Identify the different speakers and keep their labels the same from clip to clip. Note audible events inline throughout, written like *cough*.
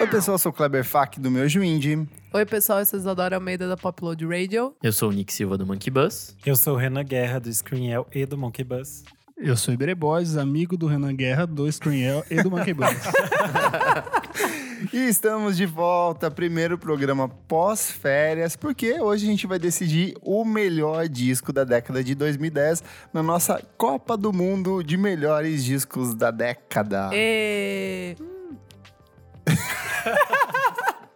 Speaker 1: Oi, pessoal, eu sou o Kleber Fak do Meu Juíndi.
Speaker 2: Oi, pessoal, eu sou Isadora Almeida da Popload Radio.
Speaker 3: Eu sou o Nick Silva do Monkey Bus.
Speaker 4: Eu sou o Renan Guerra, do Screenel e do Monkey Bus.
Speaker 5: Eu sou Iberê Boys, amigo do Renan Guerra, do Screenel e do Monkey Bus.
Speaker 1: E estamos de volta, primeiro programa pós-férias, porque hoje a gente vai decidir o melhor disco da década de 2010 na nossa Copa do Mundo de melhores discos da década.
Speaker 2: E...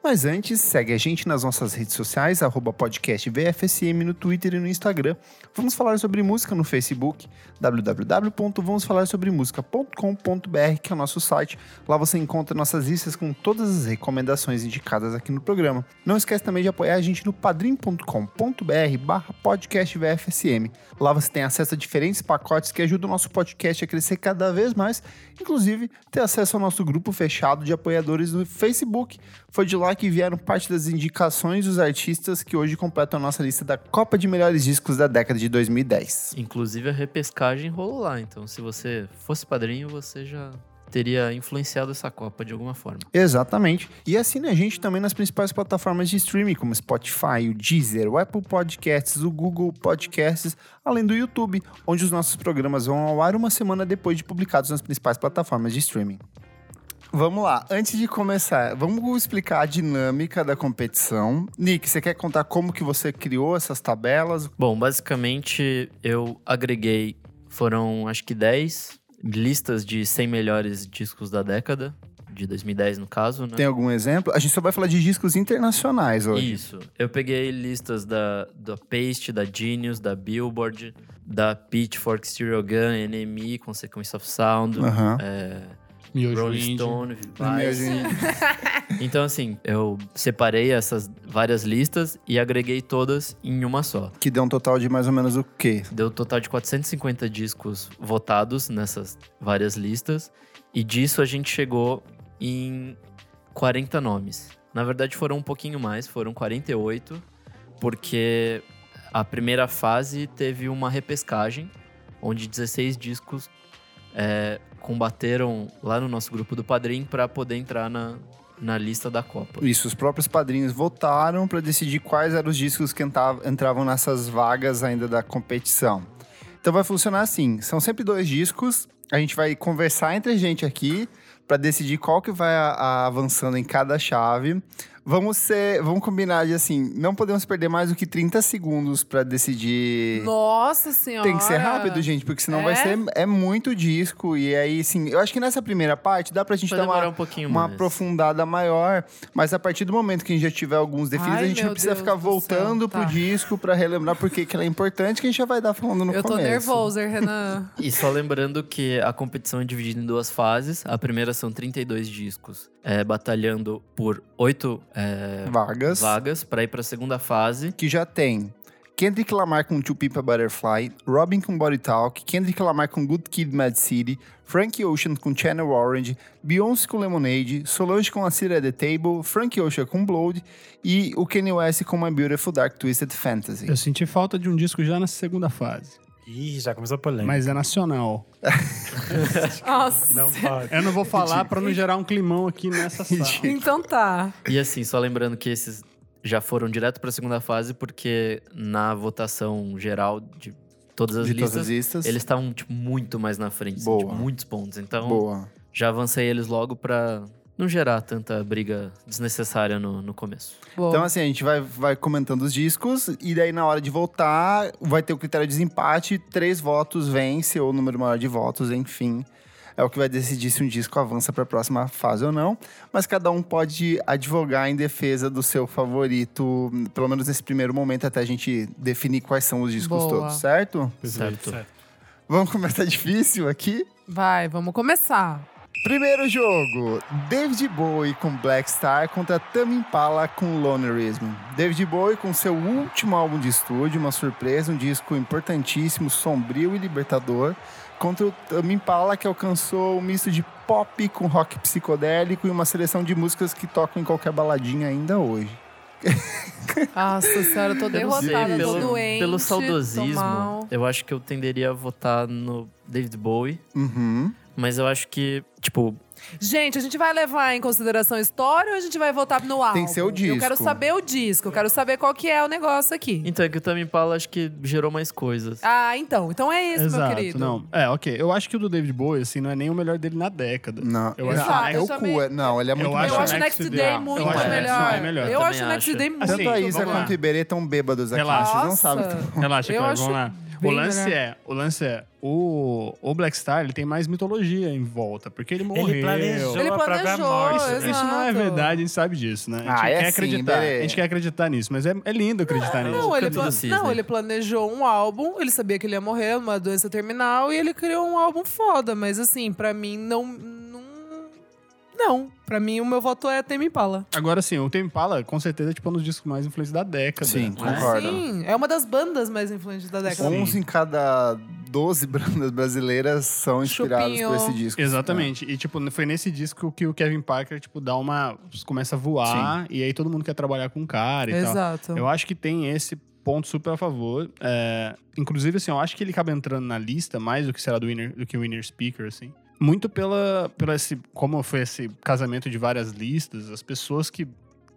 Speaker 1: Mas antes, segue a gente nas nossas redes sociais, arroba podcast VFSM no Twitter e no Instagram. Vamos falar sobre música no Facebook, www.vamosfalarsobremusica.com.br, que é o nosso site. Lá você encontra nossas listas com todas as recomendações indicadas aqui no programa. Não esquece também de apoiar a gente no padrim.com.br barra podcast VFSM. Lá você tem acesso a diferentes pacotes que ajudam o nosso podcast a crescer cada vez mais, inclusive ter acesso ao nosso grupo fechado de apoiadores no Facebook. Foi de lá que vieram parte das indicações dos artistas que hoje completam a nossa lista da Copa de Melhores Discos da década de 2010.
Speaker 3: Inclusive a repescagem rolou lá, então se você fosse padrinho, você já teria influenciado essa Copa de alguma forma.
Speaker 1: Exatamente. E assine a gente também nas principais plataformas de streaming, como Spotify, o Deezer, o Apple Podcasts, o Google Podcasts, além do YouTube, onde os nossos programas vão ao ar uma semana depois de publicados nas principais plataformas de streaming. Vamos lá, antes de começar, vamos explicar a dinâmica da competição. Nick, você quer contar como que você criou essas tabelas?
Speaker 3: Bom, basicamente eu agreguei, foram acho que 10 listas de 100 melhores discos da década, de 2010 no caso, né?
Speaker 1: Tem um algum exemplo? A gente só vai falar de discos internacionais hoje.
Speaker 3: Isso. Eu peguei listas da, da Paste, da Genius, da Billboard, da Pitchfork, Stereo Gun, NME, Consequence of Sound,
Speaker 1: Aham.
Speaker 3: é,
Speaker 5: *laughs* Miojo
Speaker 3: Rolling
Speaker 5: Indie.
Speaker 3: Stone,
Speaker 1: No meu
Speaker 3: Vice.
Speaker 1: juízo.
Speaker 3: *laughs* Então, assim, eu separei essas várias listas e agreguei todas em uma só.
Speaker 1: Que deu um total de mais ou menos o quê?
Speaker 3: Deu um total de 450 discos votados nessas várias listas. E disso a gente chegou em 40 nomes. Na verdade, foram um pouquinho mais, foram 48, porque a primeira fase teve uma repescagem, onde 16 discos é, combateram lá no nosso grupo do Padrim para poder entrar na, na lista da Copa.
Speaker 1: Isso, os próprios padrinhos votaram para decidir quais eram os discos que enta- entravam nessas vagas ainda da competição. Então vai funcionar assim, são sempre dois discos, a gente vai conversar entre a gente aqui para decidir qual que vai a- a- avançando em cada chave. Vamos ser, vamos combinar de assim, não podemos perder mais do que 30 segundos para decidir.
Speaker 2: Nossa senhora!
Speaker 1: Tem que ser rápido, gente, porque senão vai
Speaker 2: É?
Speaker 1: ser é muito disco e aí assim, eu acho que nessa primeira parte dá pra gente
Speaker 3: Vai
Speaker 1: dar uma
Speaker 3: demorar um pouquinho
Speaker 1: uma
Speaker 3: mais.
Speaker 1: aprofundada maior, mas a partir do momento que a gente já tiver alguns definidos,
Speaker 2: Ai,
Speaker 1: a gente não
Speaker 2: meu
Speaker 1: precisa
Speaker 2: Deus
Speaker 1: ficar
Speaker 2: do
Speaker 1: voltando
Speaker 2: céu,
Speaker 1: pro
Speaker 2: tá.
Speaker 1: disco pra relembrar por que que ela é importante, que a gente já vai dar falando no
Speaker 2: Eu tô
Speaker 1: começo.
Speaker 2: nervoso, Renan.
Speaker 1: *laughs*
Speaker 3: E só lembrando que a competição é dividida em duas fases. A primeira são 32 discos, é, batalhando por oito é,
Speaker 1: Vagas,
Speaker 3: vagas para ir para a segunda fase.
Speaker 1: que já tem Kendrick Lamar com Two Pimp a Butterfly, Robin com Body Talk, Kendrick Lamar com Good Kid, Mad City, Frank Ocean com Channel Orange, Beyoncé com Lemonade, Solange com A City at the Table, Frank Ocean com Blood e o Kanye West com My Beautiful Dark Twisted Fantasy.
Speaker 5: Eu senti falta de um disco já na segunda fase,
Speaker 4: Ih, já começou a polêmica.
Speaker 5: mas é nacional.
Speaker 2: Nossa.
Speaker 4: Não pode.
Speaker 5: Eu
Speaker 2: *laughs*
Speaker 5: não vou falar pra não gerar um climão aqui nessa sala.
Speaker 2: Então tá.
Speaker 3: E assim, só lembrando que esses já foram direto para a segunda fase porque na votação geral de todas as
Speaker 1: De todas
Speaker 3: listas,
Speaker 1: as listas.
Speaker 3: eles estavam tipo, muito mais na frente, assim,
Speaker 1: Boa.
Speaker 3: tipo, muitos pontos. Então
Speaker 1: Boa.
Speaker 3: já avancei eles logo para não gerar tanta briga desnecessária no, no começo.
Speaker 2: Bom,
Speaker 1: Então, assim, a gente vai, vai comentando os discos e daí na hora de voltar vai ter o critério de desempate, três votos vence ou o número maior de votos, enfim. É o que vai decidir se um disco avança para a próxima fase ou não, mas cada um pode advogar em defesa do seu favorito, pelo menos nesse primeiro momento, até a gente definir quais são os discos
Speaker 2: Boa.
Speaker 1: todos, certo?
Speaker 3: Certo.
Speaker 1: Vamos começar *laughs* difícil aqui?
Speaker 2: vai, vamos começar.
Speaker 1: Primeiro jogo, David Bowie com Black Star contra Tame Impala com Lonerism. David Bowie com seu último álbum de estúdio, uma surpresa, um disco importantíssimo, sombrio e libertador, contra o Tame Impala que alcançou um misto de pop com rock psicodélico e uma seleção de músicas que tocam em qualquer baladinha ainda hoje.
Speaker 2: Nossa senhora, eu tô
Speaker 3: Eu não sei,
Speaker 2: derrotada, tô
Speaker 3: pelo,
Speaker 2: doente.
Speaker 3: pelo
Speaker 2: tô
Speaker 3: saudosismo,
Speaker 2: mal.
Speaker 3: eu acho que eu tenderia a votar no David Bowie.
Speaker 1: Uhum.
Speaker 3: Mas eu acho que, tipo,
Speaker 2: Gente, a gente vai levar em consideração a história ou a gente vai votar no álbum?
Speaker 1: Tem que ser o
Speaker 2: Eu quero
Speaker 1: disco.
Speaker 2: saber o disco, eu quero saber qual que é o negócio aqui.
Speaker 3: então é que o Tame Impala acho que gerou mais coisas.
Speaker 2: Ah, então. Então é isso, meu
Speaker 5: Exato,
Speaker 2: querido.
Speaker 5: não. É, ok. Eu acho que o do David Bowie, assim, não é nem o melhor dele na década.
Speaker 1: Não,
Speaker 5: Eu
Speaker 1: não,
Speaker 5: acho-
Speaker 1: é
Speaker 2: eu
Speaker 1: o
Speaker 2: também-
Speaker 1: cu. é- Não, ele é muito
Speaker 5: Eu
Speaker 2: Eu
Speaker 1: melhor.
Speaker 2: acho o Next Day
Speaker 5: Ah, Eu
Speaker 2: muito
Speaker 5: acho
Speaker 2: melhor.
Speaker 5: o Next Day melhor.
Speaker 2: Eu
Speaker 3: Também
Speaker 2: acho o Next
Speaker 3: acho.
Speaker 2: Day muito
Speaker 5: Assim,
Speaker 1: Tanto a Isa
Speaker 5: vamos lá.
Speaker 1: quanto o Iberê estão bêbados aqui.
Speaker 5: Relaxa.
Speaker 1: Vocês não sabem. *laughs* que- tá
Speaker 5: Relaxa,
Speaker 2: Eu
Speaker 5: Cleber,
Speaker 2: acho
Speaker 5: vamos lá. O
Speaker 2: bem
Speaker 5: lance
Speaker 2: melhor.
Speaker 5: é, o lance é, o, o Black Star ele tem mais mitologia em volta, porque ele morreu.
Speaker 4: planejou.
Speaker 2: Ele
Speaker 4: a própria
Speaker 2: planejou,
Speaker 4: morte, né?
Speaker 5: Isso, isso não é
Speaker 2: exato.
Speaker 5: verdade, a gente sabe disso, né? A gente
Speaker 1: Ah, é
Speaker 5: quer
Speaker 1: assim,
Speaker 5: acreditar.
Speaker 1: beleza.
Speaker 5: A gente quer acreditar nisso, mas é, é lindo acreditar nisso.
Speaker 2: Não, ele,
Speaker 3: Canto do
Speaker 2: plan-
Speaker 3: Cisne.
Speaker 2: não, ele planejou um álbum, ele sabia que ele ia morrer, uma doença terminal, e ele criou um álbum foda. Mas assim, pra mim, não. Não. não. Pra mim, o meu voto é Tame Impala.
Speaker 5: Agora sim, o Tame Impala, com certeza, é tipo, um dos discos mais influentes da década.
Speaker 1: Sim,
Speaker 5: né?
Speaker 1: concordo.
Speaker 2: Sim, é uma das bandas mais influentes da década.
Speaker 1: 11 em cada 12 bandas brasileiras são inspiradas por
Speaker 2: Chupinho.
Speaker 1: esse disco.
Speaker 5: Exatamente. E, tipo, foi nesse disco que o Kevin Parker, tipo, dá uma. começa a voar e aí todo mundo quer trabalhar com o cara e tal.
Speaker 2: Exato.
Speaker 5: Eu acho que tem esse ponto super a favor. É, inclusive, assim, eu acho que ele acaba entrando na lista mais do que será do, winner, do que o Winner Speaker, assim. Muito pela, pela esse, como foi esse casamento de várias listas, as pessoas que,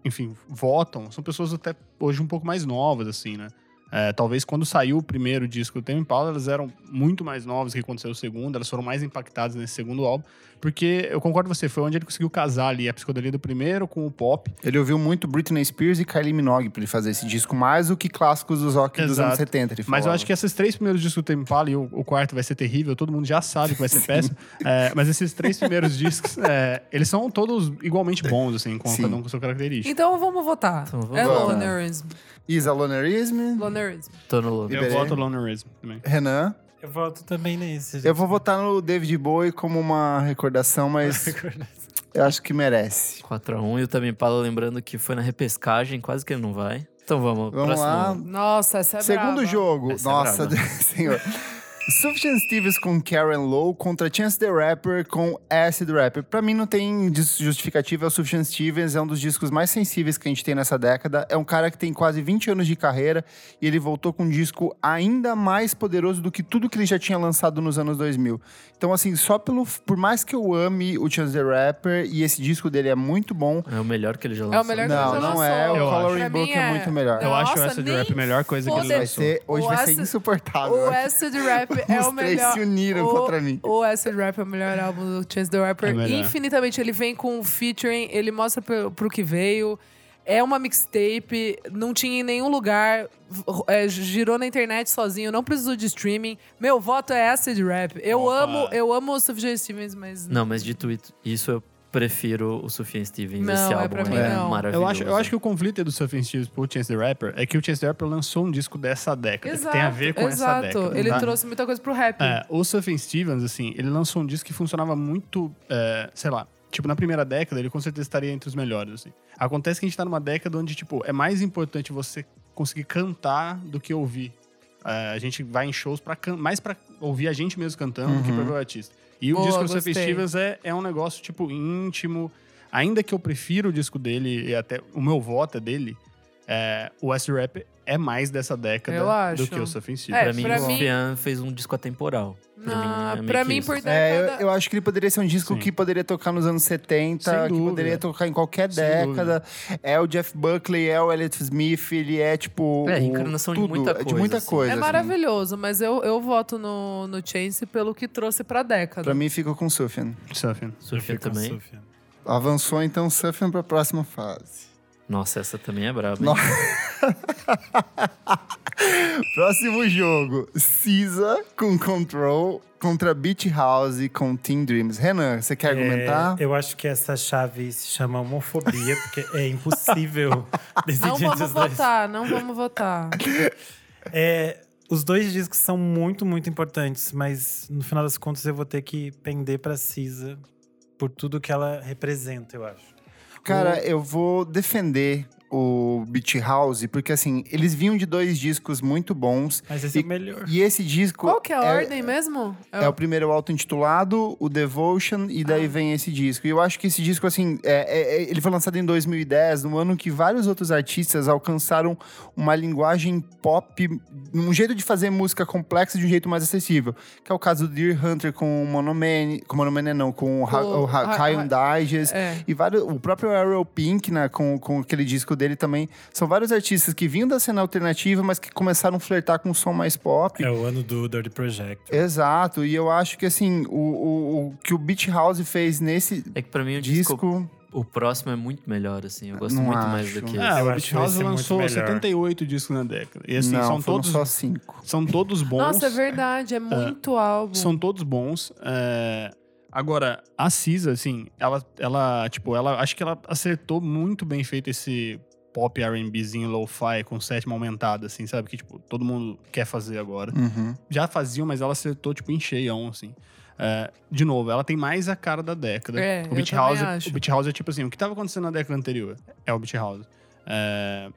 Speaker 5: enfim, votam, são pessoas até hoje um pouco mais novas, assim, né? É, talvez quando saiu o primeiro disco do Tame Impala, elas eram muito mais novas que quando saiu o segundo, elas foram mais impactadas nesse segundo álbum, porque eu concordo com você, foi onde ele conseguiu casar ali a psicodelia do primeiro com o pop,
Speaker 1: É. Ele ouviu muito Britney Spears e Kylie Minogue pra ele fazer esse disco, mais do que clássicos dos rock dos
Speaker 5: Exato.
Speaker 1: anos 70. Ele
Speaker 5: Mas eu
Speaker 1: falava.
Speaker 5: acho que é- esses três primeiros discos do Tame Impala e o, o quarto vai ser terrível, todo mundo já sabe que vai ser péssimo. É, mas esses três primeiros discos, é, eles são todos igualmente bons, assim, com
Speaker 1: Sim.
Speaker 5: cada um com sua característica.
Speaker 2: Então vamos votar.
Speaker 3: Então vamos
Speaker 2: é
Speaker 1: votar.
Speaker 2: Lonerism.
Speaker 1: Isa Lonerism,
Speaker 2: Lonerism.
Speaker 3: Tô no louco.
Speaker 1: Eu
Speaker 5: Eu
Speaker 1: Liberei. voto
Speaker 5: voto Lonerism também.
Speaker 1: Renan.
Speaker 4: Eu voto também nesse. gente.
Speaker 1: Eu vou votar no David Bowie como uma recordação,
Speaker 5: *laughs*
Speaker 1: mas eu acho que merece.
Speaker 3: 4x1 e o Tame Impala lembrando que foi na repescagem, quase que ele não vai. Então vamos,
Speaker 1: Vamos
Speaker 3: próximo.
Speaker 1: lá.
Speaker 2: Nossa, essa é
Speaker 1: Segundo
Speaker 2: braba.
Speaker 1: jogo.
Speaker 3: Essa é
Speaker 1: Nossa,
Speaker 3: braba.
Speaker 1: *laughs* senhor. Sufjan Stevens com Karen Lowe contra Chance the Rapper com Acid Rapper. Pra mim não tem dis- justificativa. O Sufjan Stevens é um dos discos mais sensíveis que a gente tem nessa década. É um cara que tem quase 20 anos de carreira e ele voltou com um disco ainda mais poderoso do que tudo que ele já tinha lançado nos anos 2000. Então assim, só pelo por mais que eu ame o Chance the Rapper e esse disco dele é muito bom,
Speaker 3: É o melhor que ele já lançou.
Speaker 2: É o melhor que
Speaker 1: não,
Speaker 2: ele já
Speaker 1: não é. O
Speaker 2: lançou.
Speaker 5: Eu acho.
Speaker 1: Coloring
Speaker 2: Pra
Speaker 1: Book
Speaker 2: mim
Speaker 1: é...
Speaker 2: é.
Speaker 1: muito melhor.
Speaker 5: Eu acho o
Speaker 2: Nossa,
Speaker 5: Acid
Speaker 2: nem
Speaker 5: Rap a melhor coisa que ele
Speaker 2: foda-se.
Speaker 1: Vai ser, hoje
Speaker 2: O
Speaker 1: vai ser
Speaker 2: Acid-
Speaker 1: insuportável.
Speaker 2: O
Speaker 1: eu acho.
Speaker 2: Acid
Speaker 1: *laughs*
Speaker 2: Rap é
Speaker 1: Os
Speaker 2: o
Speaker 1: três
Speaker 2: melhor.
Speaker 1: se uniram
Speaker 2: o,
Speaker 1: contra mim.
Speaker 2: O Acid Rap é o melhor álbum do Chance the
Speaker 5: É
Speaker 2: Rapper.
Speaker 5: melhor.
Speaker 2: Infinitamente, ele vem com um featuring, ele mostra pro, pro que veio. É uma mixtape, não tinha em nenhum lugar, v- é, girou na internet sozinho, não precisou de streaming. Meu voto é Acid Rap. Eu
Speaker 5: Opa.
Speaker 2: amo, eu amo o Sufjan Stevens, mas
Speaker 3: Não, mas dito it- isso, eu prefiro o Sufjan Stevens.
Speaker 2: Não,
Speaker 3: Esse
Speaker 2: é
Speaker 3: álbum
Speaker 2: pra mim não.
Speaker 3: maravilhoso.
Speaker 5: Eu acho, eu acho que o conflito do Surfing Stevens pro Chance the Rapper é que o Chance the Rapper lançou um disco dessa década, que tem a ver com essa
Speaker 2: exato.
Speaker 5: década.
Speaker 2: Ele
Speaker 5: tá?
Speaker 2: trouxe muita coisa pro rap.
Speaker 5: É, o Surfing Stevens, assim, ele lançou um disco que funcionava muito, é, sei lá, tipo, na primeira década, ele com certeza estaria entre os melhores, assim. Acontece que a gente tá numa década onde, tipo, é mais importante você conseguir cantar do que ouvir. É, a gente vai em shows pra can- mais pra ouvir a gente mesmo cantando do que pra ver o artista. E o
Speaker 2: Uhum. Boa,
Speaker 5: disco do Surfing
Speaker 2: gostei.
Speaker 5: Stevens é, é um negócio, tipo, íntimo. Ainda que eu prefiro o disco dele, e até o meu voto é dele, é, o S-Rap é mais dessa década
Speaker 2: Eu acho.
Speaker 5: do que o Surfing Stevens.
Speaker 2: É,
Speaker 3: pra mim,
Speaker 2: pra
Speaker 3: o
Speaker 2: mim-
Speaker 3: Sufjan fez um disco atemporal. Pra
Speaker 2: Ah,
Speaker 3: mim, é meio
Speaker 2: pra
Speaker 3: que
Speaker 2: mim,
Speaker 3: isso.
Speaker 2: por
Speaker 1: É,
Speaker 2: década-
Speaker 1: eu, eu acho que ele poderia ser um disco
Speaker 5: Sim.
Speaker 1: que poderia tocar nos anos 70,
Speaker 5: Sem
Speaker 1: que
Speaker 5: dúvida.
Speaker 1: poderia tocar em qualquer
Speaker 5: Sem
Speaker 1: década. É o Jeff Buckley, é o Elliott Smith, ele é tipo.
Speaker 3: É,
Speaker 1: o-
Speaker 3: reencarnação de
Speaker 1: tudo,
Speaker 3: muita
Speaker 1: é De
Speaker 3: coisa,
Speaker 1: muita
Speaker 3: assim.
Speaker 1: coisa.
Speaker 2: É
Speaker 1: assim.
Speaker 2: maravilhoso, mas eu, eu voto no, no Chance pelo que trouxe pra década.
Speaker 1: Pra mim, fica com o Sufjan.
Speaker 5: Surfing.
Speaker 3: Sufjan
Speaker 4: Fica com
Speaker 3: também.
Speaker 4: Sufjan.
Speaker 1: Avançou então o Sufjan pra próxima fase.
Speaker 3: Nossa, essa também é braba. hein?
Speaker 1: Nossa. Próximo jogo: Cisa com Control contra Beach House com Team Dreams. Renan, você quer argumentar?
Speaker 4: É, eu acho que essa chave se chama homofobia, porque é impossível decidir
Speaker 2: Não
Speaker 4: entre
Speaker 2: vamos
Speaker 4: os dois.
Speaker 2: votar, não vamos votar.
Speaker 1: tipo,
Speaker 4: É, os dois discos são muito, muito importantes, mas no final das contas eu vou ter que pender pra Cisa por tudo que ela representa, eu acho.
Speaker 1: Cara, eu vou defender o Beat House, porque assim, eles vinham de dois discos muito bons.
Speaker 4: Mas esse é o melhor.
Speaker 1: E esse disco.
Speaker 2: Qual que é a
Speaker 1: é-
Speaker 2: ordem mesmo?
Speaker 1: É o primeiro auto-intitulado, o Devotion, e
Speaker 2: Ah.
Speaker 1: daí vem esse disco. E eu acho que esse disco, assim, é- é- é- ele foi lançado em 2010, no ano que vários outros artistas alcançaram uma linguagem pop, um jeito de fazer música complexa de um jeito mais acessível. Que é o caso do Deer Hunter com o Monomania, com o Monomania não, com o, ha,
Speaker 2: Com
Speaker 1: o ha,
Speaker 2: Ha-
Speaker 1: Hyun Digest.
Speaker 2: É.
Speaker 1: E vários, o próprio Ariel Pink, né, com, com aquele disco dele também. São vários artistas que vinham da cena alternativa, mas que começaram a flertar com um som mais pop.
Speaker 4: É o ano do Dirty Project.
Speaker 1: Exato, e eu acho que assim, o, o, o que o Beach House fez nesse
Speaker 3: É que pra mim o disco,
Speaker 1: disco.
Speaker 3: o próximo é muito melhor, assim. Eu gosto
Speaker 1: Não
Speaker 3: muito
Speaker 1: acho.
Speaker 3: mais do que
Speaker 1: É,
Speaker 3: esse.
Speaker 5: Ah,
Speaker 4: Eu acho
Speaker 5: o Beach
Speaker 4: que vai
Speaker 5: House
Speaker 4: ser muito
Speaker 5: lançou
Speaker 4: melhor.
Speaker 5: 78 discos na década. E assim,
Speaker 1: não,
Speaker 5: são
Speaker 1: foram
Speaker 5: todos
Speaker 1: só cinco.
Speaker 5: são todos bons.
Speaker 2: Nossa, é
Speaker 1: Ah.
Speaker 2: verdade. É muito álbum.
Speaker 5: São todos bons. é, Agora, a Cisa, assim, ela, ela, tipo, ela, acho que ela acertou muito bem feito esse pop R&Bzinho lo-fi com sétima aumentada, assim, sabe? Que, tipo, todo mundo quer fazer agora.
Speaker 1: Uhum. *laughs*
Speaker 5: Já faziam, mas ela acertou, tipo, em cheião, assim. É, de novo, ela tem mais a cara da década.
Speaker 2: É,
Speaker 5: o
Speaker 2: eu
Speaker 5: Beat
Speaker 2: também
Speaker 5: House,
Speaker 2: acho.
Speaker 5: o Beat House é tipo assim, o que tava acontecendo na década anterior é o Beat House. É,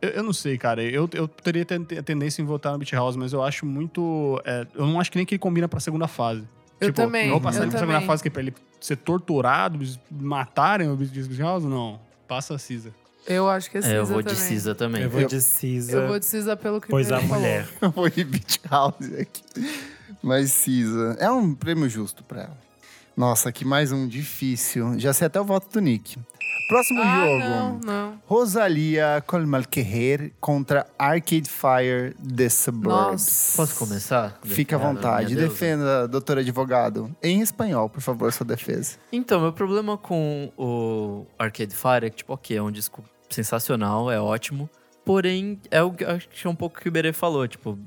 Speaker 5: eu, eu não sei, cara. Eu, eu teria ten- a tendência em votar no Beat House, mas eu acho muito. é, eu não acho que nem que ele combina pra segunda fase.
Speaker 2: Eu
Speaker 5: tipo,
Speaker 2: também,
Speaker 5: Não passar
Speaker 2: eu
Speaker 5: ele pra segunda
Speaker 2: também.
Speaker 5: fase que é pra ele ser torturado, eles matarem o Beat House, não. Passa a Cisa.
Speaker 2: Eu acho que é Cisa
Speaker 3: É, eu vou de
Speaker 2: também.
Speaker 3: Cisa também.
Speaker 4: Eu vou
Speaker 1: Eu-
Speaker 4: de Cisa,
Speaker 2: Eu vou de Cisa pelo que
Speaker 4: pois
Speaker 2: ele
Speaker 4: a
Speaker 2: falou.
Speaker 4: mulher.
Speaker 1: Eu vou ir Beach House aqui. Mas Cisa. É um prêmio justo pra ela. Nossa, que mais um difícil. Já sei até o voto do Nick. Próximo
Speaker 2: Ah,
Speaker 1: jogo.
Speaker 2: não, não.
Speaker 1: Rosalia Colmalquerrer contra Arcade Fire The Suburbs.
Speaker 3: Posso começar?
Speaker 1: Fica à
Speaker 3: Cara,
Speaker 1: vontade.
Speaker 3: minha deusa.
Speaker 1: Defenda, doutor advogado. Em espanhol, por favor, sua defesa.
Speaker 3: Então, meu problema com o Arcade Fire é que, tipo, ok, é um disco sensacional, é ótimo. Porém, é o que acho que é um pouco que o Berê falou, tipo,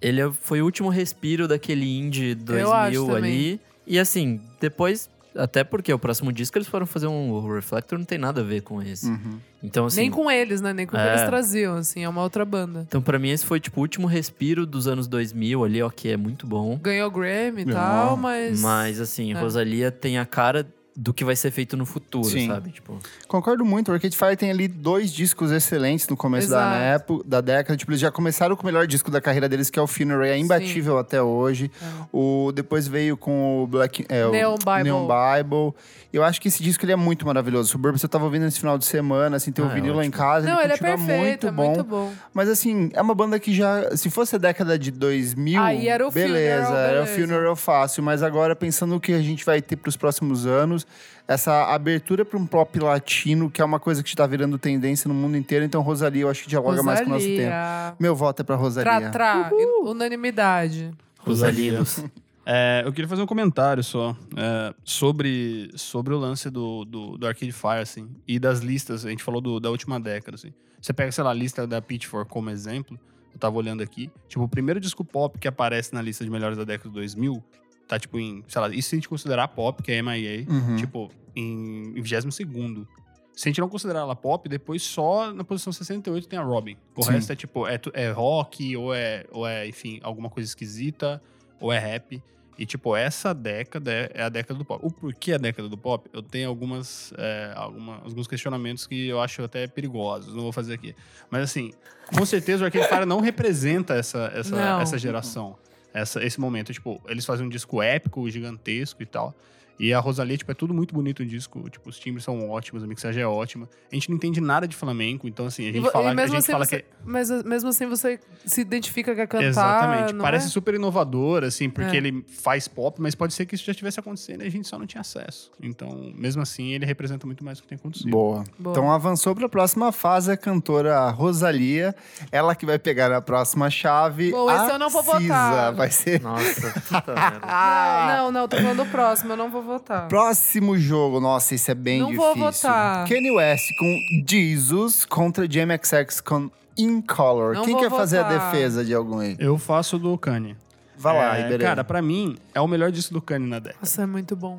Speaker 3: ele é- foi o último respiro daquele indie
Speaker 2: Eu acho
Speaker 3: 2000 ali. E assim, depois, até porque o próximo disco eles foram fazer um o Reflector, não tem nada a ver com esse.
Speaker 1: Uhum.
Speaker 3: Então, assim,
Speaker 2: Nem com eles, né? Nem com o que
Speaker 3: É.
Speaker 2: eles traziam, assim. É uma outra banda.
Speaker 3: então pra mim esse foi, tipo, o último respiro dos anos 2000 ali, ok, é muito bom.
Speaker 2: Ganhou Grammy e
Speaker 1: Não,
Speaker 2: tal, mas...
Speaker 3: Mas, assim,
Speaker 2: É.
Speaker 3: Rosalia tem a cara do que vai ser feito no futuro,
Speaker 1: Sim.
Speaker 3: sabe? Tipo,
Speaker 1: Concordo muito. O Arcade Fire tem ali dois discos excelentes no começo da,
Speaker 2: Exato.
Speaker 1: época, da década. Tipo, eles já começaram com o melhor disco da carreira deles, que é o Funeral, é imbatível até hoje. O, depois veio com o Black... é, o
Speaker 2: É. Neon Bible.
Speaker 1: Neon Bible. Eu acho que esse disco ele é muito maravilhoso. Suburbs eu tava ouvindo esse final de semana, assim, tem
Speaker 3: Ah,
Speaker 1: um
Speaker 3: é
Speaker 1: vinil lá em
Speaker 3: ótimo.
Speaker 1: casa.
Speaker 2: Não, ele é
Speaker 1: continua muito
Speaker 2: perfeito, é
Speaker 1: bom.
Speaker 2: muito bom.
Speaker 1: Mas assim, é uma banda que já. Se fosse a década de 2000.
Speaker 2: Aí era o
Speaker 1: beleza,
Speaker 2: Funeral,
Speaker 1: era o
Speaker 2: beleza.
Speaker 1: funeral fácil. Mas agora, pensando o que a gente vai ter pros próximos anos, essa abertura para um pop latino, que é uma coisa que tá virando tendência no mundo inteiro. Então, Rosalia, eu acho que dialoga mais com o nosso
Speaker 2: Rosalia.
Speaker 1: tempo. Meu voto é pra Rosalia.
Speaker 2: Tra, tra. Unanimidade.
Speaker 3: Rosalinos.
Speaker 5: *laughs* É, eu queria fazer um comentário só é, sobre, sobre o lance do, do, do Arcade Fire, assim, e das listas. A gente falou do- da última década, assim. Você pega, sei lá, a lista da Pitchfork como exemplo, eu tava olhando aqui. Tipo, o primeiro disco pop que aparece na lista de melhores da década de 2000 tá, tipo, em, sei lá, isso se a gente considerar pop, que é MIA,
Speaker 1: Uhum.
Speaker 5: tipo, em, em 22º. Se a gente não considerar ela pop, depois só na posição 68 tem a Robin. O
Speaker 1: Sim.
Speaker 5: resto é tipo, é, tu- é rock, ou é, ou é, enfim, alguma coisa esquisita, ou é rap. E, tipo, essa década é, é a década do pop. O porquê a década do pop, eu tenho algumas, é, alguma- alguns questionamentos que eu acho até perigosos. Não vou fazer aqui. Mas, assim, com certeza o Arcade Fire não representa essa, essa,
Speaker 2: Não.
Speaker 5: essa geração. Essa, esse momento. Tipo, eles fazem um disco épico, gigantesco e tal. E a Rosalia, tipo, é tudo muito bonito o disco. Tipo, os timbres são ótimos, a mixagem é ótima. A gente não entende nada de flamenco, então, assim, a gente
Speaker 2: vo-
Speaker 5: fala, a gente
Speaker 2: assim
Speaker 5: fala
Speaker 2: você,
Speaker 5: que... é
Speaker 2: mas, mesmo assim você se identifica que é cantar,
Speaker 5: Exatamente.
Speaker 2: não
Speaker 5: Parece
Speaker 2: é?
Speaker 5: super inovador, assim,
Speaker 2: É.
Speaker 5: porque ele faz pop, mas pode ser que isso já estivesse acontecendo e a gente só não tinha acesso. Então, mesmo assim, ele representa muito mais o que tem acontecido.
Speaker 1: Boa.
Speaker 2: Boa.
Speaker 1: Então avançou para a próxima fase a cantora Rosalia, ela que vai pegar a próxima chave.
Speaker 2: Bom, esse
Speaker 1: a
Speaker 2: eu não vou
Speaker 1: Cisa.
Speaker 2: votar. Ah,
Speaker 1: Vai ser
Speaker 3: Nossa, *laughs* puta merda.
Speaker 2: Não, não, não, tô falando do próximo, eu não vou votar.
Speaker 1: Próximo jogo, nossa, isso é bem
Speaker 2: Não
Speaker 1: difícil.
Speaker 2: vou votar.
Speaker 1: Kanye West com Jesus contra Jamie XX com In Color.
Speaker 2: Não
Speaker 1: Quem
Speaker 2: vou
Speaker 1: quer fazer a
Speaker 2: votar.
Speaker 1: defesa de algum aí?
Speaker 5: Eu faço do Kanye.
Speaker 1: Vai lá,
Speaker 5: É,
Speaker 1: Iberê.
Speaker 5: Cara, pra mim, é o melhor disco do Kanye na década.
Speaker 2: Nossa, é muito bom.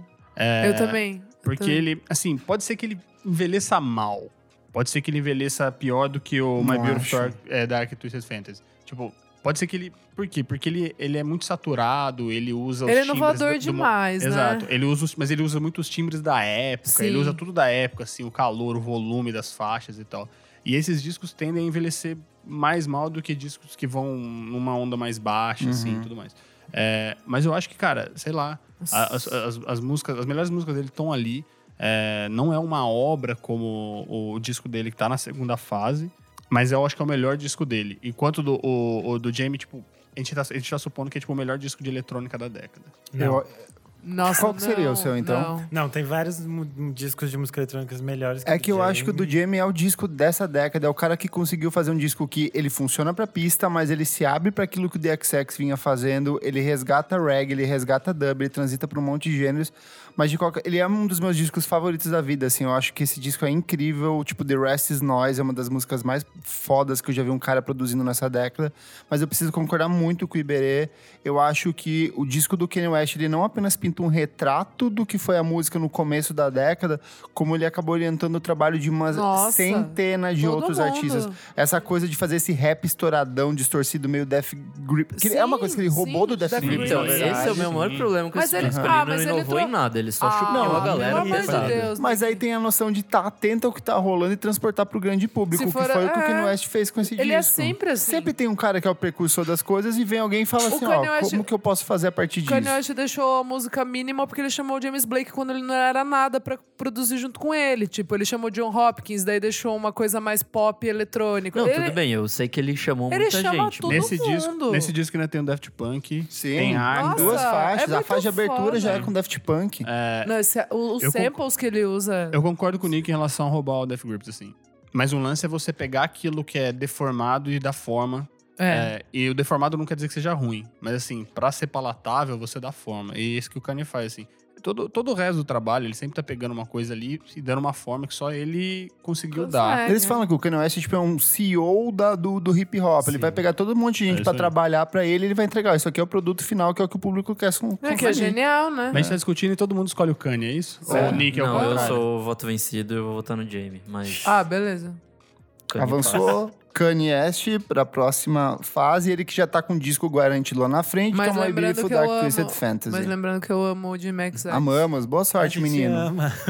Speaker 2: eu também. eu
Speaker 5: Porque
Speaker 2: também.
Speaker 5: ele, assim, pode ser que ele envelheça mal. Pode ser que ele envelheça pior do que o My
Speaker 1: Não acho.
Speaker 5: Beautiful Dark, é, Dark Twisted Fantasy. Tipo, pode ser que ele... Por quê? Porque ele, ele é muito saturado, ele usa os
Speaker 2: Ele é
Speaker 5: timbres
Speaker 2: inovador
Speaker 5: do- do mo-
Speaker 2: demais, né?
Speaker 5: Exato. Ele usa, os- mas ele usa muito os timbres da época.
Speaker 2: Sim.
Speaker 5: Ele usa tudo da época, assim, o calor, o volume das faixas e tal. E esses discos tendem a envelhecer mais mal do que discos que vão numa onda mais baixa, assim, tudo mais. É, mas eu acho que, cara, sei lá, a- as, as- as músicas, as melhores músicas dele estão ali. É, não é uma obra como o, disco dele que tá na segunda fase, mas eu acho que é o melhor disco dele. Enquanto do, o, o do Jamie, tipo, a gente, tá, a gente tá supondo que é tipo o melhor disco de eletrônica da década.
Speaker 4: Não.
Speaker 1: Eu-
Speaker 2: Nossa,
Speaker 1: Qual que seria
Speaker 2: não,
Speaker 1: o seu, então?
Speaker 2: não.
Speaker 4: Não, tem vários mu- discos de música eletrônica melhores
Speaker 1: é que eu acho que o do Jamie é o disco dessa década. É o cara que conseguiu fazer um disco que ele funciona pra pista, mas ele se abre pra aquilo que o DXX vinha fazendo. Ele resgata reggae, ele resgata dub, ele transita pra um monte de gêneros. Mas de qualquer... ele é um dos meus discos favoritos da vida, assim. Eu acho que esse disco é incrível. Tipo, The Rest Is Noise é uma das músicas mais fodas que eu já vi um cara produzindo nessa década. Mas eu preciso concordar muito com o Iberê. Eu acho que o disco do Kanye West, ele não apenas pinta um retrato do que foi a música no começo da década, como ele acabou orientando o trabalho de uma
Speaker 2: Nossa,
Speaker 1: centena de
Speaker 2: todo
Speaker 1: outros
Speaker 2: mundo.
Speaker 1: artistas. Essa coisa de fazer esse rap estouradão, distorcido, meio Death Grip. Que é uma
Speaker 2: Sim,
Speaker 1: coisa que ele roubou
Speaker 2: sim,
Speaker 1: do Death
Speaker 2: Death
Speaker 1: Grip, né?
Speaker 2: Grip,
Speaker 1: na
Speaker 3: Então,
Speaker 1: verdade.
Speaker 3: esse é o meu maior problema com
Speaker 2: Mas
Speaker 3: esse
Speaker 2: ele-
Speaker 3: disco.
Speaker 2: ah,
Speaker 3: ele não
Speaker 2: mas ele
Speaker 3: inovou
Speaker 2: trou-
Speaker 3: em nada, ele só
Speaker 2: Ah,
Speaker 3: chupou
Speaker 1: não,
Speaker 3: a galera
Speaker 2: pelo amor de
Speaker 3: pesada.
Speaker 2: Deus.
Speaker 1: Mas aí tem a noção de estar tá atento ao que tá rolando e transportar pro grande público,
Speaker 2: Se for-
Speaker 1: que foi o que o
Speaker 2: é.
Speaker 1: Kanye West fez com esse
Speaker 2: Ele
Speaker 1: disco.
Speaker 2: é sempre assim.
Speaker 1: Sempre tem um cara que é o precursor das coisas e vem alguém e fala
Speaker 2: O
Speaker 1: assim, ó,
Speaker 2: Kanye West-
Speaker 1: como que eu posso fazer a partir disso?
Speaker 2: Kanye West deixou a música mínima porque ele chamou o James Blake quando ele não era nada pra produzir junto com ele. Tipo, ele chamou John Hopkins, daí deixou uma coisa mais pop e eletrônica.
Speaker 3: Não,
Speaker 2: ele,
Speaker 3: tudo bem, eu sei que ele chamou
Speaker 2: ele
Speaker 3: muita
Speaker 2: chama
Speaker 3: gente.
Speaker 2: tudo.
Speaker 3: mas-
Speaker 5: Nesse disco,
Speaker 2: mundo.
Speaker 5: nesse disco ainda tem o Daft Punk,
Speaker 1: Sim.
Speaker 5: tem Arms.
Speaker 2: Nossa,
Speaker 1: Duas faixas,
Speaker 2: é
Speaker 1: a faixa de
Speaker 2: muito
Speaker 1: abertura
Speaker 2: foda.
Speaker 1: já é com Daft Punk.
Speaker 2: Não, esse- é o- os
Speaker 5: Eu
Speaker 2: samples que ele usa.
Speaker 5: Eu concordo com o Nick em relação a roubar o Death Grips, assim. Mas um lance é você pegar aquilo que é deformado e dar forma.
Speaker 2: É.
Speaker 5: É, e o deformado não quer dizer que seja ruim. Mas assim, pra ser palatável, você dá forma. E é isso que o Kanye faz, assim. Todo, todo o resto do trabalho, ele sempre tá pegando uma coisa ali e dando uma forma que só ele conseguiu dar.
Speaker 2: Consegue.
Speaker 1: Eles falam que o Kanye West tipo, é um CEO da- do, do hip hop. Ele
Speaker 5: Sim.
Speaker 1: vai pegar todo um monte de
Speaker 5: É
Speaker 1: gente
Speaker 5: isso
Speaker 1: pra
Speaker 5: aí.
Speaker 1: trabalhar pra ele ele vai entregar. Isso aqui é o produto final, que é o que o público quer. Com,
Speaker 2: É, que é genial, né?
Speaker 5: Mas a gente tá discutindo e todo mundo escolhe o Kanye, é isso?
Speaker 1: É.
Speaker 5: Ou o Nick é o
Speaker 3: não, eu
Speaker 5: contrário?
Speaker 3: sou o voto vencido, eu vou votar no Jamie. Mas.
Speaker 2: Ah, beleza.
Speaker 3: Kanye
Speaker 1: Avançou Kanye West pra próxima fase. Ele que já tá com o disco garantido lá na frente,
Speaker 2: Mas
Speaker 1: que é uma
Speaker 2: lembrando
Speaker 1: Beautiful
Speaker 2: que eu
Speaker 1: Dark
Speaker 2: amo-
Speaker 1: Twisted Fantasy.
Speaker 2: Mas lembrando que eu amo o Jim Max.
Speaker 1: Amamos. Boa sorte, menino.
Speaker 5: é.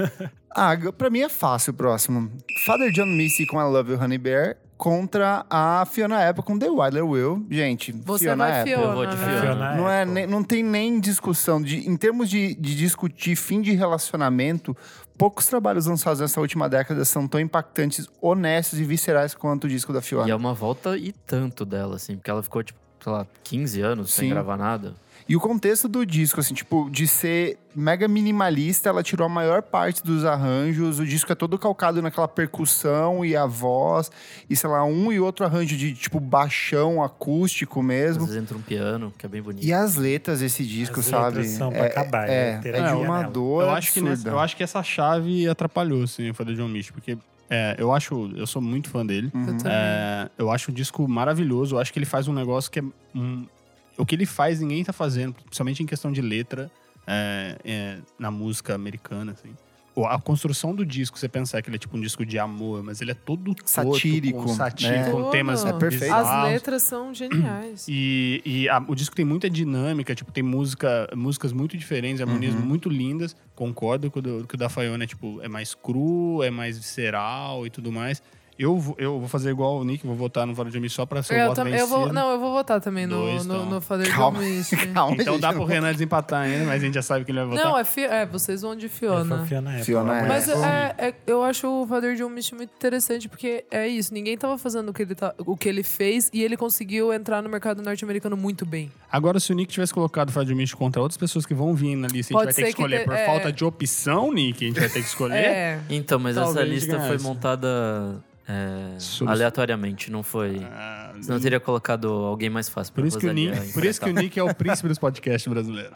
Speaker 1: Ah, g- pra mim é fácil o próximo. Father John Missy com I Love You Honey Bear contra a Fiona Apple com The Wilder Will. Gente,
Speaker 2: Você
Speaker 1: Fiona
Speaker 2: vai
Speaker 1: Apple.
Speaker 2: Fiona,
Speaker 3: é, Eu vou de
Speaker 2: né?
Speaker 3: Fiona.
Speaker 4: Ah,
Speaker 1: Não, é, nem- não tem nem discussão. De, em termos de, de discutir fim de relacionamento, poucos trabalhos lançados nessa última década são tão impactantes, honestos e viscerais quanto o disco da
Speaker 3: E é
Speaker 1: Fiona.
Speaker 3: uma volta e tanto dela, assim, porque ela ficou, tipo, sei lá, 15 anos sem
Speaker 1: Sim.
Speaker 3: gravar nada.
Speaker 1: E o contexto do disco, assim, tipo, de ser mega minimalista, ela tirou a maior parte dos arranjos. O disco é todo calcado naquela percussão e a voz, e sei lá, um e outro arranjo de, tipo, baixão acústico
Speaker 3: Às
Speaker 1: mesmo.
Speaker 3: vezes entra um piano, que é bem bonito.
Speaker 1: E as letras desse disco,
Speaker 4: As
Speaker 1: sabe?
Speaker 4: letras são pra
Speaker 1: é,
Speaker 4: acabar,
Speaker 1: é,
Speaker 4: né?
Speaker 1: é
Speaker 4: Terapia
Speaker 1: de uma
Speaker 4: nela.
Speaker 1: dor
Speaker 5: eu acho, que
Speaker 1: absurda.
Speaker 5: nessa- eu acho que essa chave atrapalhou, assim, o Father John Missy. Porque é, eu acho... Eu sou muito fã dele.
Speaker 2: Eu também.
Speaker 5: É, eu acho o disco maravilhoso. Eu acho que ele faz um negócio que é. um- o que ele faz, ninguém tá fazendo, principalmente em questão de letra é, é, na música americana, assim. O- A construção do disco, você pensar que ele é tipo um disco de amor, mas ele é todo torto,
Speaker 1: Satírico,
Speaker 5: com, satírico,
Speaker 1: né?
Speaker 5: com temas
Speaker 2: É
Speaker 1: perfeito.
Speaker 2: As
Speaker 5: bizarros.
Speaker 2: letras são geniais.
Speaker 3: Uhum.
Speaker 5: E, e a- o disco tem muita dinâmica, tipo, tem música, músicas muito diferentes, harmonias muito lindas. Concordo que o, do- que o da Faiona, tipo, é mais cru, é mais visceral e tudo mais. Eu, vou- eu vou fazer igual o Nick, vou votar no Vale de Mim só pra ser o
Speaker 2: eu
Speaker 5: voto
Speaker 2: também. Eu vou,
Speaker 5: vencido.
Speaker 2: não, eu vou votar também no,
Speaker 5: Dois,
Speaker 2: no,
Speaker 5: então.
Speaker 2: no Father
Speaker 1: Calma. *laughs*
Speaker 2: John Mist.
Speaker 1: Calma,
Speaker 5: Então
Speaker 1: gente,
Speaker 5: dá
Speaker 1: eu
Speaker 5: pro
Speaker 1: não-
Speaker 5: Renan desempatar ainda, mas a gente já sabe que ele vai votar.
Speaker 2: Não, é, fi- é, vocês vão de Fiona.
Speaker 1: Fiona é.
Speaker 2: Mas
Speaker 1: Sim.
Speaker 2: é, é, eu acho o Father John Mist muito interessante, porque é isso, ninguém tava fazendo o que ele, tá, o que ele fez e ele conseguiu entrar no mercado norte-americano muito bem.
Speaker 5: Agora, se o Nick tivesse colocado o Fred Misch contra outras pessoas que vão vir na lista,
Speaker 2: Pode
Speaker 5: a gente vai ter que
Speaker 2: ser que
Speaker 5: escolher.
Speaker 2: te-
Speaker 5: Por
Speaker 2: é.
Speaker 5: falta de opção, Nick, a gente vai ter que escolher.
Speaker 2: *laughs* É.
Speaker 3: Então, mas essa
Speaker 5: Talvez
Speaker 3: lista
Speaker 5: ganhasse.
Speaker 3: foi montada é,
Speaker 5: Subs-
Speaker 3: aleatoriamente, não foi.
Speaker 5: Ah,
Speaker 3: Senão eu teria colocado alguém mais fácil pra
Speaker 5: por, isso que o
Speaker 3: Rosalia
Speaker 5: Nick, por isso que o
Speaker 3: enfrentar.
Speaker 5: Nick é o príncipe dos podcasts brasileiros.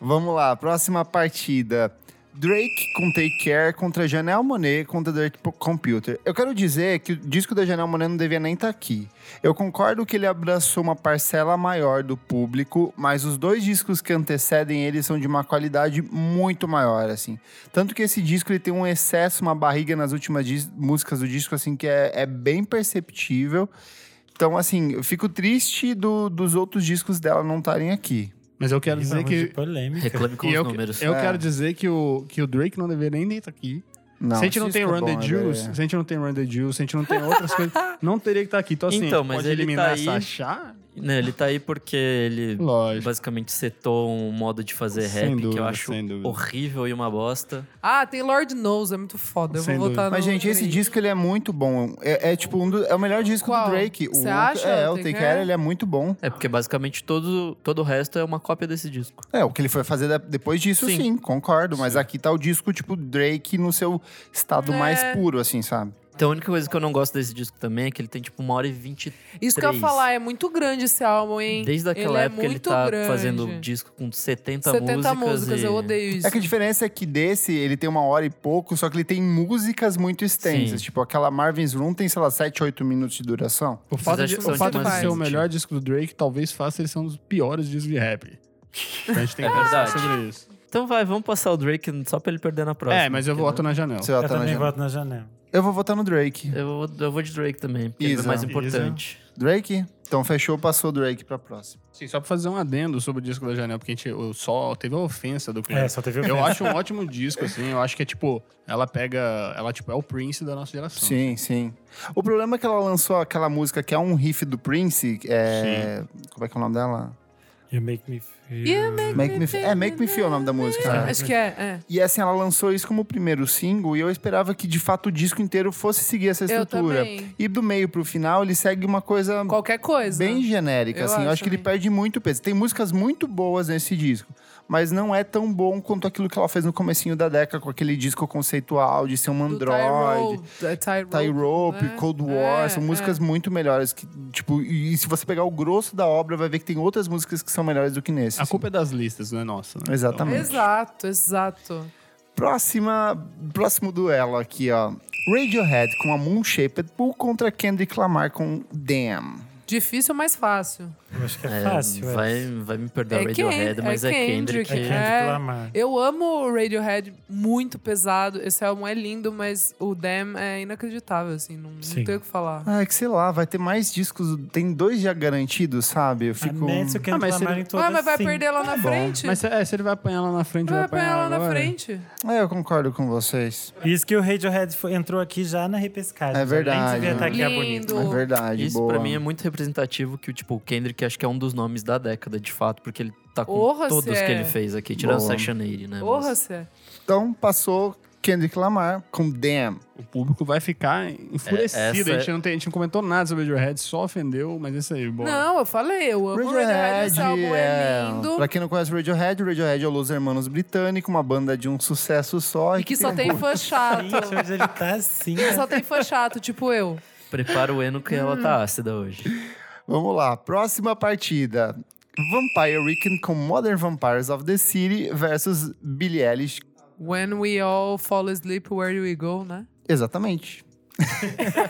Speaker 1: Vamos lá, próxima partida. Drake com Take Care contra Janelle Monet contra Dirt P- Computer. Eu quero dizer que o disco da Janelle Monet não devia nem estar aqui. Eu concordo que ele abraçou uma parcela maior do público, mas os dois discos que antecedem ele são de uma qualidade muito maior, assim. Tanto que esse disco ele tem um excesso, uma barriga nas últimas dis- músicas do disco, assim, que é- é bem perceptível. Então, assim, eu fico triste do- dos outros discos dela não estarem aqui.
Speaker 5: Mas eu quero dizer que
Speaker 4: polêmica.
Speaker 3: tá. Reclame com
Speaker 5: *laughs* E
Speaker 3: os
Speaker 5: eu,
Speaker 3: números.
Speaker 5: eu
Speaker 1: É.
Speaker 5: quero dizer que o, que o Drake não deveria nem estar aqui.
Speaker 1: Não,
Speaker 5: se a gente não
Speaker 1: isso
Speaker 5: tem
Speaker 1: que é
Speaker 5: Run
Speaker 1: bom,
Speaker 5: the
Speaker 1: é,
Speaker 5: Juice, tá
Speaker 1: é.
Speaker 5: se a gente não tem Run the Juice, se a gente não tem
Speaker 1: *laughs*
Speaker 5: outras coisas, não teria que estar aqui. Então, assim,
Speaker 3: Então, mas
Speaker 5: pode
Speaker 3: ele
Speaker 5: eliminar
Speaker 3: tá
Speaker 5: essa
Speaker 3: aí-
Speaker 5: chá?
Speaker 3: Né, ele tá aí porque ele
Speaker 5: Lógico.
Speaker 3: basicamente setou um modo de fazer
Speaker 5: Sem
Speaker 3: rap que eu
Speaker 5: dúvida,
Speaker 3: acho
Speaker 5: sem dúvida.
Speaker 3: horrível e uma bosta.
Speaker 2: Ah, tem Lord Knows, é muito foda. Eu
Speaker 5: Sem
Speaker 2: vou votar
Speaker 5: dúvida.
Speaker 1: Mas,
Speaker 2: no
Speaker 1: gente, esse
Speaker 2: Drake.
Speaker 1: disco ele é muito bom. É, é tipo um do- é o melhor disco
Speaker 2: Qual?
Speaker 1: do Drake. O
Speaker 2: Cê
Speaker 1: outro-
Speaker 2: acha?
Speaker 1: É, o
Speaker 2: Take
Speaker 1: Take
Speaker 2: Care?
Speaker 1: Care, ele é muito bom.
Speaker 3: É porque basicamente todo, todo o resto é uma cópia desse disco.
Speaker 1: É, o que ele foi fazer da- depois disso, sim,
Speaker 3: Sim.
Speaker 1: concordo. Mas aqui tá o disco, tipo, Drake no seu estado
Speaker 2: É.
Speaker 1: mais puro, assim, sabe?
Speaker 3: Então a única coisa que eu não gosto desse disco também é que ele tem tipo uma hora e vinte.
Speaker 2: Isso que eu ia
Speaker 3: três.
Speaker 2: falar, é muito grande esse álbum, hein?
Speaker 3: Desde aquela
Speaker 2: ele
Speaker 3: época
Speaker 2: é
Speaker 3: ele
Speaker 2: muito
Speaker 3: tá
Speaker 2: grande.
Speaker 3: fazendo disco com 70,
Speaker 2: 70 músicas,
Speaker 3: Tá, e-
Speaker 2: eu odeio isso.
Speaker 1: É que a diferença é que desse, ele tem uma hora e pouco, só que ele tem músicas muito extensas.
Speaker 3: Sim.
Speaker 1: Tipo, aquela Marvin's Room tem, sei lá, 7, 8 minutos de duração.
Speaker 5: O fato
Speaker 3: acham
Speaker 5: de,
Speaker 3: que
Speaker 2: são
Speaker 5: o fato
Speaker 2: demais
Speaker 5: de ser o
Speaker 2: sentido.
Speaker 5: melhor disco do Drake talvez faça ele ser um dos piores discos de rap. Então a gente tem que
Speaker 3: É
Speaker 5: pensar
Speaker 3: verdade.
Speaker 5: sobre isso.
Speaker 3: Então vai, vamos passar o Drake só pra ele perder na próxima.
Speaker 5: é, mas eu
Speaker 3: porque
Speaker 5: voto na janela.
Speaker 1: Você
Speaker 4: Eu
Speaker 1: vai tá na
Speaker 4: também
Speaker 1: janela.
Speaker 4: voto na janela.
Speaker 1: Eu vou votar no Drake.
Speaker 3: não- Eu, vou- eu vou de Drake também, porque ele é
Speaker 1: Isa.
Speaker 3: mais importante.
Speaker 1: Drake? Então fechou, passou o Drake pra próxima.
Speaker 5: Sim, só pra fazer um adendo sobre o disco da janela, porque a gente eu só teve a ofensa do Prince.
Speaker 4: É, só teve
Speaker 5: Eu
Speaker 4: ofensa.
Speaker 5: acho um ótimo disco, assim. Eu acho que é tipo, ela pega. Ela tipo, é o Prince da nossa geração.
Speaker 1: Sim, sim. O problema é que ela lançou aquela música que é um riff do Prince. É... Como é que é o nome dela?
Speaker 4: You make me feel.
Speaker 2: You make
Speaker 1: Make me Feel. É, Make Me Feel é o nome da música.
Speaker 2: Acho que é, é.
Speaker 1: E assim, ela lançou isso como o primeiro single e eu esperava que de fato o disco inteiro fosse seguir essa
Speaker 2: Eu
Speaker 1: estrutura.
Speaker 2: também.
Speaker 1: E do meio pro final ele segue uma coisa
Speaker 2: Qualquer coisa.
Speaker 1: bem genérica,
Speaker 2: Eu
Speaker 1: assim. eu
Speaker 2: acho
Speaker 1: acho que ele
Speaker 2: também.
Speaker 1: perde muito peso. Tem músicas muito boas nesse disco, mas não é tão bom quanto aquilo que ela fez no comecinho da década com aquele disco conceitual de ser um
Speaker 2: Do
Speaker 1: android.
Speaker 2: Tyrope, é, Tyrope,
Speaker 1: Tie Rope,
Speaker 2: né?
Speaker 1: Cold War,
Speaker 2: É,
Speaker 1: são músicas muito melhores. Que, tipo, e se você pegar o grosso da obra, vai ver que tem outras músicas que são melhores do que nesse.
Speaker 5: A
Speaker 1: assim.
Speaker 5: culpa é das listas, não é nossa. né?
Speaker 1: Exatamente.
Speaker 2: Exato, exato.
Speaker 1: Próxima, próximo duelo aqui, ó. Radiohead com a Moon Shaped Pool contra Kendrick Lamar com Damn.
Speaker 2: Difícil, mas fácil.
Speaker 4: Eu acho que é
Speaker 3: É,
Speaker 4: fácil. é.
Speaker 3: vai, vai me perdoar
Speaker 2: É
Speaker 3: o Radiohead,
Speaker 2: Kend- é
Speaker 3: mas é
Speaker 2: Kendrick.
Speaker 3: Kendrick.
Speaker 4: É Kendrick
Speaker 2: É.
Speaker 4: Lamar.
Speaker 2: Eu amo o Radiohead, muito pesado. Esse álbum é lindo, mas o Damn é inacreditável, assim. Não, não
Speaker 4: Sim.
Speaker 2: tenho o que falar.
Speaker 1: Ah, é que sei lá, vai ter mais discos. Tem dois já garantidos, sabe? Eu
Speaker 4: A
Speaker 1: fico.
Speaker 4: Nancy o
Speaker 5: Ah,
Speaker 4: Kendrick
Speaker 5: mas se
Speaker 4: Lamar
Speaker 5: ele-
Speaker 4: em todas,
Speaker 2: ah, mas vai
Speaker 4: sim.
Speaker 2: perder lá na frente?
Speaker 5: Mas se- é, se ele vai apanhar lá na frente,
Speaker 2: vai apanhar lá na
Speaker 5: agora.
Speaker 2: frente.
Speaker 1: É, eu concordo com vocês.
Speaker 4: Isso que o Radiohead foi- entrou aqui já na repescagem.
Speaker 1: É verdade,
Speaker 4: Nem devia estar aqui a
Speaker 2: Lindo.
Speaker 4: bonita.
Speaker 1: É verdade.
Speaker 3: Isso
Speaker 1: boa.
Speaker 3: pra mim é muito representativo que o tipo, o Kendrick acho que é um dos nomes da década, de fato, porque ele tá com
Speaker 2: Porra,
Speaker 3: todos
Speaker 2: cê
Speaker 3: que
Speaker 2: é.
Speaker 3: ele fez aqui, tirando
Speaker 1: Boa.
Speaker 3: Section 80, né?
Speaker 2: Porra,
Speaker 3: mas-
Speaker 2: Cé.
Speaker 1: Então passou Kendrick Lamar com Damn.
Speaker 5: O público vai ficar enfurecido.
Speaker 3: É, essa
Speaker 5: a, gente não tem, a gente não comentou nada sobre o Radiohead, só ofendeu, mas é isso aí, bora.
Speaker 2: Não, eu falei, eu amo o Radiohead, esse álbum é, lindo.
Speaker 1: Pra quem não conhece Radiohead, Radiohead é o Los Hermanos Britânico, uma banda de um sucesso só.
Speaker 2: E que só tem fã
Speaker 4: *laughs*
Speaker 2: chato.
Speaker 4: Gente, hoje ele tá assim. né?
Speaker 2: só tem fã chato, tipo eu.
Speaker 3: Prepara o Eno que ela tá ácida hoje.
Speaker 1: Vamos lá, próxima partida. Vampire Weekend com Modern Vampires of the City versus Billie Eilish.
Speaker 2: When we all fall asleep, where do we go, né?
Speaker 1: Exatamente. *laughs*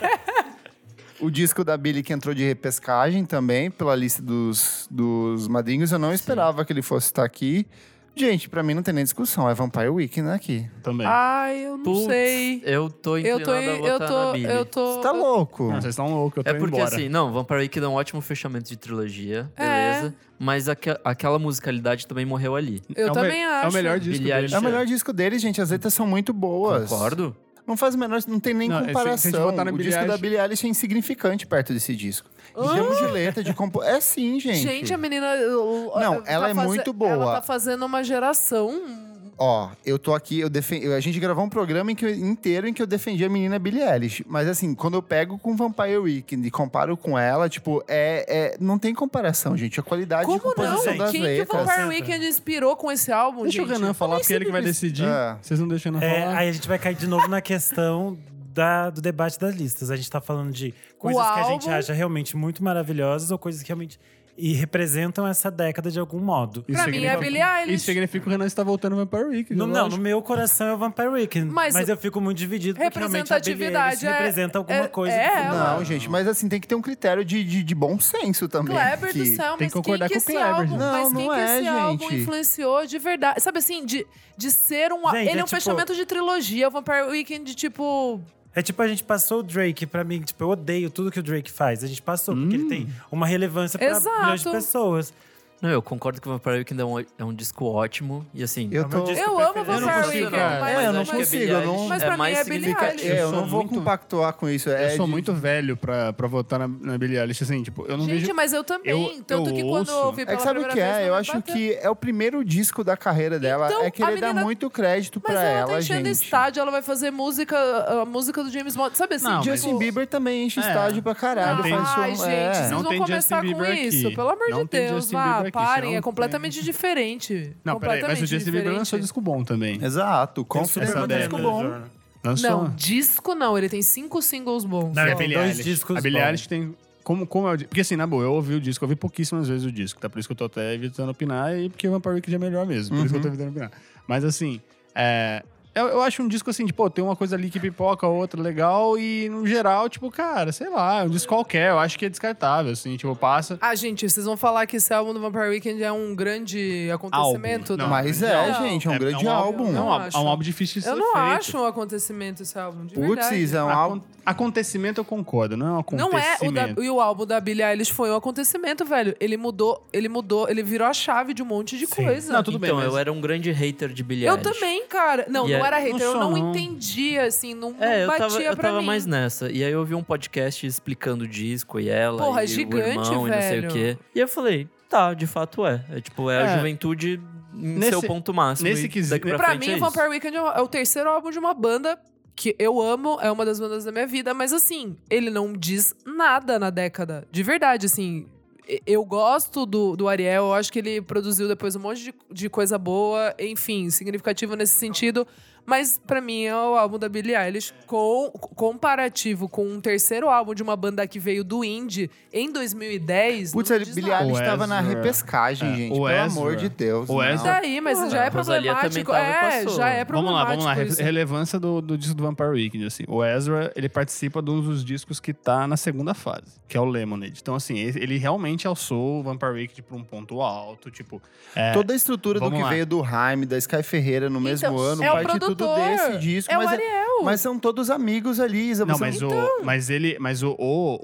Speaker 1: o disco da Billie que entrou de repescagem também, pela lista dos, dos madrinhos. Eu não esperava que ele fosse estar aqui. Gente, pra mim não tem nem discussão, é Vampire Weekend aqui.
Speaker 5: Também.
Speaker 2: Ai, eu não
Speaker 3: Putz,
Speaker 2: sei.
Speaker 3: eu tô
Speaker 2: Eu
Speaker 3: inclinado
Speaker 2: tô,
Speaker 3: a votar
Speaker 2: eu
Speaker 3: na
Speaker 2: tô,
Speaker 3: Billie.
Speaker 2: eu tô.
Speaker 1: Você tá louco?
Speaker 5: Não, vocês estão loucos, eu tô
Speaker 3: É porque
Speaker 5: indo embora.
Speaker 3: assim, não, Vampire Weekend é um ótimo fechamento de trilogia,
Speaker 2: É.
Speaker 3: beleza? Mas aque- aquela musicalidade também morreu ali.
Speaker 2: Eu
Speaker 5: é o me-
Speaker 2: também acho.
Speaker 5: É o melhor disco
Speaker 3: Billie
Speaker 5: dele.
Speaker 1: É o melhor disco dele, gente. As letras são muito boas.
Speaker 3: Concordo.
Speaker 1: Não faz o menor, não tem nem
Speaker 5: Não, se- se a gente
Speaker 1: comparação.
Speaker 5: botar na
Speaker 1: o
Speaker 5: Billie
Speaker 1: disco da
Speaker 5: Eilish-
Speaker 1: Billie Eilish é insignificante perto desse disco. Em termos de letra, de compo... É sim, gente.
Speaker 2: Ah! Gente, a menina. eu- eu-
Speaker 1: Não,
Speaker 2: tá
Speaker 1: ela é
Speaker 2: faze-
Speaker 1: muito boa.
Speaker 2: Ela tá fazendo uma geração.
Speaker 1: Ó, eu tô aqui, eu defen... eu- a gente gravou um programa em que eu- inteiro em que eu defendi a menina Billie Eilish. Mas assim, quando eu pego com Vampire Weekend e comparo com ela, tipo, é, é- não tem comparação, gente. A qualidade Tá de
Speaker 2: Como não?
Speaker 1: composição
Speaker 4: gente?
Speaker 1: das
Speaker 2: Quem que o
Speaker 1: letras.
Speaker 2: Vampire
Speaker 4: Concentra.
Speaker 2: Weekend inspirou com esse álbum,
Speaker 5: Deixa
Speaker 2: gente?
Speaker 5: o Renan falar,
Speaker 1: nem
Speaker 5: porque é ele que vai
Speaker 1: sempre-
Speaker 5: decidir.
Speaker 1: É.
Speaker 5: Vocês não deixam o Renan
Speaker 4: É,
Speaker 5: falar.
Speaker 4: aí a gente vai cair de novo na questão da- do debate das listas. A gente tá falando de coisas que a gente
Speaker 2: álbum-
Speaker 4: acha realmente muito maravilhosas ou coisas que realmente e representam essa década de algum modo.
Speaker 5: Isso
Speaker 2: Pra mim é
Speaker 5: significa-
Speaker 2: Billie Eilish.
Speaker 5: Isso significa que o Renan está voltando no Vampire Week.
Speaker 4: No, não, no meu coração é o Vampire Weekend.
Speaker 2: Mas
Speaker 4: Mas, eu fico muito dividido porque realmente a Billie Eilish
Speaker 2: representatividade é-
Speaker 4: representa alguma
Speaker 2: é-
Speaker 4: coisa.
Speaker 2: é
Speaker 4: que-
Speaker 2: ela.
Speaker 1: Não, gente, mas assim, tem que ter um critério de, de, de bom senso também.
Speaker 2: Kleber
Speaker 1: que-
Speaker 2: do céu, mas
Speaker 5: tem que concordar
Speaker 2: quem que
Speaker 5: com o
Speaker 2: esse
Speaker 5: Kleber,
Speaker 2: álbum,
Speaker 5: gente.
Speaker 2: mas
Speaker 1: Não,
Speaker 2: quem
Speaker 1: não
Speaker 2: que
Speaker 1: é,
Speaker 2: esse álbum
Speaker 1: gente.
Speaker 2: influenciou de verdade? Sabe assim, de, de ser um...
Speaker 4: Gente,
Speaker 2: ele é,
Speaker 4: é
Speaker 2: um
Speaker 4: tipo-
Speaker 2: fechamento de trilogia, o Vampire Weekend de tipo...
Speaker 4: É tipo, a gente passou o Drake pra mim. Tipo,
Speaker 5: Hum.
Speaker 4: eu odeio tudo que o Drake faz. A gente passou, porque ele tem uma relevância pra
Speaker 2: Exato.
Speaker 5: um
Speaker 4: milhões de pessoas.
Speaker 3: Não, eu concordo que o Vampire Weekend é um, é um disco ótimo. E assim,
Speaker 1: Eu tô.
Speaker 4: meu disco
Speaker 2: Eu amo
Speaker 4: preferido.
Speaker 2: Vampire
Speaker 1: não consigo,
Speaker 2: Weekend,
Speaker 1: cara.
Speaker 2: mas
Speaker 1: É, eu não
Speaker 2: acho que
Speaker 1: consigo, eu não-
Speaker 2: Mas pra mim é Billie
Speaker 3: significa-
Speaker 2: Eilish.
Speaker 1: É, eu
Speaker 5: Eu
Speaker 1: não
Speaker 5: sou
Speaker 1: vou
Speaker 5: muito-
Speaker 1: compactuar com isso. É
Speaker 5: eu sou
Speaker 1: de-
Speaker 5: muito velho pra, pra votar na, na Billie Eilish, assim, tipo, eu não
Speaker 2: Gente,
Speaker 5: vejo...
Speaker 2: mas eu também.
Speaker 5: eu-
Speaker 2: Tanto
Speaker 5: eu
Speaker 2: que quando eu
Speaker 5: ouço.
Speaker 2: ouvi
Speaker 1: É
Speaker 2: pela
Speaker 1: que sabe o
Speaker 2: primeira
Speaker 1: que
Speaker 2: vez,
Speaker 1: é?
Speaker 2: não
Speaker 1: Eu
Speaker 2: me
Speaker 1: acho
Speaker 2: bateu.
Speaker 1: que é o primeiro disco da carreira dela.
Speaker 2: Então,
Speaker 1: é querer
Speaker 2: a menina-
Speaker 1: dar muito crédito
Speaker 2: Mas
Speaker 1: pra
Speaker 2: ela
Speaker 1: ela,
Speaker 2: tá enchendo
Speaker 1: gente.
Speaker 2: estádio, ela vai fazer música, a música do James Bond. Sabe assim,
Speaker 5: Não,
Speaker 2: tipo...
Speaker 5: mas-
Speaker 1: Justin Bieber também enche
Speaker 5: É.
Speaker 1: estádio pra caralho.
Speaker 5: Não tem-
Speaker 1: faz
Speaker 2: Ai,
Speaker 1: som-
Speaker 2: gente,
Speaker 1: é.
Speaker 2: vocês
Speaker 5: Não
Speaker 2: vão
Speaker 5: tem
Speaker 2: começar
Speaker 5: Justin
Speaker 2: com
Speaker 5: Bieber
Speaker 2: isso.
Speaker 5: aqui.
Speaker 2: Pelo amor
Speaker 5: Não
Speaker 2: de
Speaker 5: tem
Speaker 2: Deus,
Speaker 5: Justin
Speaker 2: vá,
Speaker 5: Bieber aqui,
Speaker 2: parem.
Speaker 5: senão
Speaker 2: É completamente diferente.
Speaker 5: Não, peraí, mas
Speaker 2: completamente
Speaker 5: o Justin Bieber lançou
Speaker 2: diferente.
Speaker 5: disco bom também.
Speaker 1: Exato, com
Speaker 4: Essa
Speaker 1: certeza é um
Speaker 5: dela,
Speaker 1: disco
Speaker 4: né,
Speaker 1: bom.
Speaker 4: Jordan?
Speaker 5: Lançou. um.
Speaker 2: Não, disco não. Ele tem cinco singles bons.
Speaker 4: Não,
Speaker 5: E
Speaker 4: ele tem
Speaker 5: a Billie
Speaker 4: dois
Speaker 5: Eilish.
Speaker 4: discos
Speaker 5: A Billie
Speaker 4: bons.
Speaker 5: Eilish tem... Como, como é o disco? Porque assim, na boa, eu ouvi o disco, eu ouvi pouquíssimas vezes o disco, tá? Por isso que eu tô até evitando opinar e porque o Vampire Weekend é melhor mesmo. Por isso que eu tô evitando opinar. Mas assim, é... Eu, eu acho um disco assim, tipo, tem uma coisa ali que pipoca, outra legal, e no geral, tipo, cara, sei lá, é um disco qualquer, eu acho que é descartável, assim, tipo, passa.
Speaker 2: Ah, gente, vocês vão falar que esse álbum do Vampire Weekend é um grande acontecimento?
Speaker 5: Não,
Speaker 1: Mas
Speaker 5: não.
Speaker 1: é,
Speaker 2: Não.
Speaker 1: gente, é um
Speaker 5: É-
Speaker 1: grande
Speaker 5: é um
Speaker 1: álbum.
Speaker 5: É
Speaker 2: Não
Speaker 5: um, álbum-
Speaker 2: acho.
Speaker 5: é um álbum difícil de ser
Speaker 2: Eu não
Speaker 5: feito.
Speaker 2: acho um acontecimento esse álbum, de
Speaker 1: Putz,
Speaker 2: verdade.
Speaker 1: é um álbum.
Speaker 5: Acon- Acontecimento eu concordo, não é um acontecimento.
Speaker 2: Não é o da, e o álbum da Billie Eilish foi um acontecimento, velho. Ele mudou, ele mudou, ele virou a chave de um monte de coisa.
Speaker 5: Não, tudo bem,
Speaker 3: então,
Speaker 5: mas-
Speaker 3: eu era um grande hater de Billie
Speaker 2: eu
Speaker 3: Eilish.
Speaker 2: também, cara. Não,
Speaker 3: E é-
Speaker 2: não era hater,
Speaker 5: não
Speaker 2: eu
Speaker 5: sou,
Speaker 2: não,
Speaker 5: não.
Speaker 2: entendia assim, não, não
Speaker 3: É, eu
Speaker 2: batia
Speaker 3: tava, eu
Speaker 2: pra
Speaker 3: tava
Speaker 2: mim.
Speaker 3: mais nessa. E aí eu vi um podcast explicando o disco e ela,
Speaker 2: Porra,
Speaker 3: e
Speaker 2: é gigante,
Speaker 3: o irmão, e não sei
Speaker 2: velho.
Speaker 3: o quê. E eu falei, tá, de fato é. É tipo, é, a
Speaker 5: É.
Speaker 3: juventude em
Speaker 5: Nesse-
Speaker 3: seu ponto máximo.
Speaker 5: nesse
Speaker 3: e
Speaker 5: quesi-
Speaker 3: daqui pra,
Speaker 2: Pra
Speaker 3: frente
Speaker 2: mim,
Speaker 3: é
Speaker 2: o
Speaker 3: isso.
Speaker 2: Vampire Weekend é o- é o terceiro álbum de uma banda que eu amo, é uma das bandas da minha vida, mas assim, ele não diz nada na década. De verdade, assim. e- Eu gosto do, do Ariel, eu acho que ele produziu depois um monte de, de coisa boa, enfim, significativa nesse sentido. Mas pra mim é o álbum da Billie Eilish com, comparativo com um terceiro álbum de uma banda que veio do indie em 2010.
Speaker 1: Putz,
Speaker 2: não
Speaker 1: a
Speaker 2: diz
Speaker 1: Billie
Speaker 2: nada.
Speaker 1: Eilish
Speaker 5: O
Speaker 1: estava na
Speaker 5: Ezra.
Speaker 1: repescagem,
Speaker 5: É,
Speaker 1: gente.
Speaker 5: o
Speaker 1: Pelo
Speaker 5: Ezra.
Speaker 1: amor de Deus.
Speaker 5: O
Speaker 1: não.
Speaker 5: Ezra.
Speaker 2: Daí, mas já é
Speaker 3: Rosalía também
Speaker 2: problemático.
Speaker 3: tava e
Speaker 2: É,
Speaker 3: passou.
Speaker 2: já é
Speaker 5: Vamos lá,
Speaker 2: problemático.
Speaker 5: vamos lá. Re-
Speaker 2: isso.
Speaker 5: Relevância do, do disco do Vampire Weekend, assim. O Ezra, ele participa de um dos discos que tá na segunda fase, que é o Lemonade. Então, assim, ele ele realmente alçou o Vampire Weekend pra um ponto alto, tipo... é,
Speaker 1: Toda a estrutura do
Speaker 5: Vamos
Speaker 1: que
Speaker 5: lá.
Speaker 1: veio do Haim, da Sky Ferreira no mesmo
Speaker 2: Então,
Speaker 1: ano,
Speaker 2: é o
Speaker 1: parte tudo
Speaker 2: produtor,
Speaker 1: desse disco.
Speaker 2: É o
Speaker 1: mas,
Speaker 2: Ariel.
Speaker 1: mas são todos amigos ali,
Speaker 2: Então,
Speaker 1: Isa.
Speaker 5: Não,
Speaker 1: você
Speaker 5: mas, o, mas ele... Mas o, o,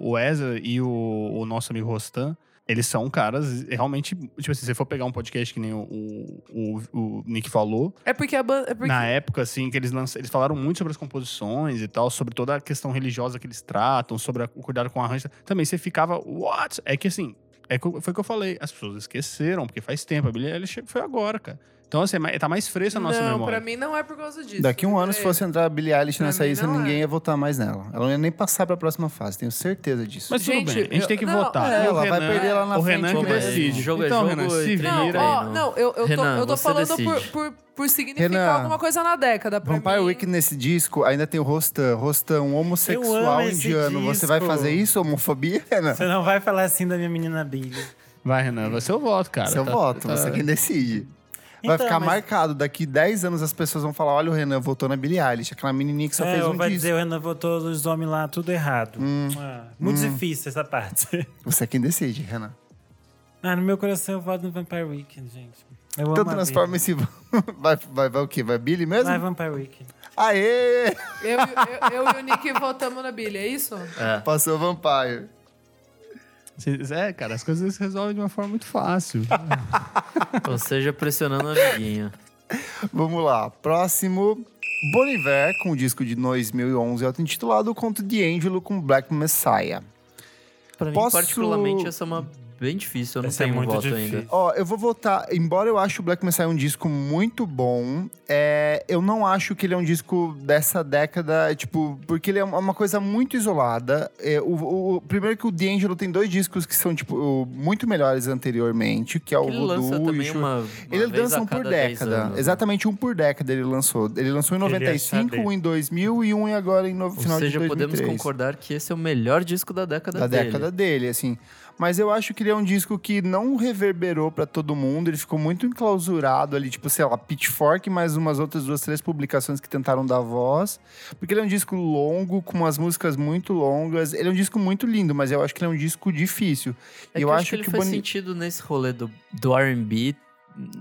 Speaker 5: o, o Ezra e o, o nosso amigo Rostan, eles são caras realmente... Tipo assim, se você for pegar um podcast que nem o, o, o, o Nick falou,
Speaker 2: É porque a banda. É porque...
Speaker 5: Na época, assim, que eles lançaram, eles falaram muito sobre as composições e tal, sobre toda a questão religiosa que eles tratam, sobre a- o cuidado com o arranjo. Também você ficava, what? É que assim, é que eu- foi o que eu falei, as pessoas esqueceram, porque faz tempo, a Billie Eilish foi agora, cara. Então, assim, é mais- tá mais fresca a nossa
Speaker 2: não,
Speaker 5: memória.
Speaker 2: pra mim não é por causa disso.
Speaker 1: Daqui um ano,
Speaker 2: É.
Speaker 1: se fosse entrar a Billie Eilish
Speaker 2: Pra
Speaker 1: nessa
Speaker 2: mim,
Speaker 1: lista,
Speaker 2: não
Speaker 1: ninguém
Speaker 2: é.
Speaker 1: ia votar mais nela. Ela não ia nem passar pra próxima fase, tenho certeza disso.
Speaker 5: Mas tudo
Speaker 2: Gente,
Speaker 5: bem, a gente
Speaker 2: eu-
Speaker 5: tem que
Speaker 2: não,
Speaker 5: votar.
Speaker 2: é,
Speaker 5: E o
Speaker 1: ela vai
Speaker 5: Renan-
Speaker 1: perder lá na
Speaker 5: O
Speaker 1: frente né?
Speaker 5: Renan que
Speaker 1: mesmo.
Speaker 5: decide.
Speaker 3: Jogo é
Speaker 5: então,
Speaker 3: jogo
Speaker 5: Renan,
Speaker 3: e
Speaker 5: se
Speaker 3: treino
Speaker 2: Não,
Speaker 5: vira.
Speaker 2: ó,
Speaker 3: não.
Speaker 2: não, eu, eu tô,
Speaker 3: Renan,
Speaker 2: eu tô
Speaker 3: você
Speaker 2: falando
Speaker 3: decide.
Speaker 2: por, por, por significar
Speaker 1: Renan,
Speaker 2: alguma coisa na década. Pra
Speaker 1: Vampire
Speaker 2: mim,
Speaker 1: Week nesse disco ainda tem o Rostan. Rostan, um
Speaker 4: Eu
Speaker 1: homossexual
Speaker 4: amo esse
Speaker 1: indiano. Você vai
Speaker 4: disco.
Speaker 1: fazer isso, homofobia, Renan?
Speaker 4: Você não vai falar assim da minha menina Billie.
Speaker 5: Vai, Renan, vai ser o voto, cara.
Speaker 1: Seu
Speaker 5: Tá-
Speaker 1: é voto,
Speaker 5: tá-
Speaker 1: você quem decide. Vai
Speaker 4: Então,
Speaker 1: ficar
Speaker 4: mas-
Speaker 1: marcado. Daqui 10 anos as pessoas vão falar: olha, o Renan votou na Billie Eilish, aquela menininha que só
Speaker 4: é,
Speaker 1: fez
Speaker 4: ou
Speaker 1: um
Speaker 4: vai
Speaker 1: disco. Hum.
Speaker 4: dizer, o Renan votou os homens lá, tudo errado. Ah, muito difícil essa parte.
Speaker 1: Você
Speaker 4: *laughs*
Speaker 1: é quem decide, Renan.
Speaker 4: Ah, no meu coração eu voto no Vampire Weekend, gente. Eu amo
Speaker 1: Então
Speaker 4: a
Speaker 1: transforma
Speaker 4: Billie.
Speaker 1: esse. *laughs* Vai, vai, vai o quê? Vai Billy mesmo?
Speaker 4: Vai, Vampire Weekend.
Speaker 1: Aê!
Speaker 2: Eu, eu, eu e o Nick votamos na Billy, é isso?
Speaker 3: É.
Speaker 1: Passou o Vampire.
Speaker 5: É, cara, as coisas se resolvem de uma forma muito fácil.
Speaker 3: Ou seja, pressionando a amiguinha.
Speaker 1: Vamos lá. Próximo. Bon Iver, com o disco de 2011 auto-intitulado Conto de Angelo com Black Messiah.
Speaker 3: Pra mim,
Speaker 1: Posso-
Speaker 3: particularmente, essa é uma bem difícil. Eu não
Speaker 4: Essa é
Speaker 3: tenho um
Speaker 4: muito
Speaker 3: voto
Speaker 4: difícil.
Speaker 3: ainda.
Speaker 1: Ó, eu vou votar. Embora eu ache o Black Messiah um disco muito bom, é, eu não acho que ele é um disco dessa década, tipo, porque ele é uma coisa muito isolada. É, o, o- o- primeiro que o D'Angelo tem dois discos que são, tipo, o- muito melhores anteriormente, que é o
Speaker 3: Ele lança
Speaker 1: Voodoo e
Speaker 3: também
Speaker 1: o
Speaker 3: uma, uma
Speaker 1: Ele
Speaker 3: vez
Speaker 1: lança
Speaker 3: a
Speaker 1: um por
Speaker 3: cada 10
Speaker 1: década.
Speaker 3: anos, né?
Speaker 1: Exatamente um por década ele lançou. Ele lançou em
Speaker 4: Ele é
Speaker 1: 95,
Speaker 4: saber.
Speaker 1: um em 2000 e um em agora em no
Speaker 3: Ou
Speaker 1: final de
Speaker 3: seja,
Speaker 1: 2003.
Speaker 3: podemos concordar que esse é o melhor disco da década
Speaker 1: da
Speaker 3: dele.
Speaker 1: década dele, assim. Mas eu acho que ele é um disco que não reverberou pra todo mundo, ele ficou muito enclausurado ali, tipo, sei lá, Pitchfork, mais umas outras duas, três publicações que tentaram dar voz. Porque ele é um disco longo, com umas músicas muito longas. Ele é um disco muito lindo, mas eu acho que ele é um disco difícil.
Speaker 3: É
Speaker 1: E
Speaker 3: que
Speaker 1: eu acho que,
Speaker 3: ele
Speaker 1: o
Speaker 3: faz
Speaker 1: Boni-
Speaker 3: sentido nesse rolê do, do R&B.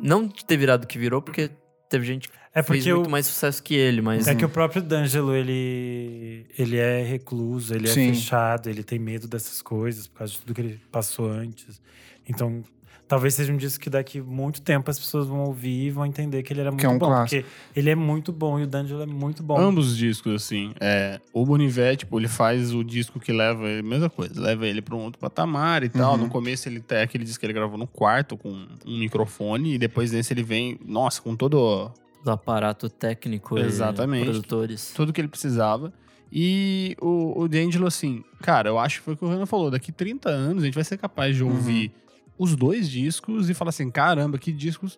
Speaker 3: Não de ter virado o que virou, porque teve gente que
Speaker 4: É
Speaker 3: fez
Speaker 4: porque o,
Speaker 3: muito mais sucesso que ele, mas...
Speaker 4: é que o próprio D'Angelo, ele, ele é recluso, ele
Speaker 1: Sim.
Speaker 4: é fechado, ele tem medo dessas coisas por causa de tudo que ele passou antes. Então, Talvez seja um disco que daqui muito tempo as pessoas vão ouvir e vão entender que ele era muito
Speaker 1: Que é um
Speaker 4: bom.
Speaker 1: clássico.
Speaker 4: Porque ele é muito bom e o D'Angelo é muito bom.
Speaker 5: Ambos os discos, assim. É, o Bonivete, tipo, ele faz o disco que leva ele, mesma coisa, leva ele pra um outro patamar e tal.
Speaker 1: Uhum.
Speaker 5: No começo ele tem aquele disco que ele gravou no quarto com um microfone, e depois nesse ele vem, nossa, com todo
Speaker 3: Do aparato técnico
Speaker 5: Exatamente.
Speaker 3: e produtores.
Speaker 5: tudo que ele precisava. E o, o D'Angelo, assim, cara, eu acho que foi o que o Renan falou: daqui 30 anos a gente vai ser capaz de ouvir os dois discos e falar assim: caramba, que discos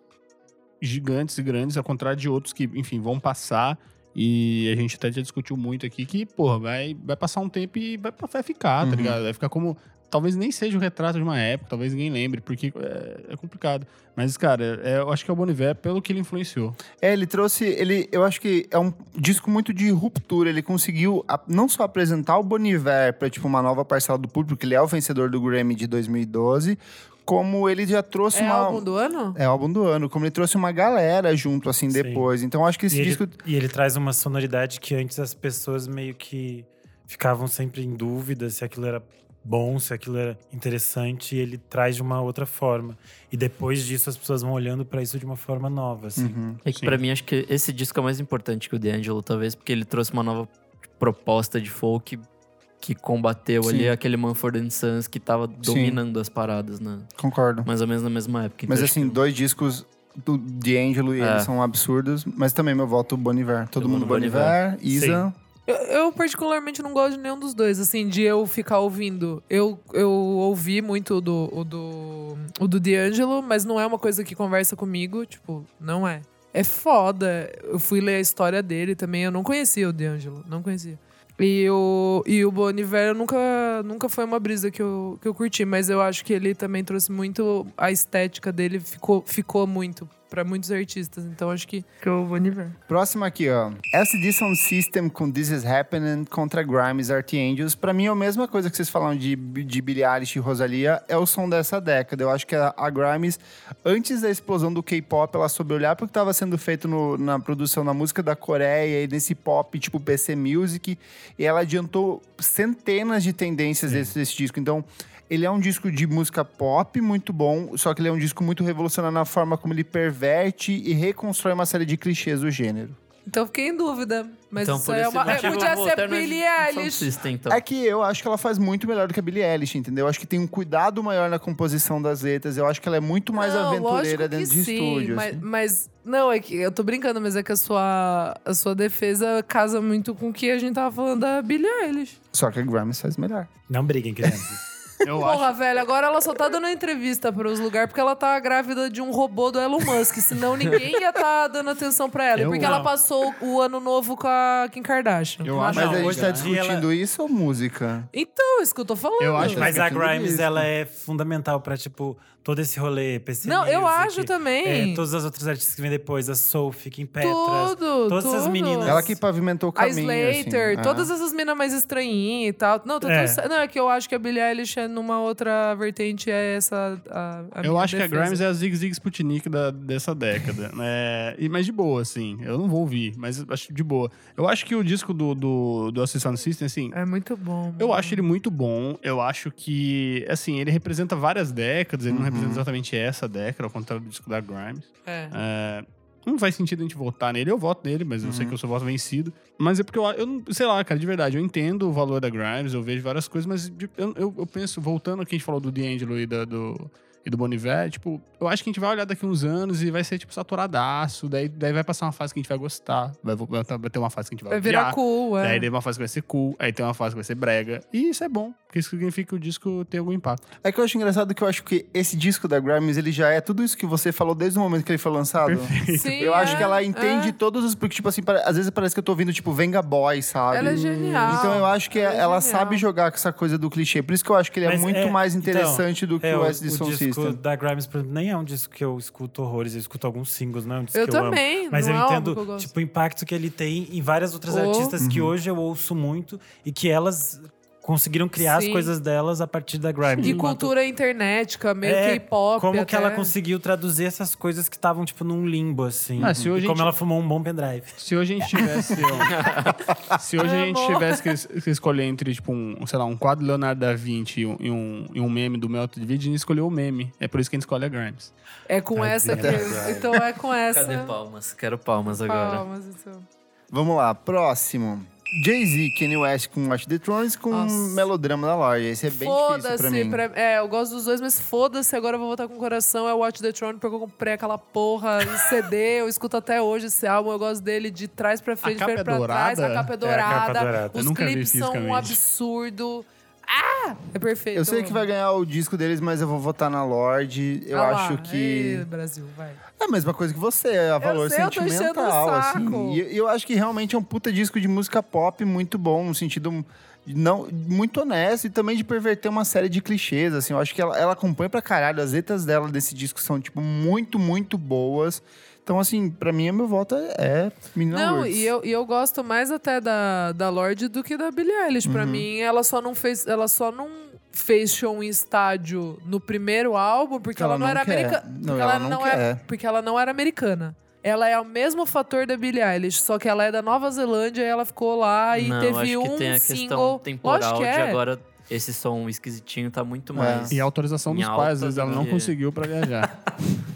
Speaker 5: gigantes e grandes, ao contrário de outros que, enfim, vão passar. E a gente até já discutiu muito aqui que, porra, vai, vai passar um tempo e vai, vai ficar,
Speaker 1: Uhum.
Speaker 5: tá ligado? Vai ficar como. Talvez nem seja o retrato de uma época, talvez ninguém lembre, porque é, é complicado. Mas, cara, é- eu acho que é o Boniver pelo que ele influenciou.
Speaker 1: É, ele trouxe. Ele, eu acho que é um disco muito de ruptura. Ele conseguiu a- não só apresentar o Boniver para tipo uma nova parcela do público, que ele é o vencedor do Grammy de 2012, como ele já trouxe
Speaker 2: É
Speaker 1: uma
Speaker 2: álbum do ano?
Speaker 1: é álbum do ano, como ele trouxe uma galera junto assim
Speaker 4: Sim.
Speaker 1: depois. Então eu acho que esse
Speaker 4: e, ele,
Speaker 1: disco
Speaker 4: e ele traz uma sonoridade que antes as pessoas meio que ficavam sempre em dúvida se aquilo era bom, se aquilo era interessante, e ele traz de uma outra forma. E depois disso as pessoas vão olhando pra isso de uma forma nova, assim.
Speaker 1: Uhum.
Speaker 3: É que
Speaker 5: Sim.
Speaker 3: pra mim, acho que esse disco é mais importante que o D'Angelo, talvez, porque ele trouxe uma nova proposta de folk que combateu
Speaker 1: Sim.
Speaker 3: ali aquele Manford and Sons que tava dominando as paradas, né?
Speaker 1: concordo.
Speaker 3: Mais ou menos na mesma época.
Speaker 1: mas
Speaker 3: Então, acho
Speaker 1: assim,
Speaker 3: que
Speaker 1: dois discos do D'Angelo e
Speaker 3: É.
Speaker 1: eles são absurdos, mas também meu voto Boniver. Todo
Speaker 3: Todo
Speaker 1: mundo
Speaker 3: mundo Bon
Speaker 1: Boniver, Isa.
Speaker 2: Eu, eu particularmente não gosto de nenhum dos dois, assim, de eu ficar ouvindo. Eu, eu ouvi muito o do, o do, o do D'Angelo, mas não é uma coisa que conversa comigo, tipo, não é. É foda. Eu fui ler a história dele também, eu não conhecia o D'Angelo, não conhecia. E o, e o Bon Iver nunca, nunca foi uma brisa que eu, que eu curti, mas eu acho que ele também trouxe muito. A estética dele ficou, ficou muito pra muitos artistas, então acho que. Que o Bon Iver.
Speaker 1: Próximo aqui, ó. LCD Sound System com This Is Happening contra Grimes Art Angels. Pra mim é a mesma coisa que vocês falaram de, de Billie Eilish e Rosalia, é o som dessa década. Eu acho que a, a Grimes, antes da explosão do K-pop, ela soube olhar pro que tava sendo feito no- na produção da música da Coreia e nesse pop tipo PC Music, e ela adiantou centenas de tendências desse, desse disco. Então. Ele é um disco de música pop muito bom, só que ele é um disco muito revolucionário na forma como ele perverte e reconstrói uma série de clichês do gênero.
Speaker 2: Então eu fiquei em dúvida. Mas
Speaker 3: Então,
Speaker 2: isso
Speaker 3: por
Speaker 2: é
Speaker 3: esse
Speaker 2: uma. é,
Speaker 3: motivo, eu
Speaker 2: podia
Speaker 3: vou
Speaker 2: ser
Speaker 3: votar no
Speaker 2: Billie
Speaker 3: Sound
Speaker 2: Eilish.
Speaker 3: System, então.
Speaker 1: É que eu acho que ela faz muito melhor do que a Billie Eilish, entendeu? Eu acho que tem um cuidado maior na composição das letras. Eu acho que ela é muito mais
Speaker 2: Não, lógico
Speaker 1: aventureira
Speaker 2: que
Speaker 1: dentro de
Speaker 2: sim,
Speaker 1: estúdio.
Speaker 2: Mas,
Speaker 1: assim.
Speaker 2: mas- Não, é que eu tô brincando, mas é que a sua, a sua defesa casa muito com o que a gente tava falando da Billie Eilish.
Speaker 1: Só que a Grimes faz melhor.
Speaker 4: Não briguem, crianças.
Speaker 1: *laughs*
Speaker 5: Eu
Speaker 2: Porra, velho, agora ela só tá dando entrevista para os lugares porque ela tá grávida de um robô do Elon Musk, senão ninguém ia tá dando atenção pra ela. E
Speaker 5: Eu
Speaker 2: porque
Speaker 5: não.
Speaker 2: ela passou o ano novo com a Kim Kardashian.
Speaker 5: Eu
Speaker 1: Mas
Speaker 5: acho
Speaker 1: a
Speaker 5: que-
Speaker 1: gente tá
Speaker 4: hoje em dia
Speaker 1: discutindo isso ou música?
Speaker 2: Então, isso que eu tô falando.
Speaker 5: Eu acho
Speaker 4: Mas a
Speaker 1: Fica tudo
Speaker 4: Grimes,
Speaker 1: isso.
Speaker 4: ela é fundamental pra, tipo, todo esse rolê PC
Speaker 2: Não, eu
Speaker 4: Music,
Speaker 2: acho também.
Speaker 4: É, todas as outras artistas que vêm depois, a Sophie, Kim Petras.
Speaker 2: tudo,
Speaker 4: todas essas
Speaker 2: tudo.
Speaker 4: meninas.
Speaker 1: Ela que pavimentou o
Speaker 2: A
Speaker 1: caminho.
Speaker 2: Slater,
Speaker 1: assim.
Speaker 2: todas
Speaker 1: É.
Speaker 2: essas minas mais estranhinhas e tal. Não, tá tudo
Speaker 4: É.
Speaker 2: certo. Não, é que eu acho que a Billie Eilish é numa outra vertente, é essa a, a
Speaker 5: Eu
Speaker 2: minha
Speaker 5: acho que a
Speaker 2: defesa.
Speaker 5: Grimes é a Zig Zig Sputnik da- dessa década. né? E, mas de boa, assim. Eu não vou ouvir, mas acho de boa. Eu acho que o disco do, do, do Assist Sound System, assim,
Speaker 2: É muito bom.
Speaker 5: eu
Speaker 2: mano.
Speaker 5: acho ele muito bom. Eu acho que, assim, ele representa várias décadas. Ele não representa exatamente essa década, ao contrário do disco da Grimes.
Speaker 2: É.
Speaker 5: É, não faz sentido a gente votar nele. Eu voto nele, mas eu sei que eu sou voto vencido. Mas é porque eu, eu não, sei lá, cara, de verdade, eu entendo o valor da Grimes, eu vejo várias coisas, mas de- eu, eu, eu penso, voltando ao que a gente falou do D'Angelo e da- do. E do Boniver, tipo, eu acho que a gente vai olhar daqui uns anos e vai ser, tipo, saturadaço. Daí, daí vai passar uma fase que a gente vai gostar. Vai, vo- vai ter uma fase que a gente vai,
Speaker 2: Vai virar
Speaker 5: odiar.
Speaker 2: cool, é.
Speaker 5: Daí tem uma fase que vai ser cool, aí tem uma fase que vai ser brega. E isso é bom, porque isso significa que o disco tem algum impacto.
Speaker 1: É que eu acho engraçado que eu acho que esse disco da Grimes, ele já é tudo isso que você falou desde o momento que ele foi lançado.
Speaker 2: Sim,
Speaker 1: eu acho
Speaker 2: é,
Speaker 1: que ela entende
Speaker 2: é.
Speaker 1: todos os. Porque, tipo assim, pare- às vezes parece que eu tô ouvindo, tipo, Venga Boy, sabe?
Speaker 2: Ela é genial.
Speaker 1: Então eu acho que
Speaker 2: Ela é
Speaker 1: ela
Speaker 2: genial.
Speaker 1: sabe jogar com essa coisa do clichê. Por isso que eu acho que ele é
Speaker 4: Mas
Speaker 1: muito
Speaker 4: é-
Speaker 1: mais interessante do que
Speaker 4: É,
Speaker 1: o SD
Speaker 4: disco
Speaker 1: Sound System.
Speaker 4: da Grimes, por exemplo, nem é um disco que eu escuto horrores, eu escuto alguns singles, não é um disco
Speaker 2: Eu
Speaker 4: que eu
Speaker 2: também,
Speaker 4: amo. Mas
Speaker 2: não é
Speaker 4: eu
Speaker 2: um álbum
Speaker 4: entendo,
Speaker 2: que eu gosto.
Speaker 4: tipo, o impacto que ele tem em várias outras
Speaker 5: Uhum.
Speaker 2: Oh.
Speaker 4: artistas que hoje eu ouço muito e que elas conseguiram criar
Speaker 2: Sim.
Speaker 4: as coisas delas a partir da Grime.
Speaker 2: E
Speaker 4: Enquanto-
Speaker 2: cultura internética, meio
Speaker 4: É,
Speaker 2: K-pop.
Speaker 4: Como que ela
Speaker 2: até.
Speaker 4: conseguiu traduzir essas coisas que estavam, tipo, num limbo, assim.
Speaker 5: Ah, se
Speaker 4: E
Speaker 5: hoje a
Speaker 4: como
Speaker 5: gente-
Speaker 4: ela fumou um bom pendrive.
Speaker 5: Se hoje a gente
Speaker 2: *laughs*
Speaker 5: tivesse. um- se hoje a gente
Speaker 2: Amor.
Speaker 5: tivesse que, es- que escolher entre, tipo, um, sei lá, um quadro do Leonardo da Vinci e um, e um, e um meme do Melton de Vídeo, a gente escolheu o meme. É por isso que a gente escolhe a Grimes.
Speaker 2: É com
Speaker 4: Tadinha
Speaker 2: essa que.
Speaker 4: da Grime.
Speaker 2: Então é com essa.
Speaker 3: Cadê palmas? Quero palmas agora.
Speaker 2: Palmas, então.
Speaker 1: Vamos lá, próximo. Jay-Z, Kanye West com Watch the Thrones com
Speaker 2: Nossa.
Speaker 1: Melodrama da Loja. Esse é bem difícil pra
Speaker 2: Foda-se.
Speaker 1: mim.
Speaker 2: pra- É, eu gosto dos dois, mas foda-se. Agora eu vou voltar com o coração. É Watch the Throne, porque eu comprei aquela porra em *laughs* CD. Eu escuto até hoje esse álbum. Eu gosto dele de trás pra frente, de
Speaker 5: capa
Speaker 2: frente
Speaker 5: é
Speaker 2: pra trás.
Speaker 5: dourada?
Speaker 2: A capa é
Speaker 4: É, a
Speaker 2: dourada.
Speaker 4: capa dourada.
Speaker 5: Eu
Speaker 2: Os
Speaker 5: nunca vi
Speaker 2: clipes são um
Speaker 5: fisicamente.
Speaker 2: absurdo. Ah! É perfeito.
Speaker 1: Eu sei que vai ganhar o disco deles, mas eu vou votar na Lorde. Eu
Speaker 2: Ah lá.
Speaker 1: acho que.
Speaker 2: Ih, Brasil, vai.
Speaker 1: É a mesma coisa que você, é a valor
Speaker 2: sei, eu tô enchendo o
Speaker 1: sentimental,
Speaker 2: saco.
Speaker 1: assim. E eu- eu acho que realmente é um puta disco de música pop muito bom, no sentido não, muito honesto e também de perverter uma série de clichês, assim. Eu acho que ela, ela acompanha pra caralho, as letras dela desse disco são, tipo, muito, muito boas. Então, assim, pra mim, a minha volta é Menina
Speaker 2: Não,
Speaker 1: Lourdes.
Speaker 2: e eu, e eu gosto mais até da, da Lorde do que da Billie Eilish. Pra mim, ela só não fez. Ela só não fez show em estádio no primeiro álbum porque ela, não, era
Speaker 1: quer.
Speaker 2: americana.
Speaker 1: Não, ela não
Speaker 2: era,
Speaker 1: quer.
Speaker 2: porque ela não era americana. Ela é o mesmo fator da Billie Eilish, só que ela é da Nova Zelândia e ela ficou lá e
Speaker 3: Não,
Speaker 2: teve
Speaker 3: acho que
Speaker 2: um
Speaker 3: tem a
Speaker 2: single.
Speaker 3: questão temporal
Speaker 2: Lógico que
Speaker 3: de
Speaker 2: é.
Speaker 3: agora esse som esquisitinho tá muito
Speaker 1: É.
Speaker 3: mais.
Speaker 5: E a autorização
Speaker 3: Em
Speaker 5: dos
Speaker 3: alta
Speaker 5: pais, às vezes ela
Speaker 3: do
Speaker 5: não
Speaker 3: que-
Speaker 5: conseguiu pra viajar.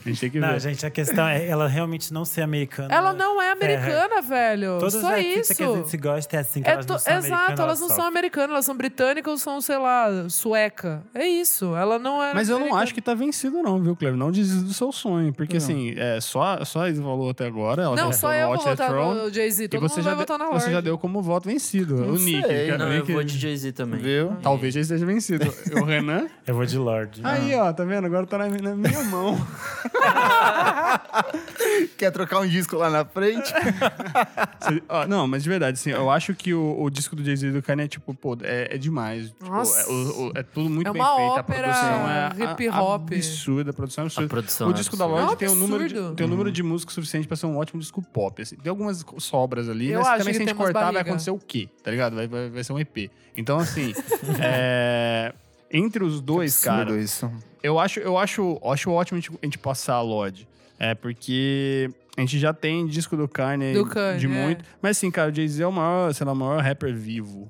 Speaker 5: a gente tem que ver.
Speaker 4: Não, gente, a questão é ela realmente não ser americana.
Speaker 2: Ela não é americana, velho.
Speaker 4: Todas
Speaker 2: só
Speaker 4: as
Speaker 2: isso.
Speaker 4: artistas que a gente se gosta é assim, que
Speaker 2: É
Speaker 4: elas não
Speaker 2: to-
Speaker 4: são
Speaker 2: Exato, elas não são americanas, elas são britânicas ou são, sei lá, sueca. É isso. Ela não era.
Speaker 5: Mas eu não
Speaker 2: americana.
Speaker 5: acho que tá vencido, não, viu, Cleber? Não desista do seu sonho. Porque, assim, é, só, só a Isa falou até agora. Ela
Speaker 2: Não,
Speaker 5: já
Speaker 2: só
Speaker 5: falou
Speaker 2: eu vou
Speaker 5: Watch the
Speaker 2: votar
Speaker 5: Throne,
Speaker 2: no Jay-Z.
Speaker 5: E
Speaker 2: Todo
Speaker 5: você
Speaker 2: mundo
Speaker 5: já,
Speaker 2: vai
Speaker 5: de-
Speaker 2: votar na
Speaker 5: você já
Speaker 2: Lorde.
Speaker 5: deu como voto vencido.
Speaker 1: Não
Speaker 5: o Nick.
Speaker 1: sei.
Speaker 5: cara,
Speaker 3: Não,
Speaker 5: meio
Speaker 3: eu
Speaker 5: que-
Speaker 3: vou de Jay-Z também.
Speaker 1: Viu?
Speaker 5: Talvez já esteja vencido. o Renan.
Speaker 4: Eu vou de Lorde.
Speaker 5: Aí, ó, tá vendo? Agora tá na, na minha *laughs* mão.
Speaker 1: Quer trocar um disco lá na frente?
Speaker 5: Cê- ó, não, mas de verdade, assim, eu acho que o, o disco do Jay-Z e do Kanye é, tipo, pô, é, é demais. Tipo,
Speaker 2: Nossa.
Speaker 5: é, o- o- é tudo muito
Speaker 2: É
Speaker 5: bem
Speaker 2: uma
Speaker 5: feito.
Speaker 2: ópera
Speaker 5: a produção é a-
Speaker 2: hip hop.
Speaker 5: absurda, a produção é absurda.
Speaker 3: A produção
Speaker 5: o
Speaker 3: é
Speaker 5: disco da
Speaker 3: absurda. Uhum.
Speaker 5: Lorde
Speaker 2: É um
Speaker 5: tem um número de,
Speaker 2: absurdo.
Speaker 5: tem um número de músicas suficiente pra ser um ótimo disco pop. assim. Tem algumas co- sobras ali,
Speaker 2: Eu
Speaker 5: mas
Speaker 2: acho
Speaker 5: também
Speaker 2: que
Speaker 5: se a
Speaker 2: tem
Speaker 5: gente
Speaker 2: umas
Speaker 5: cortar vai
Speaker 2: barriga.
Speaker 5: acontecer o quê? Tá ligado? Vai, vai, vai ser um EP.
Speaker 3: *laughs*
Speaker 5: Então, assim, é, entre os dois, cara,
Speaker 1: Absurdo isso.
Speaker 5: eu acho, eu acho, acho ótimo a gente, a gente passar a Lodge. É, porque a gente já tem disco do Kanye,
Speaker 2: Do Kanye,
Speaker 5: de
Speaker 2: é.
Speaker 5: muito. Mas assim, cara, o Jay-Z é o maior, sei lá, o maior rapper vivo.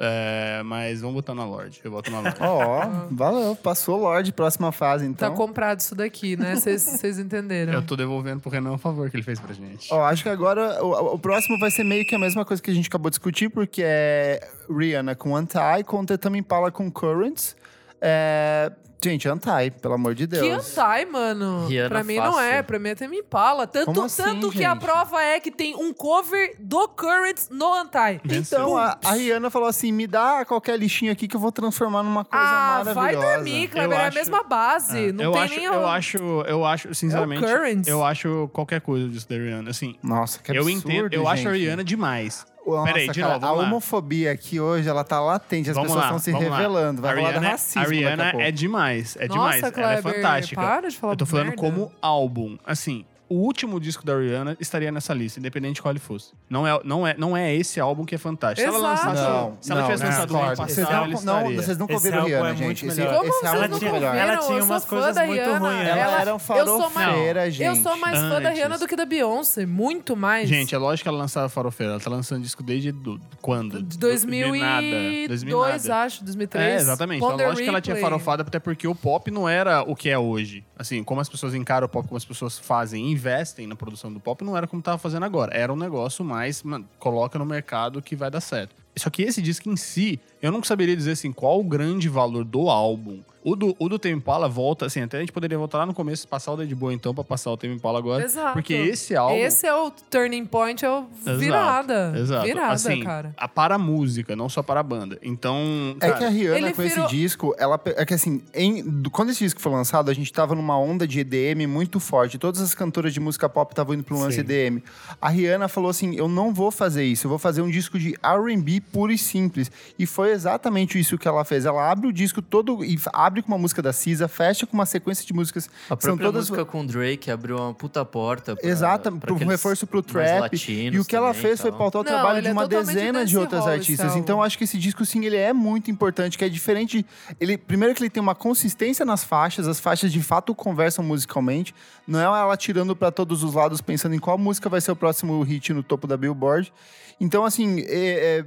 Speaker 5: É, mas vamos botar na Lorde. Eu boto na Lorde.
Speaker 1: *laughs* Ó, valeu. Passou Lorde, próxima fase,
Speaker 2: Tá
Speaker 1: então.
Speaker 2: comprado isso daqui,
Speaker 5: *laughs*
Speaker 2: né? Vocês- Vocês entenderam.
Speaker 5: eu tô devolvendo pro Renan o favor que ele fez pra gente.
Speaker 1: né? Ó, acho que agora o, o próximo vai ser meio que a mesma coisa que a gente acabou de discutir, porque é Rihanna com Anti, com Tetami Impala com Currents. É, Gente, Anti, pelo amor de
Speaker 2: Que
Speaker 1: Deus.
Speaker 2: antai, mano.
Speaker 3: Rihanna
Speaker 2: pra mim
Speaker 3: fácil.
Speaker 2: não é, pra mim até me empala. Tanto,
Speaker 1: Como assim,
Speaker 2: tanto que a
Speaker 1: gente?
Speaker 2: prova é que tem um cover do Current no antai.
Speaker 1: Então, a, a Rihanna falou assim: me dá qualquer lixinho aqui que eu vou transformar numa coisa
Speaker 2: Ah,
Speaker 1: maravilhosa.
Speaker 2: vai dormir, Kleber. É a
Speaker 5: acho-
Speaker 2: mesma base.
Speaker 5: É,
Speaker 2: Não
Speaker 5: eu
Speaker 2: tem
Speaker 5: acho,
Speaker 2: nem É
Speaker 5: eu acho, eu acho, sinceramente,
Speaker 2: Currents.
Speaker 5: eu acho qualquer coisa disso da Rihanna. Assim,
Speaker 1: Nossa, que
Speaker 5: eu
Speaker 1: absurdo,
Speaker 5: entendo, eu acho a
Speaker 1: gente.
Speaker 5: Rihanna demais.
Speaker 1: Nossa,
Speaker 5: Peraí, de
Speaker 1: cara,
Speaker 5: novo,
Speaker 1: a
Speaker 5: vamos lá.
Speaker 1: homofobia aqui hoje, ela tá latente, as
Speaker 5: vamos
Speaker 1: pessoas
Speaker 5: lá,
Speaker 1: estão se
Speaker 5: vamos lá.
Speaker 1: revelando. Vai
Speaker 5: a
Speaker 1: falar do
Speaker 5: Rihanna-
Speaker 1: racismo.
Speaker 5: A
Speaker 1: daqui a
Speaker 5: Rihanna
Speaker 1: pouco.
Speaker 5: é demais, é demais.
Speaker 2: Nossa,
Speaker 5: ela é
Speaker 2: Kleber,
Speaker 5: fantástica.
Speaker 2: para de falar
Speaker 5: Eu tô falando
Speaker 2: merda.
Speaker 5: como álbum. Assim, o último disco da Rihanna estaria nessa lista, independente de qual ele fosse. Não é, não é, não é esse álbum que é fantástico. Se ela,
Speaker 2: Exato.
Speaker 5: lançasse,
Speaker 1: Não,
Speaker 5: se ela
Speaker 1: não,
Speaker 5: tivesse
Speaker 4: não,
Speaker 5: lançado o ano
Speaker 4: concordo.
Speaker 1: Vocês
Speaker 5: passado,
Speaker 1: não,
Speaker 5: ela
Speaker 1: não,
Speaker 5: estaria.
Speaker 1: vocês nunca
Speaker 4: Esse
Speaker 1: ouviram
Speaker 4: álbum é
Speaker 1: Rihanna,
Speaker 4: muito
Speaker 1: gente.
Speaker 5: Ah,
Speaker 1: Esse,
Speaker 4: melhor.
Speaker 2: Como
Speaker 1: esse
Speaker 2: vocês
Speaker 1: álbum é
Speaker 4: Ela
Speaker 1: muito
Speaker 2: nunca
Speaker 4: tinha-
Speaker 1: melhor.
Speaker 2: ouviram?
Speaker 4: ela tinha
Speaker 2: eu
Speaker 4: umas
Speaker 2: sou fã
Speaker 4: coisas
Speaker 2: da
Speaker 4: muito
Speaker 2: Rihanna.
Speaker 4: ruins, né?
Speaker 1: Ela era um
Speaker 2: eu sou
Speaker 1: farofeira,
Speaker 2: mais- Eu sou
Speaker 1: gente.
Speaker 2: mais fã da
Speaker 5: Antes.
Speaker 2: Rihanna do que da Beyoncé, muito mais.
Speaker 5: Gente, é lógico que ela lançava Farofeira. Ela tá lançando disco desde do- quando?
Speaker 2: De
Speaker 5: De nada.
Speaker 2: 2002,
Speaker 5: 2000 e nada.
Speaker 2: acho, 2003.
Speaker 5: É, exatamente. Então,
Speaker 2: Ponder
Speaker 5: lógico que ela tinha
Speaker 2: Ripley.
Speaker 5: farofado, até porque o pop não era o que é hoje. Assim, como as pessoas encaram o pop, como as pessoas fazem e investem na produção do pop, não era como tava fazendo agora. Era um negócio mais, mano, coloca no mercado que vai dar certo. Só que esse disco em si, eu não saberia dizer assim qual o grande valor do álbum. O do, o do Tame Impala volta, assim, até a gente poderia voltar lá no começo, passar o Dead Boy então, pra passar o Tame Impala agora.
Speaker 2: Exato.
Speaker 5: Porque esse álbum...
Speaker 2: Esse é o turning point, é o
Speaker 5: Exato,
Speaker 2: virada.
Speaker 5: Exato.
Speaker 2: Virada,
Speaker 5: assim,
Speaker 2: cara.
Speaker 5: A para a música, não só para a banda. Então,
Speaker 1: É
Speaker 5: cara,
Speaker 1: que a Rihanna,
Speaker 2: ele
Speaker 1: com
Speaker 2: virou-
Speaker 1: esse disco, ela. pe- É que assim, em- do- quando esse disco foi lançado, a gente tava numa onda de EDM muito forte. Todas as cantoras de música pop estavam indo pra um lance
Speaker 4: Sim.
Speaker 1: EDM. A Rihanna falou assim: eu não vou fazer isso, eu vou fazer um disco de RB puro e simples. E foi foi exatamente isso que ela fez. Ela abre o disco todo e f- abre com uma música da Cisa, fecha com uma sequência de músicas. são
Speaker 3: A própria
Speaker 1: todas
Speaker 3: música com o Drake abriu uma puta porta. Pra,
Speaker 1: Exata,
Speaker 3: pra
Speaker 1: pro
Speaker 3: aqueles
Speaker 1: reforço pro
Speaker 3: mais
Speaker 1: trap.
Speaker 3: latinos
Speaker 1: E o que ela
Speaker 3: também
Speaker 1: fez foi
Speaker 3: tal.
Speaker 1: pautar o
Speaker 2: Não,
Speaker 1: trabalho
Speaker 2: ele
Speaker 1: de
Speaker 2: é
Speaker 1: uma
Speaker 2: totalmente
Speaker 1: dezena de outras
Speaker 2: dancehall,
Speaker 1: artistas.
Speaker 2: esse
Speaker 1: Então,
Speaker 2: álbum.
Speaker 1: acho que esse disco, sim, ele é muito importante, que é diferente. Ele, primeiro que ele tem uma consistência nas faixas, as faixas de fato conversam musicalmente. Não é ela tirando para todos os lados, pensando em qual música vai ser o próximo hit no topo da Billboard. Então, assim, é- é,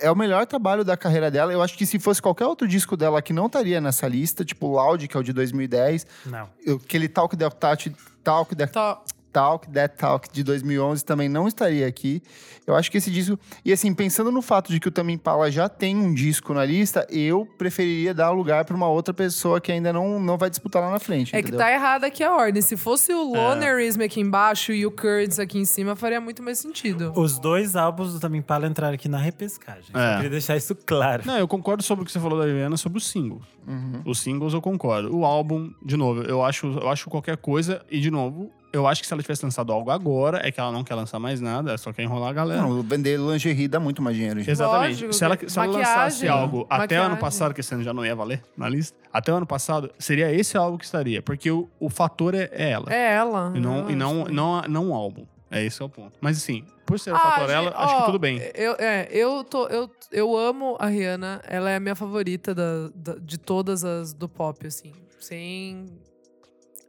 Speaker 1: é o melhor trabalho da carreira dela. Eu acho que se fosse qualquer outro disco dela que não estaria nessa lista, tipo Loud, que é o de 2010,
Speaker 4: Não.
Speaker 1: aquele Talk Del Touch, Talk Del
Speaker 2: Tá.
Speaker 1: Talk, That Talk de 2011 também não estaria aqui. Eu acho que esse disco. E assim, pensando no fato de que o Tame Impala já tem um disco na lista, eu preferiria dar lugar para uma outra pessoa que ainda não, não vai disputar lá na frente.
Speaker 2: É que
Speaker 1: entendeu?
Speaker 2: tá errada aqui a ordem. Se fosse o
Speaker 5: É.
Speaker 2: Lonerism aqui embaixo e o Kurds aqui em cima, faria muito mais sentido.
Speaker 4: Os dois álbuns do Tame Impala entraram aqui na repescagem. Só
Speaker 5: É.
Speaker 4: queria deixar isso claro.
Speaker 5: Não, eu concordo sobre o que você falou da Eliana, sobre os singles.
Speaker 1: Uhum.
Speaker 5: Os singles eu concordo. O álbum, de novo, eu acho, eu acho qualquer coisa. E, de novo, eu acho que se ela tivesse lançado algo agora, é que ela não quer lançar mais nada, ela só quer enrolar a
Speaker 2: né?
Speaker 5: galera.
Speaker 1: Não, vender lingerie dá muito mais dinheiro. gente.
Speaker 5: Exatamente.
Speaker 2: Lógico,
Speaker 5: se ela,
Speaker 2: que-
Speaker 5: se ela
Speaker 2: maquiagem,
Speaker 5: lançasse algo até o ano
Speaker 2: maquiagem.
Speaker 5: passado, que esse ano já não ia valer na lista, até o ano passado, seria esse álbum que estaria. Porque o, o fator é, é ela.
Speaker 2: É ela.
Speaker 5: E não, e não,
Speaker 2: acho.
Speaker 5: não, não o álbum. É esse é o ponto. Mas assim, por ser o
Speaker 2: Ah,
Speaker 5: fator
Speaker 2: gente,
Speaker 5: ela, acho que
Speaker 2: ó,
Speaker 5: tudo bem.
Speaker 2: Eu, é, eu, tô, eu, eu amo a Rihanna. Ela é a minha favorita da- da- de todas as do pop, assim. Sem...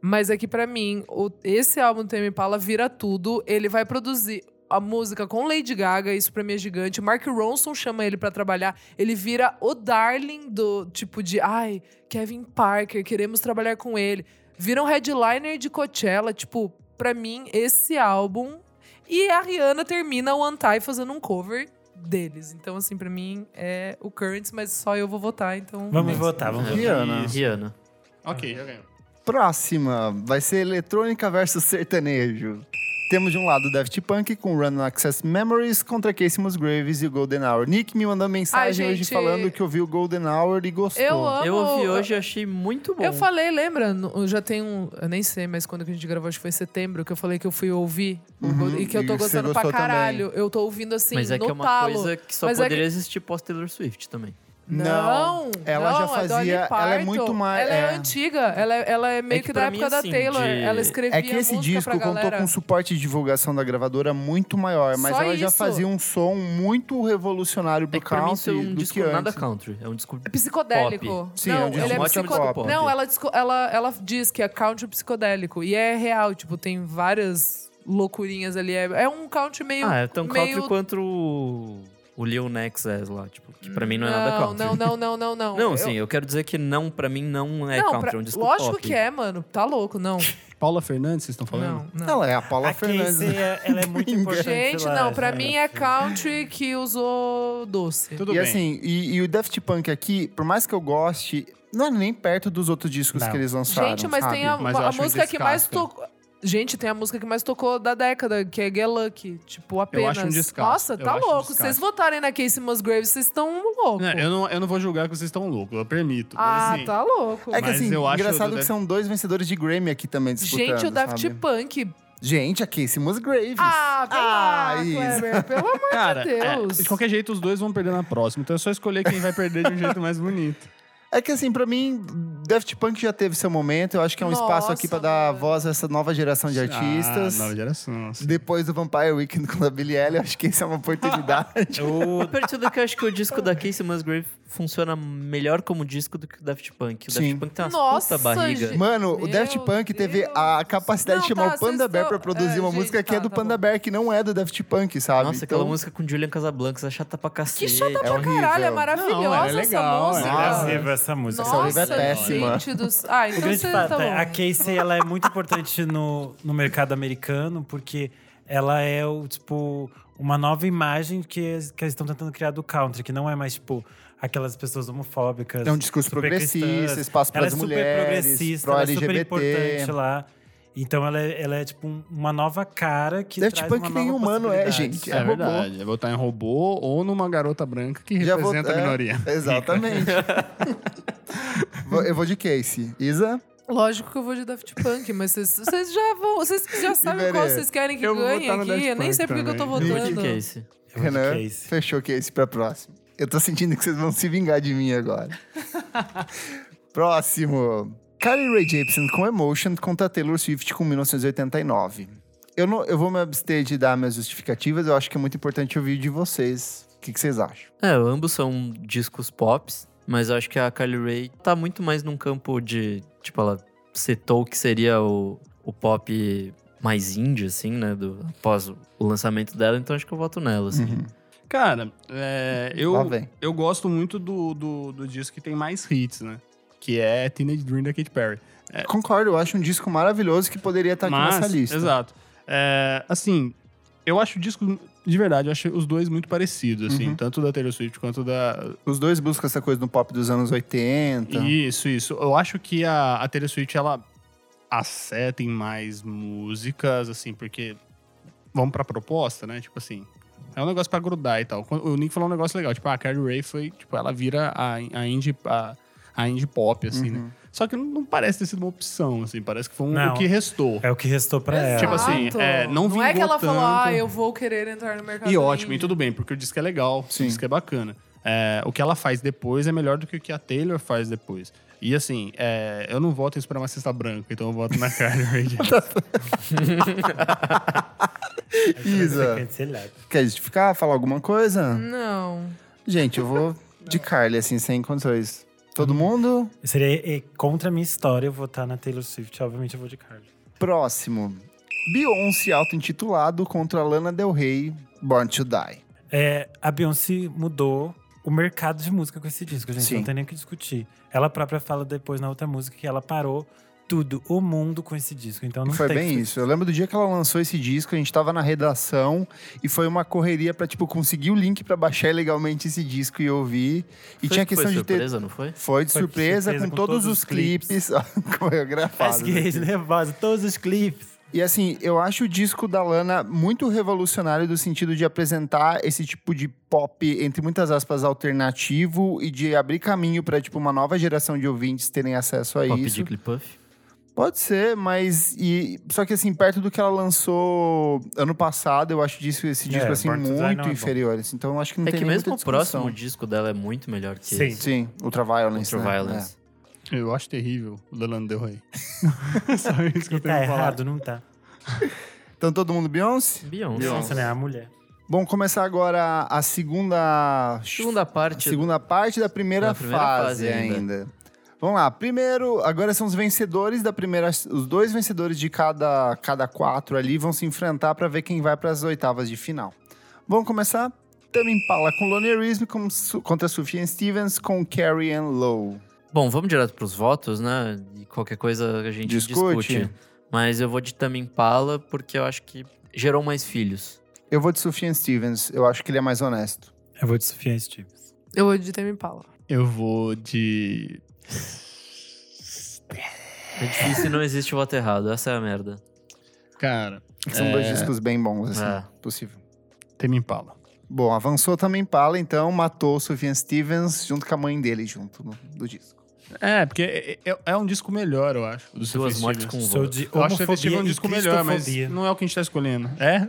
Speaker 2: Mas é que pra mim, o- esse álbum do Tame Impala vira tudo. Ele vai produzir a música com Lady Gaga, isso pra mim é gigante. Mark Ronson chama ele pra trabalhar. Ele vira o darling do tipo de... Ai, Kevin Parker, queremos trabalhar com ele. Vira um headliner de Coachella. Tipo, pra mim, esse álbum e a Rihanna termina o Antai fazendo um cover deles. Então, assim, pra mim é o Currents, mas só eu vou votar, então.
Speaker 4: Vamos
Speaker 2: é.
Speaker 1: Tá,
Speaker 4: votar, vamos votar.
Speaker 1: Rihanna.
Speaker 3: Rihanna.
Speaker 5: Ok, já ganhou.
Speaker 1: Próxima vai ser eletrônica versus sertanejo. Temos de um lado Daft Punk com Run Access Memories contra Casey Musgraves e Golden Hour. Nick me mandou mensagem
Speaker 2: Ai,
Speaker 1: hoje
Speaker 2: gente,
Speaker 1: falando que ouviu Golden Hour e gostou.
Speaker 2: Eu amo.
Speaker 3: Eu ouvi hoje e achei muito bom.
Speaker 2: Eu falei, lembra? No- Já tem um. Eu nem sei, mas quando que a gente gravou, acho que foi em setembro, que eu falei que eu fui ouvir. o
Speaker 1: Uhum,
Speaker 2: Gold- e que eu
Speaker 1: e
Speaker 2: tô
Speaker 1: você
Speaker 2: gostando pra
Speaker 1: gostou também.
Speaker 2: caralho. Eu tô ouvindo assim,
Speaker 3: Mas é
Speaker 2: no
Speaker 3: que é uma
Speaker 2: talo.
Speaker 3: coisa que só
Speaker 2: Mas é
Speaker 3: poderia existir pós Taylor Swift também.
Speaker 2: Não,
Speaker 1: ela
Speaker 2: não,
Speaker 1: já
Speaker 2: é Dolly
Speaker 1: fazia. ela é
Speaker 2: Parton.
Speaker 1: muito mais.
Speaker 2: Ela é, antiga, ela é, ela é meio
Speaker 3: É que
Speaker 2: que, da
Speaker 3: pra mim,
Speaker 2: época da
Speaker 3: assim,
Speaker 2: Taylor.
Speaker 3: de-
Speaker 2: Ela escrevia
Speaker 1: É que esse
Speaker 2: música
Speaker 1: disco
Speaker 2: pra
Speaker 1: contou
Speaker 2: galera.
Speaker 1: com um suporte de divulgação da gravadora muito maior, mas
Speaker 2: Só
Speaker 1: ela já
Speaker 2: isso.
Speaker 1: fazia um som muito revolucionário pro
Speaker 3: É que pra mim isso é
Speaker 1: country
Speaker 3: um
Speaker 1: do
Speaker 3: disco
Speaker 1: que antes.
Speaker 3: nada country. É um disco
Speaker 2: É psicodélico.
Speaker 1: Sim, é
Speaker 2: não,
Speaker 1: um disco
Speaker 2: ele é
Speaker 1: muito
Speaker 2: psicodélico.
Speaker 1: pop.
Speaker 2: Não, ela, disco- ela, ela diz que é country psicodélico. E é real, tipo, tem várias loucurinhas ali. É, é um country meio.
Speaker 3: Ah, é tão
Speaker 2: meio...
Speaker 3: country quanto o, o Lil Nex é lá, tipo, que pra mim não é nada
Speaker 2: não,
Speaker 3: country.
Speaker 2: não, não, não, não, não.
Speaker 3: Não,
Speaker 2: Eu-
Speaker 3: sim, eu quero dizer que não, pra mim não é
Speaker 2: não,
Speaker 3: country,
Speaker 2: pra-
Speaker 3: é um disco
Speaker 2: lógico
Speaker 3: pop.
Speaker 2: que é, mano. Tá louco, não.
Speaker 5: Paula Fernandes, vocês estão falando?
Speaker 2: não, não.
Speaker 1: Ela é a Paula
Speaker 4: A
Speaker 1: Fernandes.
Speaker 4: Casey, é- ela é muito importante.
Speaker 2: Gente,
Speaker 4: lá,
Speaker 2: não, pra
Speaker 4: né?
Speaker 2: mim é country que usou doce.
Speaker 5: Tudo
Speaker 1: e
Speaker 5: bem.
Speaker 1: assim, e, e o Daft Punk aqui, por mais que eu goste, não é nem perto dos outros discos
Speaker 4: Não.
Speaker 1: que eles lançaram.
Speaker 2: Gente, mas
Speaker 1: sabe?
Speaker 2: tem a,
Speaker 5: Mas eu
Speaker 2: a
Speaker 5: acho um
Speaker 2: música que mais
Speaker 5: descasque.
Speaker 2: tocou. Gente, tem a música que mais tocou da década, que é Get Lucky. Tipo,
Speaker 5: Eu
Speaker 2: apenas.
Speaker 5: acho um descasque.
Speaker 2: Nossa,
Speaker 5: Eu
Speaker 2: tá
Speaker 5: acho um
Speaker 2: louco.
Speaker 5: descasque.
Speaker 2: Vocês votarem na Casey Musgraves, vocês estão loucos.
Speaker 5: Não, eu, não, eu não vou julgar que vocês estão loucos, eu permito. mas,
Speaker 2: Ah,
Speaker 5: assim,
Speaker 2: tá louco.
Speaker 1: É que
Speaker 5: Mas
Speaker 1: assim,
Speaker 5: eu acho
Speaker 1: engraçado
Speaker 5: do
Speaker 1: que
Speaker 5: Daft-
Speaker 1: são dois vencedores de Grammy aqui também disputando,
Speaker 2: Gente, o Daft
Speaker 1: sabe?
Speaker 2: Punk.
Speaker 1: Gente, a Casey Musgraves.
Speaker 2: Ah, pelo
Speaker 1: Ah,
Speaker 2: ah,
Speaker 1: isso.
Speaker 2: Kleber, pelo amor
Speaker 5: Cara,
Speaker 2: de
Speaker 5: é,
Speaker 2: Deus.
Speaker 5: de qualquer jeito, os dois vão perder na próxima. Então é só escolher quem vai perder de um jeito mais bonito.
Speaker 1: É que assim, pra mim, Daft Punk já teve seu momento. Eu acho que é um espaço
Speaker 2: Nossa,
Speaker 1: aqui pra dar
Speaker 2: mano.
Speaker 1: voz a essa nova geração de *laughs* artistas.
Speaker 5: Ah, nova geração. assim.
Speaker 1: Depois do Vampire Weekend com a Billie Eilish, acho que essa é uma
Speaker 2: *laughs*
Speaker 1: oportunidade.
Speaker 3: A partir do que eu acho que o disco da Casey Musgrave funciona melhor como disco do que o Daft Punk. O
Speaker 1: Sim.
Speaker 3: Daft Punk tem umas
Speaker 2: Nossa,
Speaker 3: puta barriga.
Speaker 2: gente.
Speaker 1: Mano, o
Speaker 2: Meu
Speaker 1: Daft Punk teve
Speaker 2: Deus.
Speaker 1: a capacidade de
Speaker 2: Não,
Speaker 1: chamar
Speaker 2: tá,
Speaker 1: o Panda
Speaker 2: vocês
Speaker 1: Bear
Speaker 2: tão-
Speaker 1: pra produzir
Speaker 2: é,
Speaker 1: uma
Speaker 2: gente,
Speaker 1: música que é
Speaker 2: tá,
Speaker 1: do
Speaker 2: tá
Speaker 1: Panda
Speaker 2: bom.
Speaker 1: Bear, que não é do Daft Punk, sabe? Então,
Speaker 3: Nossa, aquela música com Julian Casablancas é chata pra cacete.
Speaker 2: Que chata
Speaker 1: É
Speaker 2: pra
Speaker 1: horrível.
Speaker 2: caralho, é
Speaker 5: Não, ela
Speaker 2: maravilhosa
Speaker 5: é
Speaker 2: essa
Speaker 5: legal,
Speaker 2: música.
Speaker 1: ela é
Speaker 4: Essa Riva, essa música.
Speaker 1: Essa
Speaker 2: Nossa,
Speaker 1: Riva é péssima.
Speaker 2: gente do... c- Ah,
Speaker 4: O
Speaker 2: então
Speaker 4: grande
Speaker 2: você tá
Speaker 4: fato é, a
Speaker 2: bom.
Speaker 4: Casey ela é muito importante no, no mercado americano, porque ela é o tipo uma nova imagem que, es- que eles estão tentando criar do country, que não é mais tipo aquelas pessoas homofóbicas.
Speaker 1: É um discurso
Speaker 4: super
Speaker 1: progressista,
Speaker 4: cristãs.
Speaker 1: espaço
Speaker 4: ela
Speaker 1: pras
Speaker 4: é
Speaker 1: mulheres,
Speaker 4: super progressista,
Speaker 1: pro
Speaker 4: ela é super
Speaker 1: LGBT.
Speaker 4: importante lá. Então ela é, ela é tipo um- uma nova cara que
Speaker 1: Daft
Speaker 4: traz
Speaker 1: Punk
Speaker 4: uma
Speaker 1: nem
Speaker 4: nova
Speaker 1: humano é,
Speaker 4: possibilidade.
Speaker 1: gente.
Speaker 5: É, verdade. É votar em robô ou numa garota branca que
Speaker 1: Já vou- é,
Speaker 5: representa
Speaker 1: *laughs*
Speaker 5: a minoria. *laughs*
Speaker 1: Exatamente. Vou- eu vou de Casey. Isa?
Speaker 2: Lógico que eu vou de Daft Punk, mas vocês- vocês já vão. Vocês já sabem qual
Speaker 1: Iberê,
Speaker 2: vocês querem que
Speaker 5: eu vou
Speaker 2: ganhe
Speaker 5: votar no
Speaker 2: aqui.
Speaker 5: Daft
Speaker 2: Eu nem sei
Speaker 5: Punk
Speaker 3: é
Speaker 2: porque que eu tô
Speaker 5: também.
Speaker 3: Eu vou de
Speaker 2: votando.
Speaker 1: né?
Speaker 5: é
Speaker 3: Casey.
Speaker 4: Eu vou de
Speaker 1: Renan,
Speaker 4: Casey.
Speaker 1: fechou Casey é pra próxima. Eu tô sentindo que vocês vão se vingar de mim agora.
Speaker 5: *laughs*
Speaker 1: Próximo. Carly Rae Jepsen com Emotion contra Taylor Swift com 1989. Eu, não, eu vou me abster de dar minhas justificativas, eu acho que é muito importante ouvir de vocês. O que, que vocês acham?
Speaker 3: É, ambos são discos pops, mas eu acho que a Carly Rae tá muito mais num campo de. Tipo, ela setou o que seria o, o pop mais indie, assim, né? Do, após o o lançamento dela, então acho que eu voto nela, assim.
Speaker 1: Uhum.
Speaker 5: Cara, é, eu,
Speaker 1: Lá vem.
Speaker 5: eu gosto muito do, do, do disco que tem mais hits, né? Que é Teenage Dream da Katy Perry.
Speaker 1: Concordo, eu acho um disco maravilhoso que poderia estar aqui
Speaker 5: É. Mas,
Speaker 1: nessa lista.
Speaker 5: Exato. É, assim, eu acho o disco, de verdade, eu acho os dois muito parecidos, assim.
Speaker 1: Uhum.
Speaker 5: Tanto da Taylor Swift quanto da...
Speaker 1: Os dois buscam essa coisa do pop dos anos 80.
Speaker 5: Isso, isso. Eu acho que a, a Taylor Swift, ela acerta em mais músicas, assim, porque... Vamos pra proposta, né? Tipo assim... É um negócio pra grudar e tal. Quando- O Nick falou um negócio legal. Tipo, a Carrie Ray foi... Tipo, ela vira a, a indie... A, a indie pop, assim, né? Só que não, não parece ter sido uma opção, assim. Parece que foi um,
Speaker 4: Não.
Speaker 5: o que restou.
Speaker 4: É o que restou pra ela.
Speaker 5: Tipo assim,
Speaker 2: Exato.
Speaker 5: é, não
Speaker 2: Não é que
Speaker 5: vingou
Speaker 2: ela falou,
Speaker 5: tanto.
Speaker 2: ah, eu vou querer entrar no mercado.
Speaker 5: E ótimo, e
Speaker 2: indie."
Speaker 5: tudo bem, porque o disco é legal,
Speaker 1: Sim.
Speaker 5: o disco é bacana. É, o que ela faz depois é melhor do que o que a Taylor faz depois. E assim, é, eu não voto em esperar uma cesta branca, então eu voto na *laughs* Carly Rae Jepsen.
Speaker 1: Isa,
Speaker 4: Cancelado.
Speaker 1: quer justificar, falar alguma coisa?
Speaker 2: Não.
Speaker 1: Gente, eu vou de Carly, assim, sem condições. Todo mundo?
Speaker 4: Eu Seria e, contra a minha história eu votar na Taylor Swift. Obviamente eu vou de Carly.
Speaker 1: Próximo. Beyoncé auto-intitulado contra Lana Del Rey, Born to Die.
Speaker 4: É, a Beyoncé mudou o mercado de música com esse disco, gente.
Speaker 1: Sim.
Speaker 4: Não tem nem o que discutir. Ela própria fala depois na outra música que ela parou tudo, o mundo com esse disco. Então não
Speaker 1: Foi
Speaker 4: tem
Speaker 1: bem
Speaker 4: que-
Speaker 1: isso. Eu lembro do dia que ela lançou esse disco, a gente tava na redação e foi uma correria pra, tipo, conseguir o link pra baixar ilegalmente esse disco e ouvir. E
Speaker 3: Foi-
Speaker 1: tinha a questão
Speaker 3: foi
Speaker 1: de ter.
Speaker 3: surpresa, não foi?
Speaker 1: Foi de
Speaker 4: Foi de
Speaker 1: surpresa, com, todos, os clipes *laughs*
Speaker 5: é
Speaker 1: né? coreografados.
Speaker 5: né,
Speaker 4: Rasguei,
Speaker 1: aqui.
Speaker 4: nervosa, todos os clipes.
Speaker 1: E assim, eu acho o disco da Lana muito revolucionário do sentido de apresentar esse tipo de pop, entre muitas aspas, alternativo e de abrir caminho pra tipo, uma nova geração de ouvintes terem acesso a
Speaker 3: Pop
Speaker 1: isso.
Speaker 3: de Clipuff.
Speaker 1: Pode ser, mas. E, só que assim, perto do que ela lançou ano passado, eu acho disso, esse disco
Speaker 4: É,
Speaker 1: assim,
Speaker 4: Born to Die não é
Speaker 1: muito
Speaker 4: bom.
Speaker 1: inferior. assim, então eu acho que não
Speaker 3: É
Speaker 1: tem
Speaker 3: que
Speaker 1: nem
Speaker 3: mesmo o
Speaker 1: muita discussão.
Speaker 3: próximo disco dela é muito melhor que
Speaker 4: Sim.
Speaker 3: esse.
Speaker 1: Sim, Ultraviolence.
Speaker 3: Ultra
Speaker 1: né? É.
Speaker 3: Violence.
Speaker 5: Eu acho terrível o da Lana Del Rey. Só *laughs* isso que eu tenho
Speaker 4: Tá
Speaker 5: pra falar.
Speaker 4: errado, não tá.
Speaker 1: Então todo mundo Beyoncé?
Speaker 3: Beyoncé.
Speaker 1: Beyoncé.
Speaker 4: Nossa, né? A mulher.
Speaker 1: Bom, começar agora a segunda.
Speaker 3: Segunda
Speaker 1: a
Speaker 3: parte.
Speaker 1: segunda parte da primeira,
Speaker 3: Da primeira
Speaker 1: fase,
Speaker 3: fase
Speaker 1: ainda.
Speaker 3: ainda.
Speaker 1: Vamos lá, primeiro, agora são os vencedores da primeira. Os dois vencedores de cada, cada quatro ali vão se enfrentar para ver quem vai para as oitavas de final. Vamos começar? Tame Impala com Lonely Rism com Su- contra Sufjan Stevens com Carrie Ann Lowe.
Speaker 3: Bom, vamos direto pros votos, né? E qualquer coisa a gente
Speaker 1: Discute.
Speaker 3: discute. Mas eu vou de Tame Impala porque eu acho que gerou mais filhos.
Speaker 1: Eu vou de Sufjan Stevens, eu acho que ele é mais honesto.
Speaker 4: Eu vou de Sofia Stevens.
Speaker 2: Eu vou de Tame Impala.
Speaker 5: Eu vou de.
Speaker 3: É difícil e não existe voto errado. Essa é a merda.
Speaker 5: Cara,
Speaker 1: São
Speaker 5: É.
Speaker 1: dois discos bem bons, assim,
Speaker 3: É.
Speaker 1: possível.
Speaker 5: Tame Impala.
Speaker 1: Bom, avançou também Impala, então matou Sufjan Stevens junto com a mãe dele, junto no- do disco.
Speaker 5: É, porque é, é- é um disco melhor, eu acho. Do
Speaker 3: Duas
Speaker 5: Sufjan
Speaker 3: mortes
Speaker 5: Stevens.
Speaker 3: com um
Speaker 4: Sou
Speaker 3: voto.
Speaker 4: de
Speaker 5: Eu acho que o Sufjan
Speaker 4: homofobia
Speaker 5: é um
Speaker 4: e
Speaker 5: disco melhor, mas
Speaker 4: cristofobia.
Speaker 5: não é o que a gente tá escolhendo. É?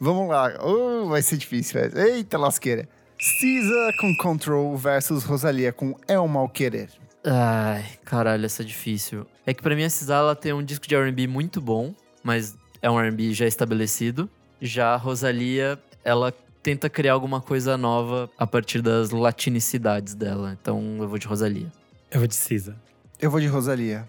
Speaker 1: Vamos lá. Oh, vai ser difícil, velho. Eita lasqueira. Cisa com Control versus Rosalia com É o Mal Querer.
Speaker 3: Ai, caralho, essa é difícil. É que pra mim a Cisá, ela tem um disco de R&B muito bom, mas é um R&B já estabelecido. Já a Rosalia, ela tenta criar alguma coisa nova a partir das latinicidades dela. Então eu vou de Rosalia.
Speaker 4: Eu vou de Cisa.
Speaker 1: Eu vou de Rosalia.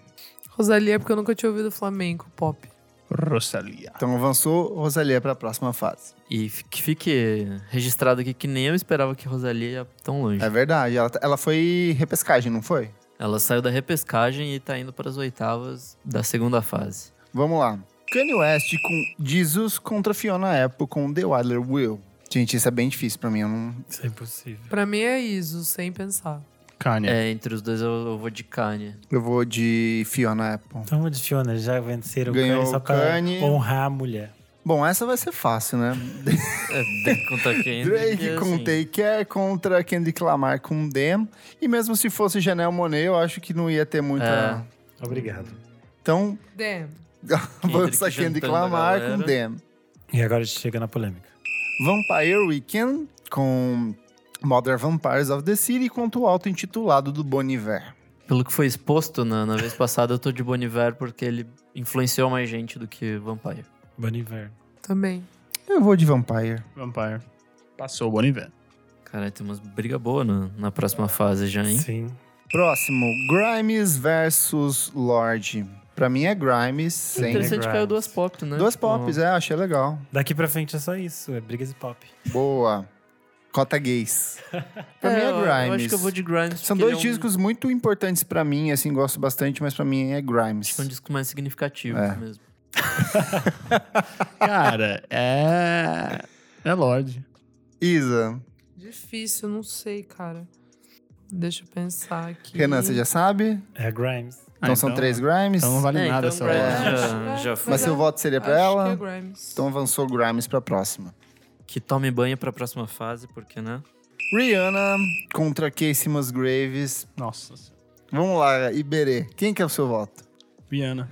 Speaker 2: Rosalia, é porque eu nunca tinha ouvido flamenco pop.
Speaker 5: Rosalia.
Speaker 1: Então avançou Rosalia para a próxima fase.
Speaker 3: E f- que fique registrado aqui que nem eu esperava que Rosalia ia tão longe.
Speaker 1: É verdade. Ela, ela foi repescagem, não foi?
Speaker 3: Ela saiu da repescagem e tá indo pras oitavas da segunda fase.
Speaker 1: Vamos lá. Kanye West com Jesus contra Fiona Apple com The Wilder Will. Gente, isso é bem difícil pra mim. Eu não...
Speaker 4: Isso é impossível.
Speaker 2: Pra mim é ISO, sem pensar.
Speaker 5: Kanye.
Speaker 3: É, entre os dois eu, eu vou de Kanye.
Speaker 1: Eu vou de Fiona Apple.
Speaker 4: Então, de Fiona, já venceram
Speaker 1: Ganhou
Speaker 4: o Kanye só
Speaker 1: o
Speaker 4: pra
Speaker 1: Kanye.
Speaker 4: honrar a mulher.
Speaker 1: Bom, essa vai ser fácil, né?
Speaker 3: É, assim, Drake
Speaker 1: *laughs*
Speaker 3: contra quem?
Speaker 1: Drake com Take Care é contra Kendrick Lamar com Dem. E mesmo se fosse Janelle Monet, eu acho que não ia ter
Speaker 3: É.
Speaker 1: muita.
Speaker 4: Obrigado.
Speaker 1: Então,
Speaker 2: Damn.
Speaker 1: avança
Speaker 3: Kendrick
Speaker 1: Kendrick
Speaker 3: jantando
Speaker 1: Lamar
Speaker 3: a galera.
Speaker 1: com Dem.
Speaker 4: E agora a gente chega na polêmica.
Speaker 1: Vampire Weekend com Mother Vampires of the City, quanto o alto intitulado do Bon Iver.
Speaker 3: Pelo que foi exposto na, na vez passada, eu tô de Boniver porque ele influenciou mais gente do que Vampire.
Speaker 4: Boniver.
Speaker 2: Também.
Speaker 1: Eu vou de Vampire.
Speaker 5: Vampire. Passou o Bon Iver.
Speaker 3: Caralho, tem umas briga boa na, na próxima fase já, hein?
Speaker 4: Sim.
Speaker 1: Próximo, Grimes versus Lorde. Pra mim é Grimes,
Speaker 3: É
Speaker 1: sem...
Speaker 3: Interessante que caiu
Speaker 4: Grimes.
Speaker 3: duas pop, né?
Speaker 1: Duas pops, é, achei legal.
Speaker 4: Daqui pra frente é só isso. É brigas e pop.
Speaker 1: Boa. Cota
Speaker 3: *laughs*
Speaker 1: gays. Pra mim é
Speaker 3: eu-
Speaker 1: Grimes.
Speaker 3: Eu acho que eu vou de Grimes.
Speaker 1: São
Speaker 3: porque
Speaker 1: dois
Speaker 3: ele é um-
Speaker 1: discos muito importantes pra mim, assim, gosto bastante, mas pra mim é Grimes.
Speaker 3: São discos um mais significativos
Speaker 1: É.
Speaker 3: mesmo.
Speaker 5: Cara, é. É Lorde.
Speaker 1: Isa,
Speaker 2: Difícil, não sei, cara. Deixa eu pensar aqui.
Speaker 1: Renan, você já sabe?
Speaker 4: É a Grimes.
Speaker 1: Então
Speaker 5: Ah,
Speaker 1: são três Grimes.
Speaker 5: Então não vale
Speaker 3: É,
Speaker 5: nada
Speaker 3: então
Speaker 5: essa
Speaker 3: Grimes
Speaker 5: Lorde.
Speaker 3: já, já foi.
Speaker 1: Mas seu voto seria pra
Speaker 2: é- Acho
Speaker 1: ela?
Speaker 2: que é Grimes.
Speaker 1: Então avançou Grimes pra próxima.
Speaker 3: Que tome banho pra próxima fase, porque, né?
Speaker 1: Rihanna contra Casey Musgraves.
Speaker 5: Nossa senhora.
Speaker 1: Vamos lá, Iberê. Quem que é o seu voto?
Speaker 5: Viana.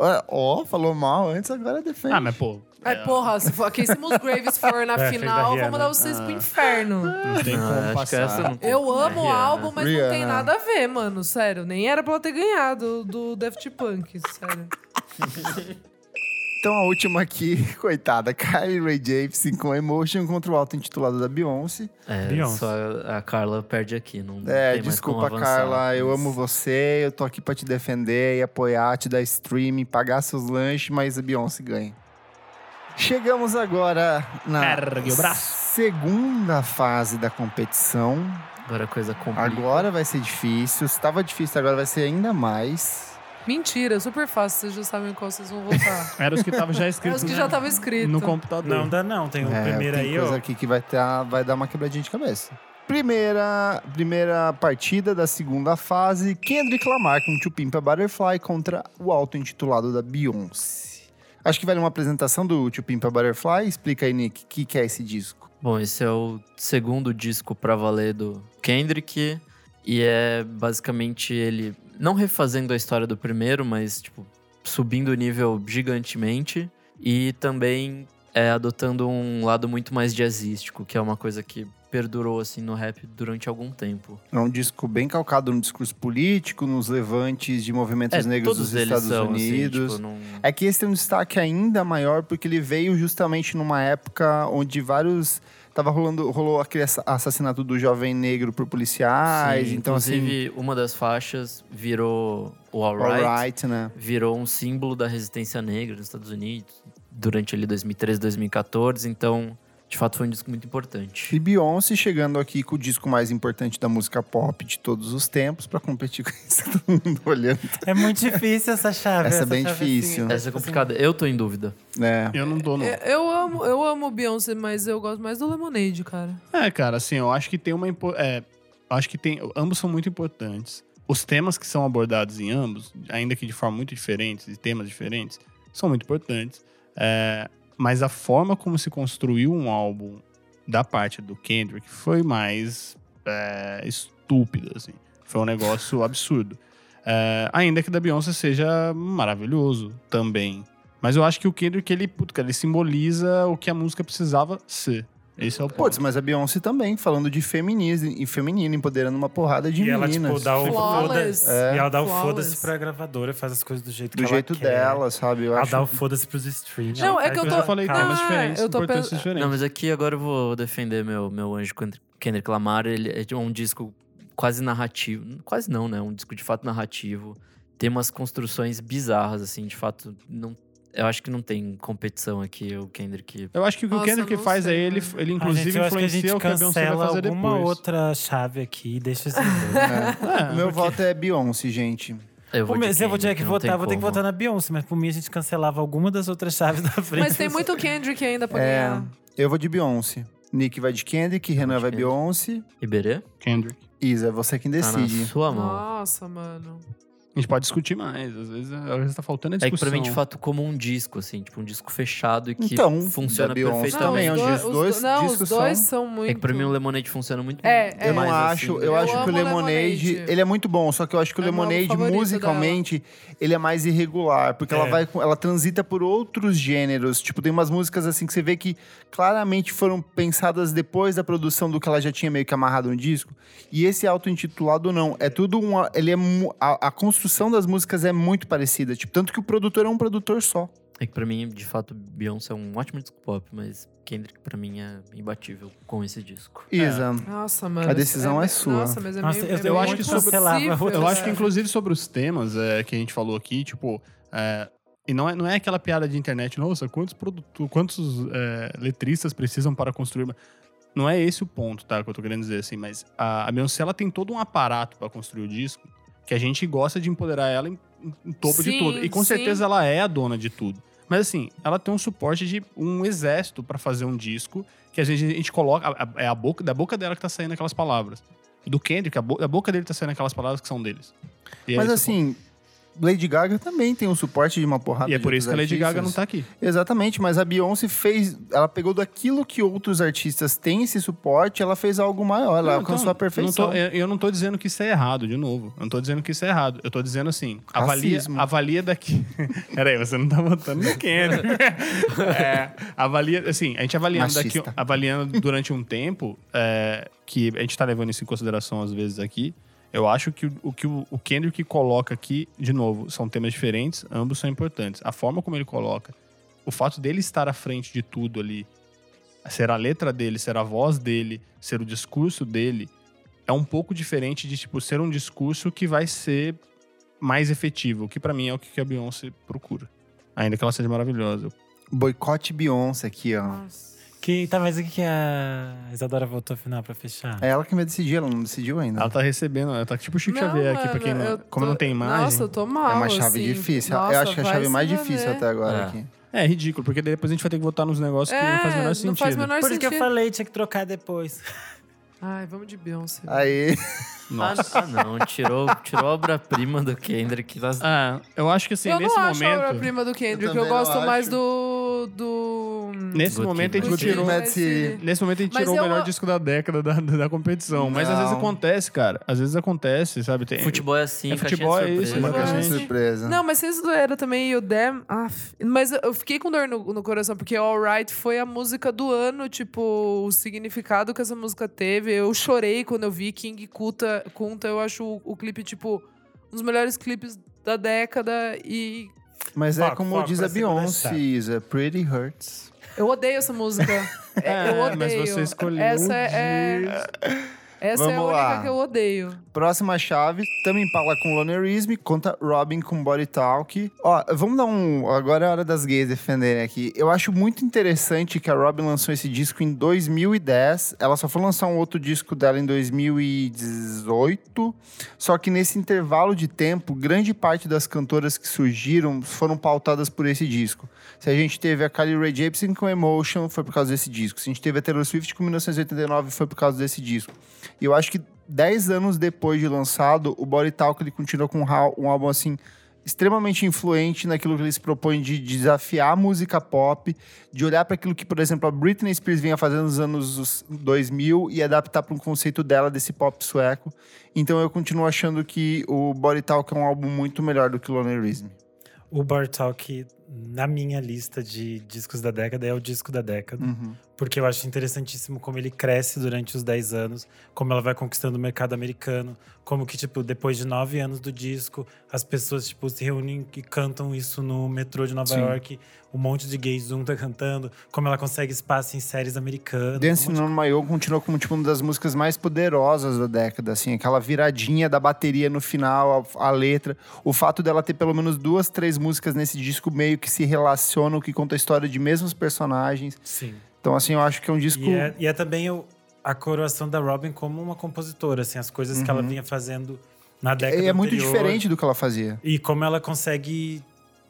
Speaker 1: Ó, ó, falou mal antes, agora é defende.
Speaker 5: Ah, mas pô.
Speaker 2: Ai,
Speaker 5: é,
Speaker 2: porra, se for aqui, se Musgraves for na
Speaker 4: É, fez da
Speaker 2: final,
Speaker 4: Rihanna.
Speaker 2: vamos dar vocês
Speaker 3: Ah.
Speaker 2: pro inferno.
Speaker 5: Não tem
Speaker 3: Não,
Speaker 5: como
Speaker 3: Ah, acho que essa
Speaker 5: passar.
Speaker 3: não tem
Speaker 2: Eu
Speaker 3: como, né,
Speaker 2: amo o
Speaker 3: É. Rihanna?
Speaker 2: álbum, mas não tem
Speaker 1: Rihanna.
Speaker 2: nada a ver, mano. Sério, nem era pra ela ter ganhado do Daft Punk, sério.
Speaker 1: Então a última aqui, *laughs* coitada. Kylie Ray Jepsen com Emotion contra o alto intitulado da Beyoncé.
Speaker 3: É,
Speaker 4: Beyoncé.
Speaker 3: só a Carla perde aqui. Não
Speaker 1: É,
Speaker 3: tem mais como
Speaker 1: desculpa,
Speaker 3: avançar,
Speaker 1: Carla. Eu
Speaker 3: mas-
Speaker 1: amo você. Eu tô aqui pra te defender e apoiar, te dar streaming, pagar seus lanches, mas a Beyoncé ganha. Chegamos agora na
Speaker 5: Ergue o braço.
Speaker 1: segunda fase da competição.
Speaker 3: Agora a coisa complica.
Speaker 1: Agora vai ser difícil. Se tava difícil, agora vai ser ainda mais.
Speaker 2: Mentira, super fácil, vocês já sabem qual vocês vão votar.
Speaker 5: Era os que estavam já
Speaker 2: É
Speaker 5: escritos.
Speaker 2: os que
Speaker 5: né?
Speaker 2: já tava escrito.
Speaker 5: No computador.
Speaker 4: Não dá não. Tem o
Speaker 1: É,
Speaker 4: primeiro
Speaker 1: tem
Speaker 4: aí,
Speaker 1: coisa
Speaker 4: ó.
Speaker 1: aqui que vai, tá, vai dar uma quebradinha de cabeça. Primeira, primeira partida da segunda fase, Kendrick Lamar com Tio Pimpa Butterfly contra o auto-intitulado da Beyoncé. Acho que vale uma apresentação do Tio Pimpa Butterfly. Explica aí, Nick, o que, que é esse disco?
Speaker 3: Bom, esse é o segundo disco pra valer do Kendrick. E é basicamente ele não refazendo a história do primeiro, mas tipo, subindo o nível gigantemente. E também é, adotando um lado muito mais jazzístico, que é uma coisa que perdurou assim no rap durante algum tempo.
Speaker 1: É um disco bem calcado no discurso político, nos levantes de movimentos
Speaker 3: é,
Speaker 1: negros dos Estados
Speaker 3: assim,
Speaker 1: Unidos.
Speaker 3: tipo, não-
Speaker 1: É que esse tem um destaque ainda maior porque ele veio justamente numa época onde vários tava rolando rolou aquele assa- assassinato do jovem negro por policiais,
Speaker 3: Sim,
Speaker 1: então assim,
Speaker 3: inclusive, uma das faixas virou o Alright,
Speaker 1: alright, né?
Speaker 3: virou um símbolo da resistência negra nos Estados Unidos durante ali 2013, 2014. Então, de fato, foi um disco muito importante.
Speaker 1: E Beyoncé chegando aqui com o disco mais importante da música pop de todos os tempos pra competir *laughs* com isso que todo mundo olhando,
Speaker 4: É muito difícil essa chave.
Speaker 1: Essa é bem
Speaker 4: chave
Speaker 1: difícil.
Speaker 4: assim,
Speaker 3: Essa é complicada. Eu tô em dúvida.
Speaker 1: né?
Speaker 5: Eu não tô, não.
Speaker 2: É, Eu amo, eu amo Beyoncé, mas eu gosto mais do Lemonade, cara.
Speaker 5: É, cara, assim, eu acho que tem uma. impo- É, eu acho que tem. Ambos são muito importantes. Os temas que são abordados em ambos, ainda que de forma muito diferente, de temas diferentes, são muito importantes. É, mas a forma como se construiu um álbum da parte do Kendrick foi mais é, estúpida, assim. Foi um negócio absurdo. É, ainda que da Beyoncé seja maravilhoso também. Mas eu acho que o Kendrick, ele, puto, cara, ele simboliza o que a música precisava ser. Esse é o ponto.
Speaker 1: Putz, mas a Beyoncé também falando de feminismo e feminino empoderando uma porrada de
Speaker 4: E ela,
Speaker 1: meninas.
Speaker 4: tipo, dá o
Speaker 2: Flawless.
Speaker 4: foda-se. é E ela dá o
Speaker 2: Flawless.
Speaker 4: foda-se pra gravadora, faz as coisas do jeito que
Speaker 1: É. do
Speaker 4: ela
Speaker 1: jeito
Speaker 4: quer.
Speaker 1: dela, sabe? Eu
Speaker 4: Ela
Speaker 1: acho
Speaker 4: dá o foda-se pros streams.
Speaker 2: Não,
Speaker 4: ela
Speaker 2: é
Speaker 4: faz
Speaker 2: que eu
Speaker 4: coisa-
Speaker 2: tô-
Speaker 5: Eu falei
Speaker 4: Cara,
Speaker 5: temas
Speaker 2: Ah,
Speaker 5: diferentes,
Speaker 2: eu tô
Speaker 5: importâncias
Speaker 2: pensando-
Speaker 5: diferentes.
Speaker 3: Não, mas aqui agora eu vou defender meu, meu anjo Kendrick- Kendrick Lamar. Ele é de um disco quase narrativo. Quase não, né? Um disco de fato narrativo. Tem umas construções bizarras, assim. De fato, não, eu acho que não tem competição aqui. O Kendrick
Speaker 5: Eu acho que o que o
Speaker 2: Nossa,
Speaker 5: Kendrick
Speaker 2: não
Speaker 5: faz
Speaker 2: sei, né?
Speaker 5: é ele,
Speaker 2: mano.
Speaker 5: ele
Speaker 4: Ah,
Speaker 5: inclusive
Speaker 4: gente, eu acho que a
Speaker 5: influencia
Speaker 4: gente
Speaker 5: o que a Beyoncé vai
Speaker 4: cancela
Speaker 5: fazer
Speaker 4: alguma
Speaker 5: depois.
Speaker 4: outra chave aqui e deixa esse. *laughs* Ah,
Speaker 1: O né? meu voto é Beyoncé, gente.
Speaker 3: Eu
Speaker 4: Pô,
Speaker 3: vou de
Speaker 4: mas eu vou ter
Speaker 3: Kendrick,
Speaker 4: que
Speaker 3: não tem
Speaker 4: votar, vou ter que
Speaker 3: como.
Speaker 4: votar na Beyoncé, mas por mim a gente cancelava alguma das outras chaves da frente.
Speaker 2: Mas tem muito Kendrick ainda pra
Speaker 1: É,
Speaker 2: ganhar.
Speaker 1: eu vou de Beyoncé. Nick vai de Kendrick, Renan
Speaker 3: de
Speaker 1: vai
Speaker 3: Kendrick.
Speaker 1: Beyoncé.
Speaker 3: Iberê?
Speaker 5: Kendrick.
Speaker 1: Isa, é você quem
Speaker 3: Tá na
Speaker 2: Ah.
Speaker 1: decide.
Speaker 3: sua mão.
Speaker 2: Nossa, mano.
Speaker 5: A gente pode discutir mais. Às vezes, às vezes tá faltando a
Speaker 3: É que
Speaker 5: discussão.
Speaker 3: pra mim, de fato, como um disco, assim, tipo um disco fechado e que
Speaker 1: Então,
Speaker 3: funciona
Speaker 1: da Beyoncé
Speaker 3: perfeitamente.
Speaker 1: também,
Speaker 2: os
Speaker 1: onde os dois
Speaker 2: do- não, os
Speaker 1: discos
Speaker 2: dois
Speaker 1: são-
Speaker 2: são é um muito.
Speaker 3: É que pra mim o Lemonade funciona muito
Speaker 2: É, é.
Speaker 3: mais,
Speaker 2: Eu
Speaker 1: Eu não acho,
Speaker 3: assim.
Speaker 1: eu,
Speaker 2: Eu
Speaker 1: acho que o
Speaker 2: amo
Speaker 1: Lemonade,
Speaker 2: Lemonade.
Speaker 1: ele é muito bom, só que eu acho que o
Speaker 2: É meu álbum
Speaker 1: Lemonade
Speaker 2: favorito
Speaker 1: musicalmente ele é mais irregular, porque ela
Speaker 4: É.
Speaker 1: vai com- ela transita por outros gêneros, tipo tem umas músicas assim que você vê que claramente foram pensadas depois da produção do que ela já tinha meio que amarrado no disco. E esse auto-intitulado não, é tudo uma, ele é mu- a, a construção das músicas é muito parecida, tipo tanto que o produtor é um produtor só.
Speaker 3: É que pra mim, de fato, Beyoncé é um ótimo disco pop, mas Kendrick pra mim é imbatível com esse disco.
Speaker 1: Isa,
Speaker 2: Nossa, mano.
Speaker 1: A decisão é sua.
Speaker 2: Nossa, mas é
Speaker 4: Nossa,
Speaker 2: meio,
Speaker 4: eu-
Speaker 2: é
Speaker 4: eu
Speaker 2: meio
Speaker 5: acho que isso-
Speaker 2: impossível, assim.
Speaker 5: Eu acho que,
Speaker 2: cara.
Speaker 5: inclusive, sobre os temas é, que a gente falou aqui, tipo. é, e não é, não é aquela piada de internet, nossa, quantos, produto, quantos é, letristas precisam para construir. uma-" Não é esse o ponto, tá? Que eu tô querendo dizer, assim, mas a, a Beyoncé ela tem todo um aparato para construir o disco que a gente gosta de empoderar ela em, em- em topo
Speaker 2: Sim,
Speaker 5: de tudo. E com
Speaker 2: sim.
Speaker 5: certeza ela é a dona de tudo. Mas assim, ela tem um suporte de um exército para fazer um disco que a gente, a gente coloca. a- a- é a boca, da boca dela que tá saindo aquelas palavras. Do Kendrick, a bo- da boca dele tá saindo aquelas palavras que são deles. E é
Speaker 1: mas
Speaker 5: isso,
Speaker 1: assim, Lady Gaga também tem um suporte de uma porrada
Speaker 5: E é
Speaker 1: de
Speaker 5: por isso que a
Speaker 1: outros
Speaker 5: Lady Gaga
Speaker 1: artistas.
Speaker 5: não tá aqui.
Speaker 1: Exatamente, mas a Beyoncé fez. Ela pegou daquilo que outros artistas têm esse suporte, ela fez algo maior, ela
Speaker 5: Não,
Speaker 1: alcançou
Speaker 5: então,
Speaker 1: a perfeição.
Speaker 5: não tô- eu, eu não tô dizendo que isso é errado, de novo. Eu não tô dizendo que isso é errado. Eu tô dizendo assim, avalia,
Speaker 1: Racismo.
Speaker 5: avalia daqui. *laughs* Peraí, você não tá votando no Kendrick. é, avalia, assim, a gente avaliando
Speaker 1: Machista.
Speaker 5: daqui, avaliando durante um tempo, é, que a gente tá levando isso em consideração às vezes aqui. Eu acho que o, o que o, o Kendrick coloca aqui, de novo, são temas diferentes, ambos são importantes. A forma como ele coloca, o fato dele estar à frente de tudo ali, ser a letra dele, ser a voz dele, ser o discurso dele, é um pouco diferente de, tipo, ser um discurso que vai ser mais efetivo, que pra mim é o que a Beyoncé procura. Ainda que ela seja maravilhosa.
Speaker 1: Boicote Beyoncé aqui, ó.
Speaker 2: Nossa.
Speaker 4: Que, tá, mas o que, que a Isadora voltou final pra fechar?
Speaker 1: É ela que vai decidir, ela não decidiu ainda.
Speaker 5: Ela tá recebendo, ela tá tipo Chico Xavier aqui, pra quem
Speaker 2: mano,
Speaker 5: não,
Speaker 2: eu
Speaker 5: como
Speaker 2: tô-
Speaker 5: não tem imagem.
Speaker 2: Nossa, eu tô mal.
Speaker 1: É uma chave
Speaker 2: assim.
Speaker 1: difícil. eu
Speaker 2: Nossa,
Speaker 1: acho que é a
Speaker 2: vai
Speaker 1: chave
Speaker 2: se
Speaker 1: mais difícil
Speaker 2: valer.
Speaker 1: até agora
Speaker 3: É.
Speaker 1: aqui.
Speaker 5: É ridículo, porque daí depois a gente vai ter que votar nos negócios que não faz o
Speaker 2: É,
Speaker 5: menor
Speaker 2: não
Speaker 5: sentido.
Speaker 2: faz o menor
Speaker 4: Por isso que
Speaker 2: sentido.
Speaker 4: eu falei, tinha que trocar depois.
Speaker 2: Ai, vamos de Beyoncé.
Speaker 1: Aí, *laughs*
Speaker 3: Nossa, Ah, não, tirou, tirou a obra-prima do Kendrick. Nós...
Speaker 5: Ah, eu acho que assim,
Speaker 2: eu
Speaker 5: nesse
Speaker 2: não acho a
Speaker 5: momento.
Speaker 2: obra-prima do Kendrick. Eu,
Speaker 1: também não
Speaker 2: gosto mais
Speaker 1: acho.
Speaker 2: do... do...
Speaker 5: Nesse
Speaker 3: Good
Speaker 5: momento a
Speaker 2: do
Speaker 3: Kid,
Speaker 5: gente
Speaker 3: Good Kid.
Speaker 5: tirou.
Speaker 1: Mad
Speaker 2: Mad
Speaker 1: City.
Speaker 2: City.
Speaker 5: Nesse momento a gente
Speaker 2: Mas
Speaker 5: tirou o
Speaker 2: eu-
Speaker 5: melhor disco da década da, da, da competição. Mas às vezes
Speaker 1: Não.
Speaker 5: acontece, cara. Às vezes acontece, sabe? Tem,
Speaker 3: Futebol é assim,
Speaker 5: É
Speaker 3: caixinha
Speaker 5: futebol,
Speaker 3: de
Speaker 5: é isso,
Speaker 3: surpresa.
Speaker 1: uma caixinha de
Speaker 2: Verdade.
Speaker 1: surpresa.
Speaker 2: Não, mas vocês doeram também e o Dem. af. mas eu- eu fiquei com dor no, no coração, porque All Right foi a música do ano, tipo, o significado que essa música teve. Eu chorei quando eu vi King Kunta. Kunta eu acho o, o clipe, tipo, um dos melhores clipes da década. E
Speaker 1: Mas é
Speaker 4: Foco,
Speaker 1: como
Speaker 4: foco,
Speaker 1: diz a
Speaker 4: pra segunda
Speaker 1: Beyoncé,
Speaker 4: etapa.
Speaker 1: Isa, Pretty Hurts.
Speaker 2: eu odeio essa
Speaker 5: *laughs*
Speaker 2: música. É, eu
Speaker 5: É,
Speaker 2: odeio.
Speaker 5: mas você escolheu
Speaker 2: Essa é.
Speaker 5: disso.
Speaker 2: Essa é a
Speaker 1: Vamos
Speaker 2: única
Speaker 1: lá.
Speaker 2: que eu odeio.
Speaker 1: Próxima chave, também Paula com Lonerism, conta Robin com Body Talk. Ó, vamos dar um. Agora é a hora das gays defenderem aqui. Eu acho muito interessante que a Robin lançou esse disco em 2010. Ela só foi lançar um outro disco dela em 2018. Só que nesse intervalo de tempo, grande parte das cantoras que surgiram foram pautadas por esse disco. Se a gente teve a Kylie Rae Jepsen com Emotion, foi por causa desse disco. Se a gente teve a Taylor Swift com 1989, foi por causa desse disco. E eu acho que 10 anos depois de lançado, o Body Talk ele continua com um rau- um álbum assim extremamente influente naquilo que ele se propõe de desafiar a música pop, de olhar para aquilo que, por exemplo, a Britney Spears vinha fazendo nos anos os 2000 e adaptar para um conceito dela desse pop sueco. Então eu continuo achando que o Body Talk é um álbum muito melhor do que o Lonerism.
Speaker 4: O Bar Talk, na minha lista de discos da década, é o disco da década. Porque eu acho interessantíssimo como ele cresce durante os 10 anos, como ela vai conquistando o mercado americano, como que, tipo, depois de 9 anos do disco, as pessoas, tipo, se reúnem e cantam isso no metrô de Nova
Speaker 1: Sim.
Speaker 4: York, um monte de gays um tá *laughs* cantando, como ela consegue espaço em séries americanas. um
Speaker 1: Dancing
Speaker 4: monte
Speaker 1: on My Own continua como tipo, uma das músicas mais poderosas da década, assim, aquela viradinha da bateria no final, a, a letra. O fato dela ter pelo menos duas, três músicas nesse disco meio que se relacionam, que conta a história de mesmos personagens.
Speaker 4: de... Sim.
Speaker 1: Então, assim, eu acho que é um disco.
Speaker 4: E é, e é também o- a coroação da Robin como uma compositora, assim, as coisas que ela vinha fazendo na década
Speaker 1: Uhum. é, é muito
Speaker 4: anterior.
Speaker 1: diferente do que ela fazia.
Speaker 4: E como ela consegue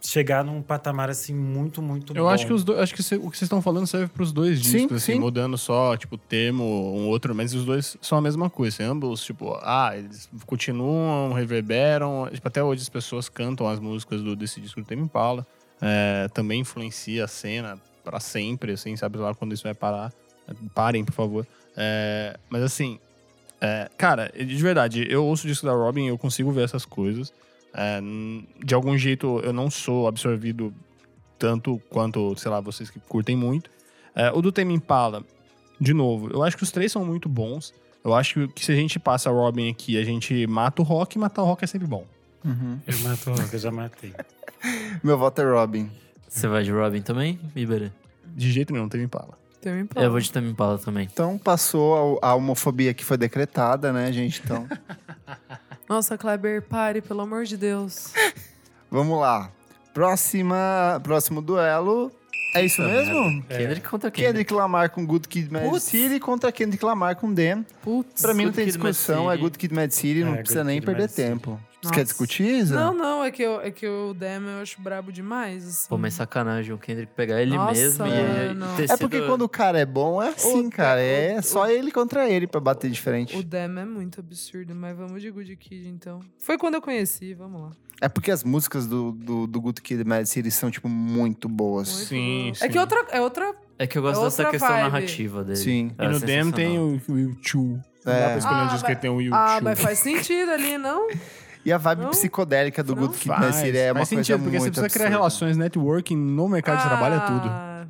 Speaker 4: chegar num patamar assim muito, muito
Speaker 5: Eu
Speaker 4: bom.
Speaker 5: acho que, os dois, acho que cê- o que vocês estão falando serve pros dois
Speaker 1: Sim,
Speaker 5: discos, assim,
Speaker 1: sim.
Speaker 5: mudando só, tipo, termo, um outro, mas os dois são a mesma coisa. assim, ambos, tipo, ah, eles continuam, reverberam. Tipo, até hoje as pessoas cantam as músicas do, desse disco do Tame Impala. É, também influencia a cena pra sempre, assim, sabe lá quando isso vai parar. Parem, por favor. É, mas assim, é, cara, de verdade, eu ouço o disco da Robin e eu consigo ver essas coisas. É, n- de algum jeito, eu não sou absorvido tanto quanto, sei lá, vocês que curtem muito. É, o do Tame Impala, de novo, eu acho que os três são muito bons. Eu acho que se a gente passa a Robin aqui, a gente mata o rock, e matar o rock é sempre bom.
Speaker 4: Eu mato, eu já matei.
Speaker 1: Meu voto é Robin.
Speaker 3: Você vai de Robin também, Ibera?
Speaker 5: De jeito nenhum, Tame Impala.
Speaker 2: Tame Impala.
Speaker 3: Eu vou de Tame Impala também.
Speaker 1: Então passou a, a homofobia que foi decretada, né, gente? Então, *laughs*
Speaker 2: Nossa, Kleber, pare, pelo amor de
Speaker 5: *laughs*
Speaker 2: Deus.
Speaker 1: vamos lá. Próxima, próximo duelo. É isso mesmo?
Speaker 3: Kendrick contra Kendrick.
Speaker 1: é Kendrick Lamar com Good Kid, Mad
Speaker 2: Putz.
Speaker 1: City contra Kendrick Lamar com Dan.
Speaker 2: Putz.
Speaker 1: Pra mim não
Speaker 3: Good
Speaker 1: tem
Speaker 3: Kid, Mad
Speaker 1: discussão, é
Speaker 3: City.
Speaker 1: Good Kid, Mad City, não
Speaker 4: É,
Speaker 1: precisa
Speaker 4: Good
Speaker 1: nem
Speaker 4: Kid,
Speaker 1: perder
Speaker 4: Mad City.
Speaker 1: tempo. Você
Speaker 2: Nossa.
Speaker 1: quer discutir, Isa?
Speaker 2: Não, não, é que, eu, é que o Demo eu acho brabo demais. assim.
Speaker 3: Pô, mas sacanagem, o Kendrick pegar ele
Speaker 2: Nossa,
Speaker 3: mesmo e-
Speaker 2: mano.
Speaker 3: e ter
Speaker 1: É porque
Speaker 3: sido-
Speaker 1: quando o cara é bom, é assim,
Speaker 2: O-
Speaker 1: cara. É
Speaker 2: o-
Speaker 1: só ele contra ele pra bater de frente.
Speaker 2: O Demo é muito absurdo, mas vamos de Good Kid então. Foi quando eu conheci, vamos lá.
Speaker 1: É porque as músicas do, do, do Good Kid, Mad City são, tipo, muito boas.
Speaker 2: Muito
Speaker 5: Sim,
Speaker 2: bom.
Speaker 5: sim.
Speaker 2: É que outra, é outra.
Speaker 3: É que eu gosto
Speaker 2: É
Speaker 3: dessa
Speaker 2: outra
Speaker 3: questão
Speaker 2: vibe.
Speaker 3: narrativa dele. É
Speaker 1: Sim.
Speaker 5: e no Dem tem o Will Chu. Não dá
Speaker 1: É.
Speaker 5: pra escolher
Speaker 2: Ah,
Speaker 5: um disco que
Speaker 2: mas-
Speaker 5: tem o Will
Speaker 2: Ah,
Speaker 5: Chu.
Speaker 2: mas faz sentido ali,
Speaker 5: *laughs*
Speaker 2: não?
Speaker 1: E a vibe
Speaker 2: Não?
Speaker 1: psicodélica do
Speaker 2: Não?
Speaker 1: Good Kid, Mad City é uma coisa
Speaker 5: faz sentido,
Speaker 1: muito
Speaker 5: porque você precisa criar
Speaker 1: absurda.
Speaker 5: relações, networking no mercado de trabalho é tudo.
Speaker 2: tudo. Ah,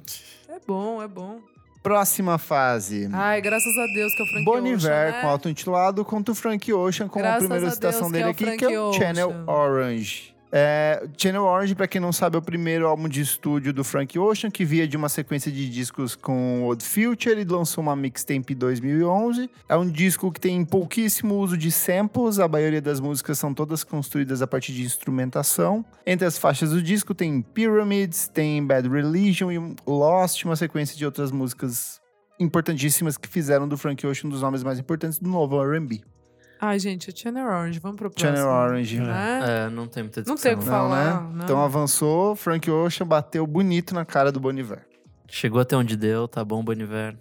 Speaker 2: É bom, é bom.
Speaker 1: Próxima fase.
Speaker 2: Ai, graças a Deus que Ah, é o Frank
Speaker 1: Boniver
Speaker 2: Ocean, né?
Speaker 1: com auto-intitulado contra o Frank Ocean com a
Speaker 2: Graças
Speaker 1: primeira
Speaker 2: a
Speaker 1: citação
Speaker 2: Deus que
Speaker 1: dele
Speaker 2: é o
Speaker 1: aqui,
Speaker 2: Frank
Speaker 1: que é o
Speaker 2: Ocean.
Speaker 1: Channel Orange. É, Channel Orange, pra quem não sabe, é o primeiro álbum de estúdio do Frank Ocean, que via de uma sequência de discos com Old Future. Ele lançou uma mixtape em 2011. É um disco que tem pouquíssimo uso de samples. A maioria das músicas são todas construídas a partir de instrumentação. Entre as faixas do disco tem Pyramids, tem Bad Religion e Lost, uma sequência de outras músicas importantíssimas que fizeram do Frank Ocean um dos nomes mais importantes do novo R&B.
Speaker 2: Ai, gente, é Channel Orange, vamos pro próximo.
Speaker 1: Channel Orange.
Speaker 2: Né?
Speaker 3: É, não tem muita discussão.
Speaker 2: Não tem o que
Speaker 1: Não,
Speaker 2: falar,
Speaker 1: né?
Speaker 2: não.
Speaker 1: Então avançou, Frank Ocean bateu bonito na cara do Boniver.
Speaker 3: Chegou até onde deu, tá bom, Boniver.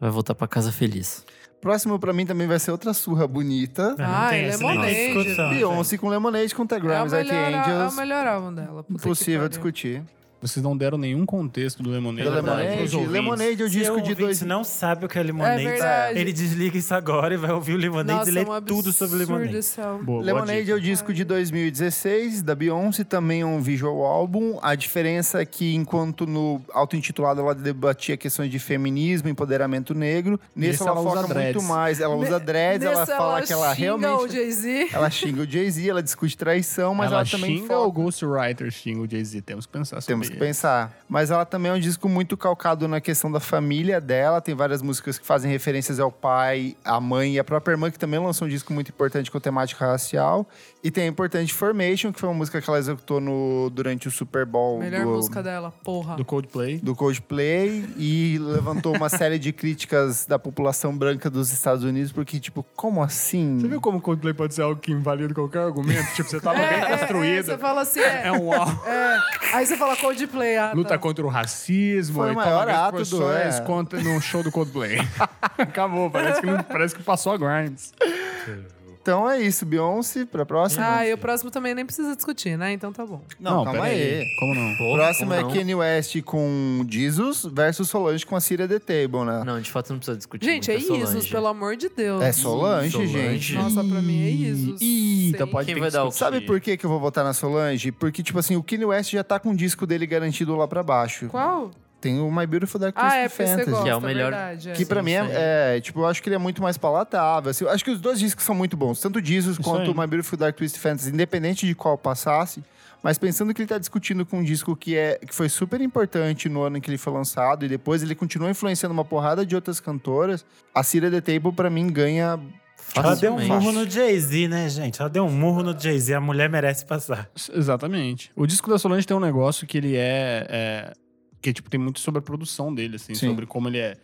Speaker 3: Vai voltar pra casa feliz.
Speaker 1: Próximo pra mim também vai ser outra surra bonita.
Speaker 4: *laughs* Não, não
Speaker 2: Ah,
Speaker 4: tem
Speaker 2: ele é
Speaker 4: essa nem
Speaker 2: moleque.
Speaker 4: discussão. né?
Speaker 1: Beyoncé com Lemonade com The
Speaker 2: É o
Speaker 1: Grimes, Arctic
Speaker 2: melhor, é o
Speaker 1: Angels.
Speaker 2: melhor álbum dela. puta que
Speaker 1: Impossível
Speaker 2: pariu.
Speaker 1: discutir.
Speaker 5: Vocês não deram nenhum contexto do Lemonade.
Speaker 1: Do Lemonade,
Speaker 5: pros ouvintes.
Speaker 1: Lemonade é o
Speaker 4: Se
Speaker 1: disco
Speaker 4: o
Speaker 1: de
Speaker 4: ouvinte
Speaker 1: dois...
Speaker 4: não sabe o que é
Speaker 2: É
Speaker 4: limonade,
Speaker 2: verdade.
Speaker 4: ele desliga isso agora e vai ouvir o limonade
Speaker 2: Nossa,
Speaker 4: e
Speaker 2: é
Speaker 4: ler
Speaker 2: um
Speaker 4: tudo sobre
Speaker 2: absurdo
Speaker 4: limonade.
Speaker 2: esse álbum.
Speaker 5: Boa, boa
Speaker 1: Lemonade
Speaker 5: dica.
Speaker 1: é o disco de 2016 da Beyoncé, também é um visual álbum. A diferença é que, enquanto no auto-intitulado ela debatia questões de feminismo, empoderamento negro, nesse
Speaker 5: Nesse
Speaker 1: ela,
Speaker 5: ela usa
Speaker 1: foca muito
Speaker 5: dreads.
Speaker 1: mais. Ela usa dreads, ela
Speaker 2: Nessa
Speaker 1: fala que ela
Speaker 2: xinga o
Speaker 1: realmente.
Speaker 2: Jay-Z.
Speaker 1: Ela xinga o Jay-Z, ela discute traição, mas ela, também
Speaker 5: xinga
Speaker 1: foca-
Speaker 5: o Ghostwriter, xinga o Jay-Z. Temos que pensar sobre
Speaker 1: Temos que
Speaker 5: isso.
Speaker 1: pensar. Mas ela também é um disco muito calcado na questão da família dela. Tem várias músicas que fazem referências ao pai, à mãe e à própria irmã, que também lançou um disco muito importante com temática racial. E tem a importante Formation, que foi uma música que ela executou no, durante o Super Bowl
Speaker 2: Melhor
Speaker 1: do,
Speaker 2: música dela, porra.
Speaker 5: Do Coldplay.
Speaker 1: do Coldplay. E levantou
Speaker 2: *laughs*
Speaker 1: uma série de críticas da população branca dos Estados Unidos, porque, tipo, como assim?
Speaker 5: Você viu como o Coldplay pode ser algo que invalida qualquer argumento? tipo, você tava bem
Speaker 2: é,
Speaker 5: construído.
Speaker 2: você fala assim, é,
Speaker 5: É um álbum.
Speaker 2: *laughs* é. Aí você fala Coldplay, ah, tá.
Speaker 5: Luta contra o racismo.
Speaker 1: Foi o
Speaker 5: e tava
Speaker 1: maior
Speaker 5: bem
Speaker 1: ato do-
Speaker 5: expressões
Speaker 1: é.
Speaker 5: contra, no show do Coldplay. *laughs* Acabou, parece que, não- parece que passou a Grimes.
Speaker 1: Então é isso, Beyoncé, pra próxima.
Speaker 2: Ah, e o próximo também nem precisa discutir, né? Então tá bom.
Speaker 1: calma
Speaker 5: peraí.
Speaker 1: aí.
Speaker 5: Como não?
Speaker 3: Porra,
Speaker 1: Próximo
Speaker 3: como
Speaker 1: é
Speaker 3: não?
Speaker 1: Kanye West com Jesus versus Solange com a Síria The Table, né?
Speaker 3: Não, de fato não precisa discutir.
Speaker 2: Gente, é
Speaker 3: muito,
Speaker 2: Isos,
Speaker 3: Solange.
Speaker 2: pelo amor de Deus.
Speaker 1: É Solange,
Speaker 3: Solange.
Speaker 1: gente.
Speaker 2: Nossa, pra mim é Isos.
Speaker 5: Eita,
Speaker 2: Sei.
Speaker 5: pode
Speaker 3: Quem
Speaker 5: ter
Speaker 3: vai
Speaker 5: que
Speaker 3: dar o
Speaker 5: discutir.
Speaker 1: Sabe por que, que eu vou votar na Solange? Porque, tipo assim, o Kanye West já tá com o disco dele garantido lá pra baixo.
Speaker 2: Qual?
Speaker 1: Tem o My Beautiful Dark
Speaker 2: Ah,
Speaker 1: Twisted
Speaker 2: é porque você
Speaker 1: Fantasy.
Speaker 2: gosta,
Speaker 3: Que é o melhor-
Speaker 2: verdade, é.
Speaker 1: Que pra
Speaker 3: Sim,
Speaker 1: mim
Speaker 3: isso aí.
Speaker 1: é, é, tipo, eu acho que ele é muito mais palatável. assim. eu acho que os dois discos são muito bons, tanto Jesus quanto
Speaker 5: aí.
Speaker 1: o My Beautiful Dark Twisted Fantasy, independente de qual passasse. Mas pensando que ele tá discutindo com um disco que, é, que foi super importante no ano em que ele foi lançado, e depois ele continua influenciando uma porrada de outras cantoras, a Cira The Table, pra mim, ganha.
Speaker 4: Ela deu um
Speaker 3: Facilmente.
Speaker 4: murro no Jay-Z, né, gente? Ela deu um murro no Jay-Z. A mulher merece passar.
Speaker 5: S- Exatamente. O disco da Solange tem um negócio que ele é. é, que tipo, tem muito sobre a produção dele, assim,
Speaker 1: Sim.
Speaker 5: sobre como ele é,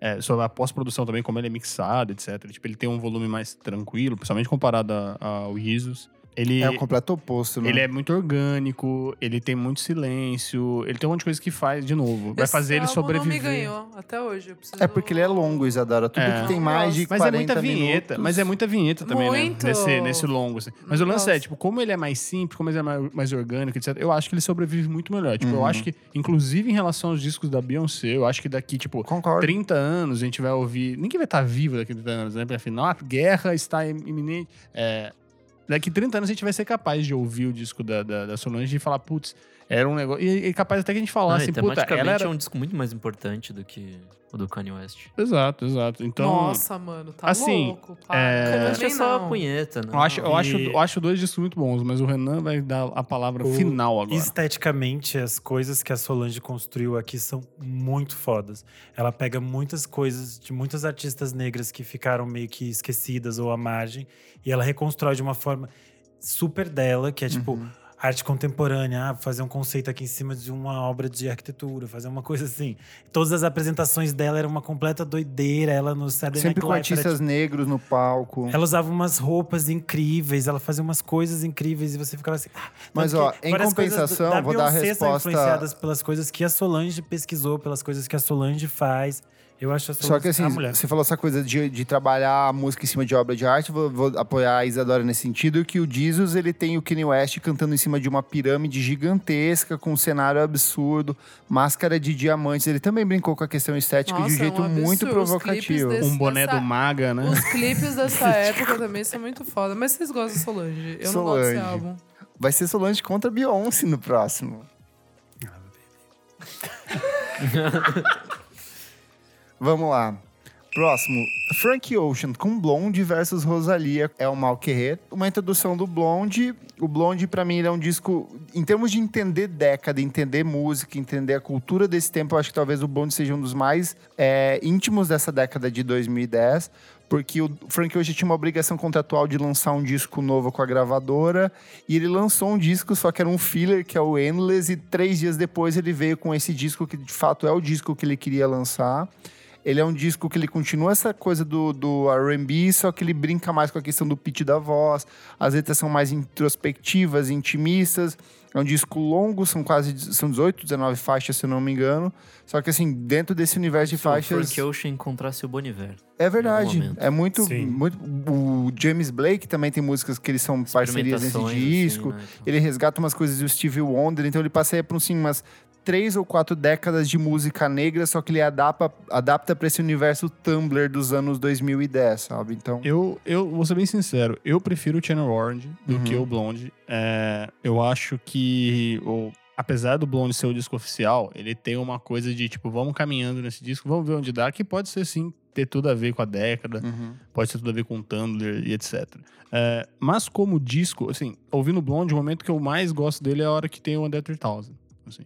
Speaker 5: é, Sobre a pós-produção também, como ele é mixado, etc. Tipo, ele tem um volume mais tranquilo, principalmente comparado a- ao Jesus. Ele
Speaker 1: É o completo oposto, né?
Speaker 5: Ele é muito orgânico, ele tem muito silêncio, ele tem um monte de coisa que faz, de novo, vai
Speaker 2: Esse
Speaker 5: fazer ele
Speaker 2: álbum
Speaker 5: sobreviver.
Speaker 2: não me ganhou até hoje. Eu preciso...
Speaker 1: É porque ele é longo, Isadora. Tudo
Speaker 5: É.
Speaker 1: que tem mais de
Speaker 5: Mas é
Speaker 1: 40
Speaker 5: muita vinheta,
Speaker 1: minutos-
Speaker 5: mas é muita vinheta também,
Speaker 2: Muito.
Speaker 5: né? Nesse, nesse longo, assim. Mas o lance
Speaker 2: Nossa.
Speaker 5: é, tipo, como ele é mais simples, como ele é mais, mais orgânico, etc., eu acho que ele sobrevive muito melhor. Tipo, eu
Speaker 1: Uhum.
Speaker 5: acho que, inclusive em relação aos discos da Beyoncé, eu acho que daqui, tipo,
Speaker 1: Concordo.
Speaker 5: 30 anos a gente vai ouvir. Ninguém vai estar vivo daqui a 30 anos, né? Porque afinal, a guerra está im- iminente. É, daqui 30 anos a gente vai ser capaz de ouvir o disco da, da, da Solange e falar, putz, era um negócio. E, e capaz até que a gente
Speaker 3: Não,
Speaker 5: falasse,
Speaker 3: e
Speaker 5: assim, puta,
Speaker 3: tematicamente
Speaker 5: ela era.
Speaker 3: é um disco muito mais importante do que o do Kanye West.
Speaker 5: Exato, exato. Então.
Speaker 2: Nossa, mano, tá
Speaker 5: assim,
Speaker 2: louco. Pá.
Speaker 5: é-
Speaker 2: Também
Speaker 3: Kanye é só
Speaker 2: não.
Speaker 3: punheta, né?
Speaker 5: Eu acho, eu,
Speaker 4: E-
Speaker 5: acho, eu acho dois discos muito bons, mas o Renan vai dar a palavra
Speaker 4: O-
Speaker 5: final agora.
Speaker 4: Esteticamente, as coisas que a Solange construiu aqui são muito fodas. Ela pega muitas coisas de muitas artistas negras que ficaram meio que esquecidas ou à margem e ela reconstrói de uma forma super dela, que é tipo arte contemporânea, ah, fazer um conceito aqui em cima de uma obra de arquitetura, fazer uma coisa assim. Todas as apresentações dela eram uma completa doideira, ela no Saturday
Speaker 1: Sempre
Speaker 4: Night
Speaker 1: com
Speaker 4: Live era,
Speaker 1: artistas negros no palco.
Speaker 4: ela usava umas roupas incríveis, ela fazia umas coisas incríveis e você ficava assim. "Ah", tanto
Speaker 1: Mas,
Speaker 4: que
Speaker 1: ó, em
Speaker 4: várias coisas
Speaker 1: compensação,
Speaker 4: da
Speaker 1: vou dar a
Speaker 4: Beyoncé são
Speaker 1: resposta-
Speaker 4: influenciadas pelas coisas que a Solange pesquisou, pelas coisas que a Solange faz. Eu acho a Solange
Speaker 1: Só que assim,
Speaker 4: a mulher.
Speaker 1: você falou essa coisa de, de trabalhar a música em cima de obra de arte, vou, vou apoiar a Isadora nesse sentido, que o Jesus, ele tem o Kanye West cantando em cima de uma pirâmide gigantesca, com um cenário absurdo, máscara de diamantes, ele também brincou com a questão estética
Speaker 2: Nossa,
Speaker 1: de um
Speaker 2: é
Speaker 1: jeito
Speaker 2: um
Speaker 1: muito
Speaker 2: absurdo. Os clipes
Speaker 1: provocativo.
Speaker 2: desse-
Speaker 5: Um boné
Speaker 2: Essa-
Speaker 5: do Maga, né?
Speaker 2: Os clipes
Speaker 1: *laughs*
Speaker 2: dessa época também são muito foda. Mas vocês gostam de Solange? Eu não gosto desse
Speaker 1: Solange.
Speaker 2: álbum.
Speaker 1: Vai ser Solange contra Beyoncé no próximo. Vamos lá. Próximo, Frank Ocean com Blonde versus Rosalia é o Mal Querer. Uma introdução do Blonde. O Blonde, pra mim, ele é um disco. Em termos de entender década, entender música, entender a cultura desse tempo, eu acho que talvez o Blonde seja um dos mais é, íntimos dessa década de 2010. Porque o Frank Ocean tinha uma obrigação contratual de lançar um disco novo com a gravadora. E ele lançou um disco, só que era um filler, que é o Endless. E três dias depois ele veio com esse disco, que de fato é o disco que ele queria lançar. Ele é um disco que ele continua essa coisa do, do R&B, só que ele brinca mais com a questão do pitch da voz. As letras são mais introspectivas, intimistas. É um disco longo, são quase são 18, 19 faixas, se eu não me engano. Só que assim, dentro desse universo de
Speaker 3: Se o
Speaker 1: faixas...
Speaker 3: Frank Ocean encontrasse o Boniver.
Speaker 1: É
Speaker 3: em algum
Speaker 1: verdade.
Speaker 3: momento.
Speaker 1: É muito,
Speaker 4: Sim.
Speaker 1: muito. O James Blake também tem músicas que eles são parcerias nesse
Speaker 3: Experimentações,
Speaker 1: disco.
Speaker 3: assim, né, então.
Speaker 1: Ele resgata umas coisas do Stevie Wonder, então ele passeia por assim, umas três ou quatro décadas de música negra, só que ele adapta, adapta para esse universo Tumblr dos anos 2010, sabe? Então.
Speaker 5: Eu, eu vou ser bem sincero, eu prefiro o Channel Orange do
Speaker 1: Uhum.
Speaker 5: que o Blonde. É, eu acho que, o- apesar do Blonde ser o disco oficial, ele tem uma coisa de tipo, vamos caminhando nesse disco, vamos ver onde dá, que pode ser sim ter tudo a ver com a década,
Speaker 1: Uhum. *laughs*
Speaker 5: pode ter tudo a ver com o Tumblr e etc. É, mas como disco, assim, ouvindo o Blonde, o momento que eu mais gosto dele é a hora que tem o Under 3000. Assim.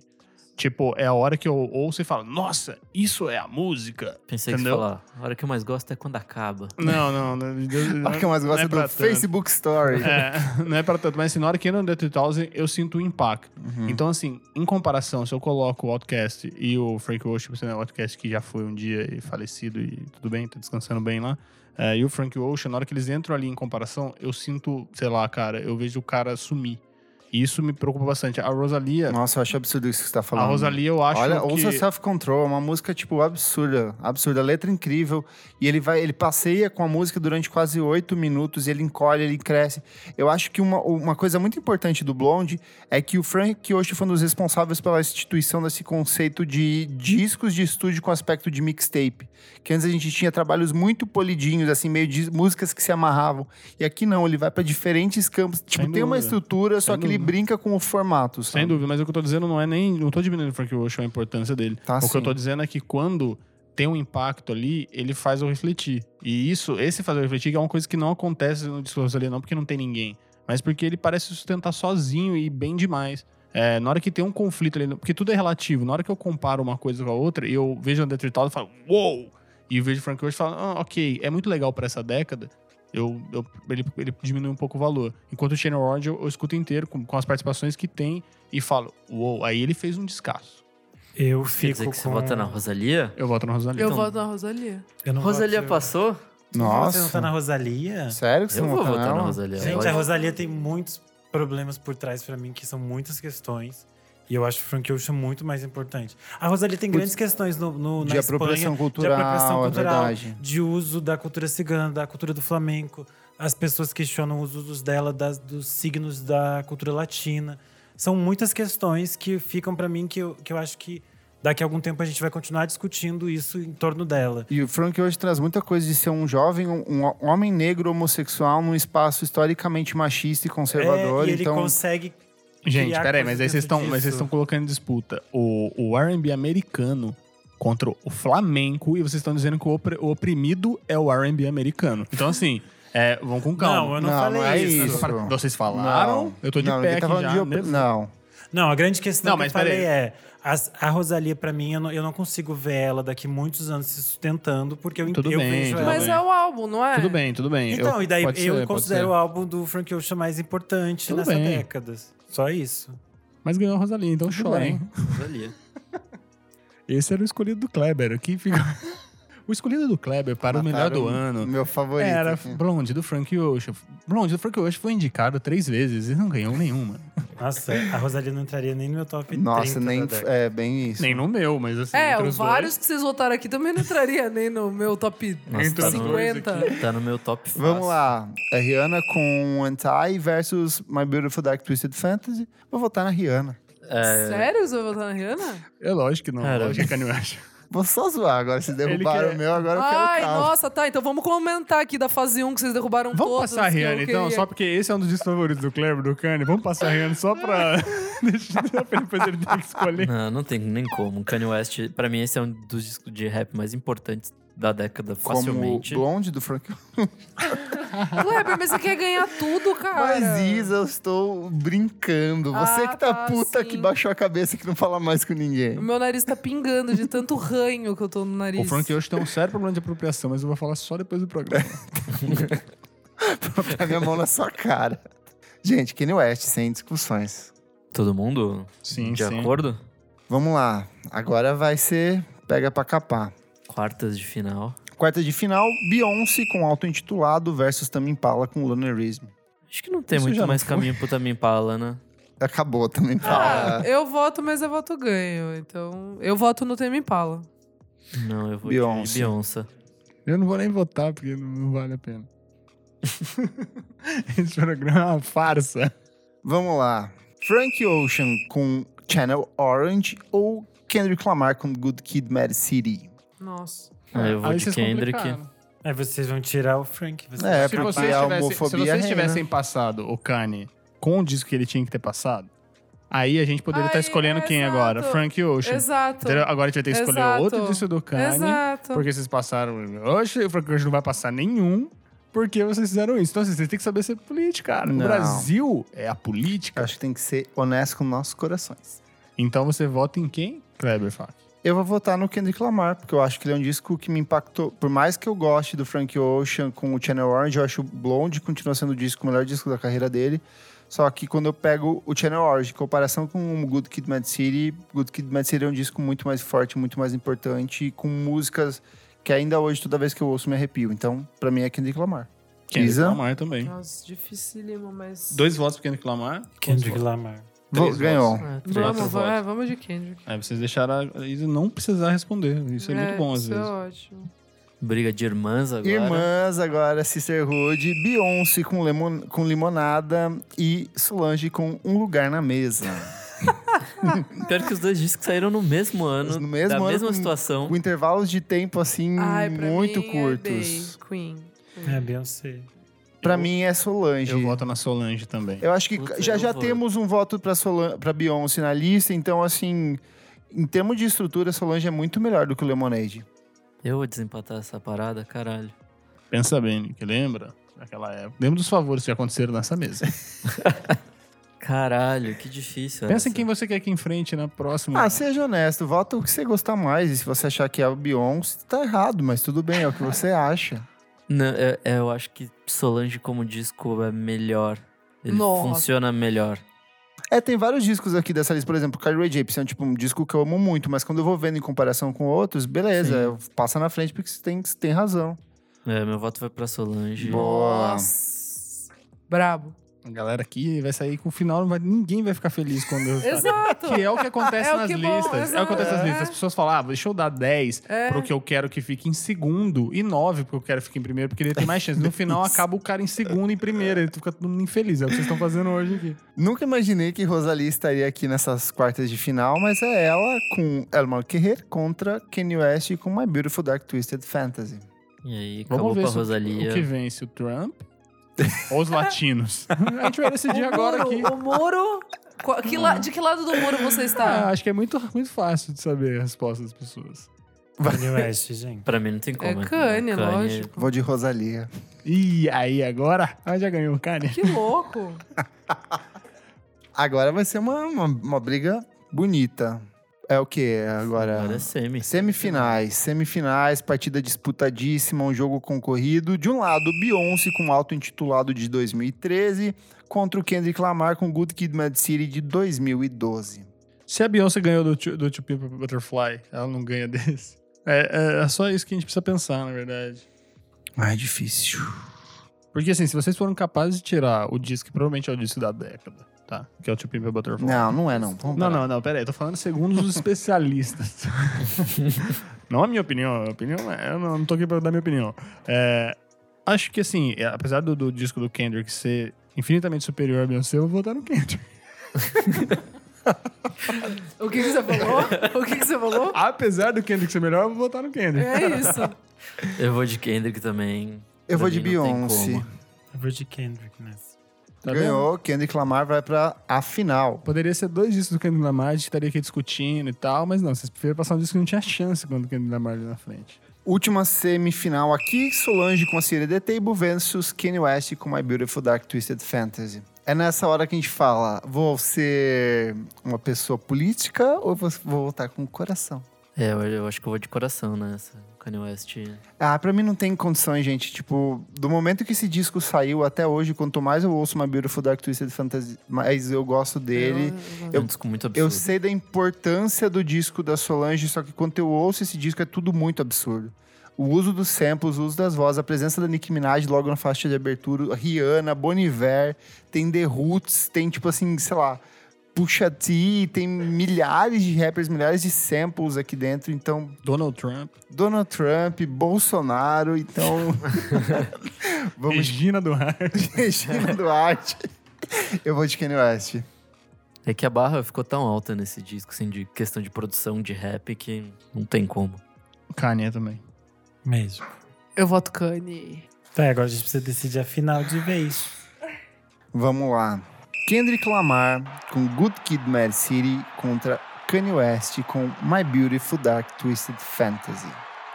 Speaker 5: Tipo, é a hora que eu ouço e falo, nossa, isso é a música.
Speaker 3: Pensei que
Speaker 5: Entendeu?
Speaker 3: você ia falar. A hora que eu mais gosto é quando acaba.
Speaker 5: Não, *laughs* não, não. não-
Speaker 1: Acho que eu mais
Speaker 5: não
Speaker 1: gosto
Speaker 5: é
Speaker 1: do
Speaker 5: pra tanto.
Speaker 1: Facebook Story.
Speaker 5: É, *laughs* não é pra tanto, mas assim, na hora que entra no The 3000, eu sinto o impacto.
Speaker 1: Uhum.
Speaker 5: Então, assim, em comparação, se eu coloco o Outcast e o Frank Ocean, sendo o Outcast que já foi um dia e falecido e tudo bem, tá descansando bem lá, é, e o Frank Ocean, na hora que eles entram ali em comparação, eu sinto, sei lá, cara, eu vejo o cara sumir. E isso me preocupa bastante. A Rosalia,
Speaker 1: Nossa, eu acho absurdo isso que você tá falando.
Speaker 5: É. a Rosalia eu acho
Speaker 1: Olha,
Speaker 5: que...
Speaker 1: ouça Self Control, é uma música, tipo, absurda. Absurda, letra incrível. E ele vai, ele passeia com a música durante quase oito minutos, e ele encolhe, ele cresce. Eu acho que uma, uma coisa muito importante do Blonde é que o Frank Ocean foi um dos responsáveis pela instituição desse conceito de discos de estúdio com aspecto de mixtape. Que antes a gente tinha trabalhos muito polidinhos, assim, meio de músicas que se amarravam. E aqui não, ele vai para diferentes campos. Tipo, tem uma
Speaker 5: dúvida.
Speaker 1: estrutura, só
Speaker 5: Sem
Speaker 1: que ele
Speaker 5: dúvida.
Speaker 1: brinca com o formato, sabe?
Speaker 5: Sem dúvida, mas o que eu tô dizendo não é nem. Não tô diminuindo o Frank Ocean a importância dele.
Speaker 1: Tá,
Speaker 5: o que
Speaker 1: sim.
Speaker 5: eu tô dizendo é que quando tem um impacto ali, ele faz eu refletir. E isso, esse fazer eu refletir é uma coisa que não acontece no discurso ali, não porque não tem ninguém, mas porque ele parece se sustentar sozinho e bem demais. É, na hora que tem um conflito ali, porque tudo é relativo, na hora que eu comparo uma coisa com a outra e eu vejo o Detrital e falo, uou! E eu vejo o Frank Ocean e falo, ah, ok, é muito legal pra essa década, eu, eu- ele, ele diminui um pouco o valor. Enquanto o Channel Orange eu, eu escuto inteiro, com, com as participações que tem, e falo, uou, aí ele fez um descasso.
Speaker 4: Eu
Speaker 3: Quer
Speaker 4: fico
Speaker 3: dizer que você
Speaker 4: com.
Speaker 3: vota na Rosalia?
Speaker 5: Eu voto no Rosalie.
Speaker 2: Eu
Speaker 3: Então-
Speaker 2: voto na Rosalia.
Speaker 4: Eu não
Speaker 3: Rosalia
Speaker 4: voto-
Speaker 3: passou?
Speaker 1: Nossa.
Speaker 4: Você não tá na Rosalia?
Speaker 1: Sério que você
Speaker 3: É. Eu
Speaker 1: não
Speaker 3: vou
Speaker 1: tá
Speaker 3: votar na
Speaker 1: nela?
Speaker 3: Rosalia.
Speaker 4: Gente, é
Speaker 3: Ela-
Speaker 4: a Rosalia tem muitos problemas por trás pra mim, que são muitas questões. E eu acho o Frank Ocean muito mais importante. A Rosalia tem grandes questões no, no, na
Speaker 1: De apropriação
Speaker 4: Espanha,
Speaker 1: cultural,
Speaker 4: de apropriação
Speaker 1: é
Speaker 4: cultural,
Speaker 1: verdade.
Speaker 4: de uso da cultura cigana, da cultura do flamenco. As pessoas questionam os usos dela, das, dos signos da cultura latina. São muitas questões que ficam pra mim que eu, que eu acho que daqui a algum tempo a gente vai continuar discutindo isso em torno dela.
Speaker 1: E o Frank hoje traz muita coisa de ser um jovem, um, um homem negro homossexual num espaço historicamente machista e conservador.
Speaker 4: É, e ele
Speaker 1: então,
Speaker 4: consegue.
Speaker 5: Gente,
Speaker 4: criar
Speaker 5: peraí,
Speaker 4: coisas
Speaker 5: mas aí vocês
Speaker 4: dentro
Speaker 5: estão, mas vocês
Speaker 4: disso.
Speaker 5: estão colocando em disputa o, o R&B americano contra o flamenco e vocês estão dizendo que o opre- o oprimido é o R&B americano. Então assim, é, vamos com calma.
Speaker 4: Não, eu não,
Speaker 1: Não,
Speaker 4: falei
Speaker 1: não é
Speaker 4: isso.
Speaker 1: isso.
Speaker 5: Vocês falaram?
Speaker 1: Não.
Speaker 5: eu tô de
Speaker 1: não,
Speaker 5: pé
Speaker 1: ninguém tá
Speaker 5: aqui
Speaker 1: falando
Speaker 5: já.
Speaker 1: de
Speaker 5: né?
Speaker 1: opri- Não.
Speaker 4: Não, a grande questão
Speaker 5: Não,
Speaker 4: que eu
Speaker 5: mas
Speaker 4: falei
Speaker 5: peraí.
Speaker 4: é: as- a, Rosalia, pra mim, eu não, eu não consigo ver ela daqui muitos anos se sustentando, porque eu,
Speaker 5: Tudo
Speaker 4: eu
Speaker 5: bem,
Speaker 4: vejo
Speaker 5: tudo
Speaker 4: ela.
Speaker 2: Mas
Speaker 5: bem.
Speaker 2: é o álbum, não é?
Speaker 5: Tudo bem, tudo bem.
Speaker 4: Então, e daí eu
Speaker 5: pode ser, pode
Speaker 4: considero o
Speaker 5: ser.
Speaker 4: álbum do Frank Ocean mais importante
Speaker 5: Tudo
Speaker 4: nessa
Speaker 5: bem.
Speaker 4: década. Só isso.
Speaker 5: Mas ganhou a Rosalia, então
Speaker 1: Tudo
Speaker 5: chora,
Speaker 1: bem.
Speaker 5: hein?
Speaker 3: Rosalia.
Speaker 5: Esse era o escolhido do Kleber. Aqui fica... *laughs* O escolhido do Kleber para o melhor do
Speaker 1: Mataram
Speaker 5: ano.
Speaker 1: Meu favorito.
Speaker 5: Era
Speaker 1: aqui.
Speaker 5: Blonde do Frank Ocean. Blonde do Frank Ocean foi indicado três vezes e não ganhou nenhuma.
Speaker 4: Nossa, a Rosalia não entraria nem no meu top 30.
Speaker 1: Nossa,
Speaker 4: da
Speaker 1: nem.
Speaker 4: década.
Speaker 1: É, bem isso.
Speaker 5: Nem no meu, mas assim.
Speaker 2: É,
Speaker 5: entre os
Speaker 2: vários que vocês votaram aqui também não entraria nem no meu top
Speaker 3: Nossa,
Speaker 5: Entre
Speaker 3: tá,
Speaker 5: os dois
Speaker 2: 50.
Speaker 5: aqui.
Speaker 3: no, tá no meu top fácil.
Speaker 1: Vamos lá. É Rihanna com Anti versus My Beautiful Dark Twisted Fantasy. Vou votar na Rihanna.
Speaker 3: É,
Speaker 2: Sério, você vai votar na Rihanna?
Speaker 5: dois. É lógico que não.
Speaker 3: Cara,
Speaker 5: lógico que é
Speaker 2: *laughs*
Speaker 5: Kanye West.
Speaker 1: Vou só zoar agora. Vocês
Speaker 5: Ele
Speaker 1: derrubaram
Speaker 5: quer-
Speaker 1: o meu, agora eu quero
Speaker 2: Ai,
Speaker 1: o carro.
Speaker 2: nossa, tá. Então vamos comentar aqui da fase 1 que vocês derrubaram
Speaker 5: Vamos
Speaker 2: todas.
Speaker 5: passar a
Speaker 2: que eu
Speaker 5: Rihanna, então,
Speaker 2: queria.
Speaker 5: só porque esse é um dos discos favoritos do Kleber, do Kanye. Vamos passar a Rihanna
Speaker 2: *laughs*
Speaker 5: só pra. deixar *laughs* pra depois ele ter que escolher.
Speaker 3: Não, não tem nem como. Kanye West, pra mim, esse é um dos discos de rap mais importantes da década,
Speaker 1: Como o
Speaker 3: facilmente.
Speaker 1: blonde do Frank.
Speaker 2: Kleber, mas você quer ganhar tudo, cara.
Speaker 1: Mas Isa, eu estou brincando. Você
Speaker 2: Ah,
Speaker 1: que tá
Speaker 2: tá,
Speaker 1: puta que
Speaker 2: sim.
Speaker 1: baixou a cabeça que não fala mais com ninguém.
Speaker 2: O *laughs* meu nariz tá pingando de tanto ranho que eu tô no nariz.
Speaker 5: O Frank Ocean tem um sério problema de apropriação, mas eu vou falar só depois do programa.
Speaker 1: Vou botar minha mão na sua cara. Gente, Kanye West, sem discussões.
Speaker 3: Todo mundo
Speaker 5: Sim,
Speaker 3: de
Speaker 5: sim.
Speaker 3: acordo?
Speaker 1: Vamos lá. Agora vai ser pega pra capar.
Speaker 3: Quartas de final.
Speaker 1: Quarta de final, Beyoncé com auto-intitulado versus Também Impala com Lana Reason.
Speaker 3: Acho que não tem
Speaker 5: Isso já
Speaker 3: muito
Speaker 5: não
Speaker 3: mais
Speaker 5: foi?
Speaker 3: caminho pro Tame Impala, né?
Speaker 1: Acabou Também
Speaker 2: Ah,
Speaker 1: Impala.
Speaker 2: eu voto, mas eu voto ganho. Então, eu voto no Tame Impala.
Speaker 3: Não, eu vou
Speaker 1: Beyoncé.
Speaker 3: de Beyoncé.
Speaker 5: Eu não vou nem votar, porque não, não vale a pena. *laughs* Esse programa é uma farsa.
Speaker 1: Vamos lá. Frank Ocean com Channel Orange ou Kendrick Lamar com Good Kid, Mad City?
Speaker 2: Nossa.
Speaker 3: Ah, eu vou
Speaker 5: É, Aí
Speaker 3: de
Speaker 5: vocês
Speaker 3: Kendrick.
Speaker 5: complicaram.
Speaker 4: Aí vocês vão tirar o Frank. vocês
Speaker 1: É,
Speaker 4: vão
Speaker 5: Se
Speaker 1: porque
Speaker 4: tirar-
Speaker 5: vocês,
Speaker 1: a
Speaker 5: tivessem, se
Speaker 1: homofobia é
Speaker 5: vocês
Speaker 1: reina.
Speaker 5: tivessem passado o Kanye com o disco que ele tinha que ter passado, aí a gente poderia estar
Speaker 2: Aí,
Speaker 5: escolhendo
Speaker 2: é,
Speaker 5: quem
Speaker 2: exato.
Speaker 5: agora? Frank Ocean.
Speaker 2: Exato.
Speaker 5: Entendeu? Agora a gente vai ter que escolher
Speaker 2: Exato.
Speaker 5: outro disco do Kanye.
Speaker 2: Exato.
Speaker 5: Porque vocês passaram Ocean, o Frank Ocean não vai passar nenhum. Porque vocês fizeram isso. Então, assim, vocês têm que saber ser política, cara.
Speaker 1: Não.
Speaker 5: O Brasil é a política.
Speaker 1: Acho que tem que ser honesto com nossos corações.
Speaker 5: Então você vota em quem? Kleber Fak.
Speaker 1: Eu vou votar no Kendrick Lamar, porque eu acho que ele é um disco que me impactou. Por mais que eu goste do Frank Ocean com o Channel Orange, eu acho o Blonde continua sendo o disco, o melhor disco da carreira dele. Só que quando eu pego o Channel Orange, em comparação com o Good Kid Mad City, Good Kid Mad City é um disco muito mais forte, muito mais importante, e com músicas que ainda hoje, toda vez que eu ouço, me arrepio. Então, pra mim, é Kendrick Lamar.
Speaker 5: Kendrick
Speaker 1: Isa?
Speaker 5: Lamar também.
Speaker 2: Nossa, dificílimo, mas...
Speaker 5: Dois votos pro Kendrick Lamar.
Speaker 4: Kendrick Lamar.
Speaker 1: Vou-
Speaker 5: Três
Speaker 1: ganhou.
Speaker 3: Ah, três.
Speaker 5: Quatro
Speaker 2: Vamos, vamos,
Speaker 5: votos.
Speaker 2: é, vamos de Kendrick.
Speaker 5: Aí vocês deixaram a Isa não precisar responder. Isso é, muito bom, às
Speaker 2: isso
Speaker 5: vezes.
Speaker 2: é ótimo.
Speaker 3: Briga de irmãs agora.
Speaker 1: Irmãs, agora Sisterhood, Beyoncé com, lemon- com limonada e Solange com um lugar na mesa.
Speaker 3: Pior que os dois discos saíram no mesmo ano,
Speaker 1: No mesmo
Speaker 3: da
Speaker 1: ano,
Speaker 3: mesma
Speaker 1: com-
Speaker 3: situação.
Speaker 1: com intervalos de tempo assim
Speaker 2: Ai, pra
Speaker 1: muito
Speaker 2: mim,
Speaker 1: curtos.
Speaker 2: É Day, Queen.
Speaker 4: É, Beyoncé.
Speaker 1: Pra mim é Solange.
Speaker 5: Eu voto na Solange também.
Speaker 1: Eu acho que
Speaker 3: Putz,
Speaker 1: já
Speaker 3: eu
Speaker 1: já
Speaker 3: voto.
Speaker 1: temos um voto pra Solan- pra Beyoncé na lista, então assim, em termos de estrutura Solange é muito melhor do que o Lemonade.
Speaker 3: Eu vou desempatar essa parada, caralho.
Speaker 5: Pensa bem, que lembra? Daquela época. Lembra dos favores que aconteceram nessa mesa.
Speaker 3: Caralho, que difícil.
Speaker 5: Pensa em
Speaker 3: essa.
Speaker 5: quem você quer que enfrente na
Speaker 3: Uhum.
Speaker 5: próxima.
Speaker 1: Ah, seja honesto, vota o que você gostar mais. E se você achar que é o Beyoncé, tá errado, mas tudo bem, é o que você *laughs* acha.
Speaker 3: Não, eu, eu acho que Solange como disco é melhor. Ele
Speaker 2: Nossa.
Speaker 3: funciona melhor.
Speaker 1: É, tem vários discos aqui dessa lista, por exemplo, Carly Rae Jepsen é um, tipo, um disco que eu amo muito, mas quando eu vou vendo em comparação com outros, beleza, passa na frente porque você tem, você tem razão.
Speaker 3: É, meu voto vai pra Solange.
Speaker 2: Nossa. Brabo.
Speaker 5: A galera aqui vai sair com o final, não vai- ninguém vai ficar feliz quando eu
Speaker 2: Exato.
Speaker 5: Que é o que acontece
Speaker 2: É o
Speaker 5: nas
Speaker 2: que bom,
Speaker 5: listas. é o que acontece nas
Speaker 2: exato.
Speaker 5: listas. As pessoas falam, ah, deixa eu dar 10
Speaker 2: É.
Speaker 5: pro que eu quero que fique em segundo e 9 porque eu quero que fique em primeiro, porque ele tem mais chance. No final, acaba o cara em segundo e em primeiro. Ele fica todo mundo infeliz. É o que vocês estão fazendo hoje aqui.
Speaker 1: Nunca imaginei que Rosalie estaria aqui nessas quartas de final, mas é ela com Elmar Guerrer contra Kanye West com My Beautiful Dark Twisted Fantasy.
Speaker 3: E aí, acabou
Speaker 5: Vamos ver
Speaker 3: pra
Speaker 5: se o-
Speaker 3: Rosalia.
Speaker 5: o que vence, o Trump ou os latinos. A gente vai decidir agora aqui.
Speaker 2: O muro. qual- que la- de que lado do muro você
Speaker 5: Ah,
Speaker 2: está?
Speaker 5: acho que é muito, muito fácil de saber a resposta das pessoas.
Speaker 4: Kanye West, gente.
Speaker 3: Pra mim não tem como.
Speaker 5: é
Speaker 3: né?
Speaker 2: é Kanye, lógico.
Speaker 1: Vou de Rosalia.
Speaker 5: E aí, agora? Ah, já ganhou, Kanye.
Speaker 2: Que louco.
Speaker 1: Agora vai ser uma, uma, uma briga bonita. É o que
Speaker 3: Agora é
Speaker 1: agora?
Speaker 3: semi.
Speaker 1: Semifinais, semifinais, partida disputadíssima, um jogo concorrido. De um lado, Beyoncé com o auto intitulado de 2013 contra o Kendrick Lamar com Good Kid, Mad City de 2012.
Speaker 5: Se a Beyoncé ganhou do, Two- do Two People Butterfly, ela não ganha desse. É, é- é só isso que a gente precisa pensar, na verdade.
Speaker 1: Ah, é difícil.
Speaker 5: Porque assim, se vocês foram capazes de tirar o disco, que provavelmente é o disco da década, tá? Que é o Two People Butterfly.
Speaker 1: Não, não é não. Vamos
Speaker 5: não,
Speaker 1: parar.
Speaker 5: não, não, peraí, tô falando segundo os especialistas. *laughs* não a minha opinião, a minha opinião é- eu não, não tô aqui pra dar minha opinião. É, acho que assim, é, apesar do, do disco do Kendrick ser infinitamente superior a Beyoncé, eu vou votar no Kendrick. *laughs*
Speaker 2: O que, que você falou? O que, que você falou?
Speaker 5: Apesar do Kendrick ser melhor, eu vou votar no Kendrick.
Speaker 2: É isso.
Speaker 3: Eu vou de Kendrick também.
Speaker 1: Eu vou
Speaker 3: Pra
Speaker 1: de
Speaker 3: mim não tem
Speaker 1: Beyoncé.
Speaker 3: como.
Speaker 4: Eu vou de Kendrick né? nessa.
Speaker 5: Tá
Speaker 1: Ganhou, Kendrick Lamar vai pra a final.
Speaker 5: Poderia ser dois discos do Kendrick Lamar, a gente estaria aqui discutindo e tal, mas não, vocês preferiram passar um disco que não tinha chance quando o Kendrick Lamar ali na frente.
Speaker 1: Última semifinal aqui, Solange com a Cira The Table versus Kanye West com My Beautiful Dark Twisted Fantasy. É nessa hora que a gente fala, vou ser uma pessoa política ou vou vou votar com o coração?
Speaker 3: É, eu, eu acho que eu vou de coração nessa. Kanye West. é
Speaker 1: Ah, pra mim não tem condições, gente. Tipo, do momento que esse disco saiu até hoje, quanto mais eu ouço My Beautiful Dark Twisted Fantasy, mais eu gosto dele.
Speaker 3: É um disco muito absurdo.
Speaker 1: Eu sei da importância do disco da Solange, só que quando eu ouço esse disco é tudo muito absurdo. O uso dos samples, o uso das vozes, a presença da Nicki Minaj logo na faixa de abertura, Rihanna, Bon Iver, tem The Roots, tem tipo assim, sei lá, Pusha T, tem milhares de rappers, milhares de samples aqui dentro, então
Speaker 5: Donald Trump,
Speaker 1: Donald Trump, Bolsonaro, então vamos
Speaker 5: Regina Duarte.
Speaker 1: de Regina Duarte. Eu vou de Kanye West.
Speaker 3: É que a barra ficou tão alta nesse disco, assim, de questão de produção de rap que não tem como.
Speaker 5: Kanye também.
Speaker 4: Mesmo.
Speaker 2: Eu voto Kanye.
Speaker 4: Tá, e agora a gente precisa decidir a final de vez.
Speaker 1: Vamos lá. Kendrick Lamar com Good Kid, Mad City contra Kanye West com My Beautiful Dark Twisted Fantasy.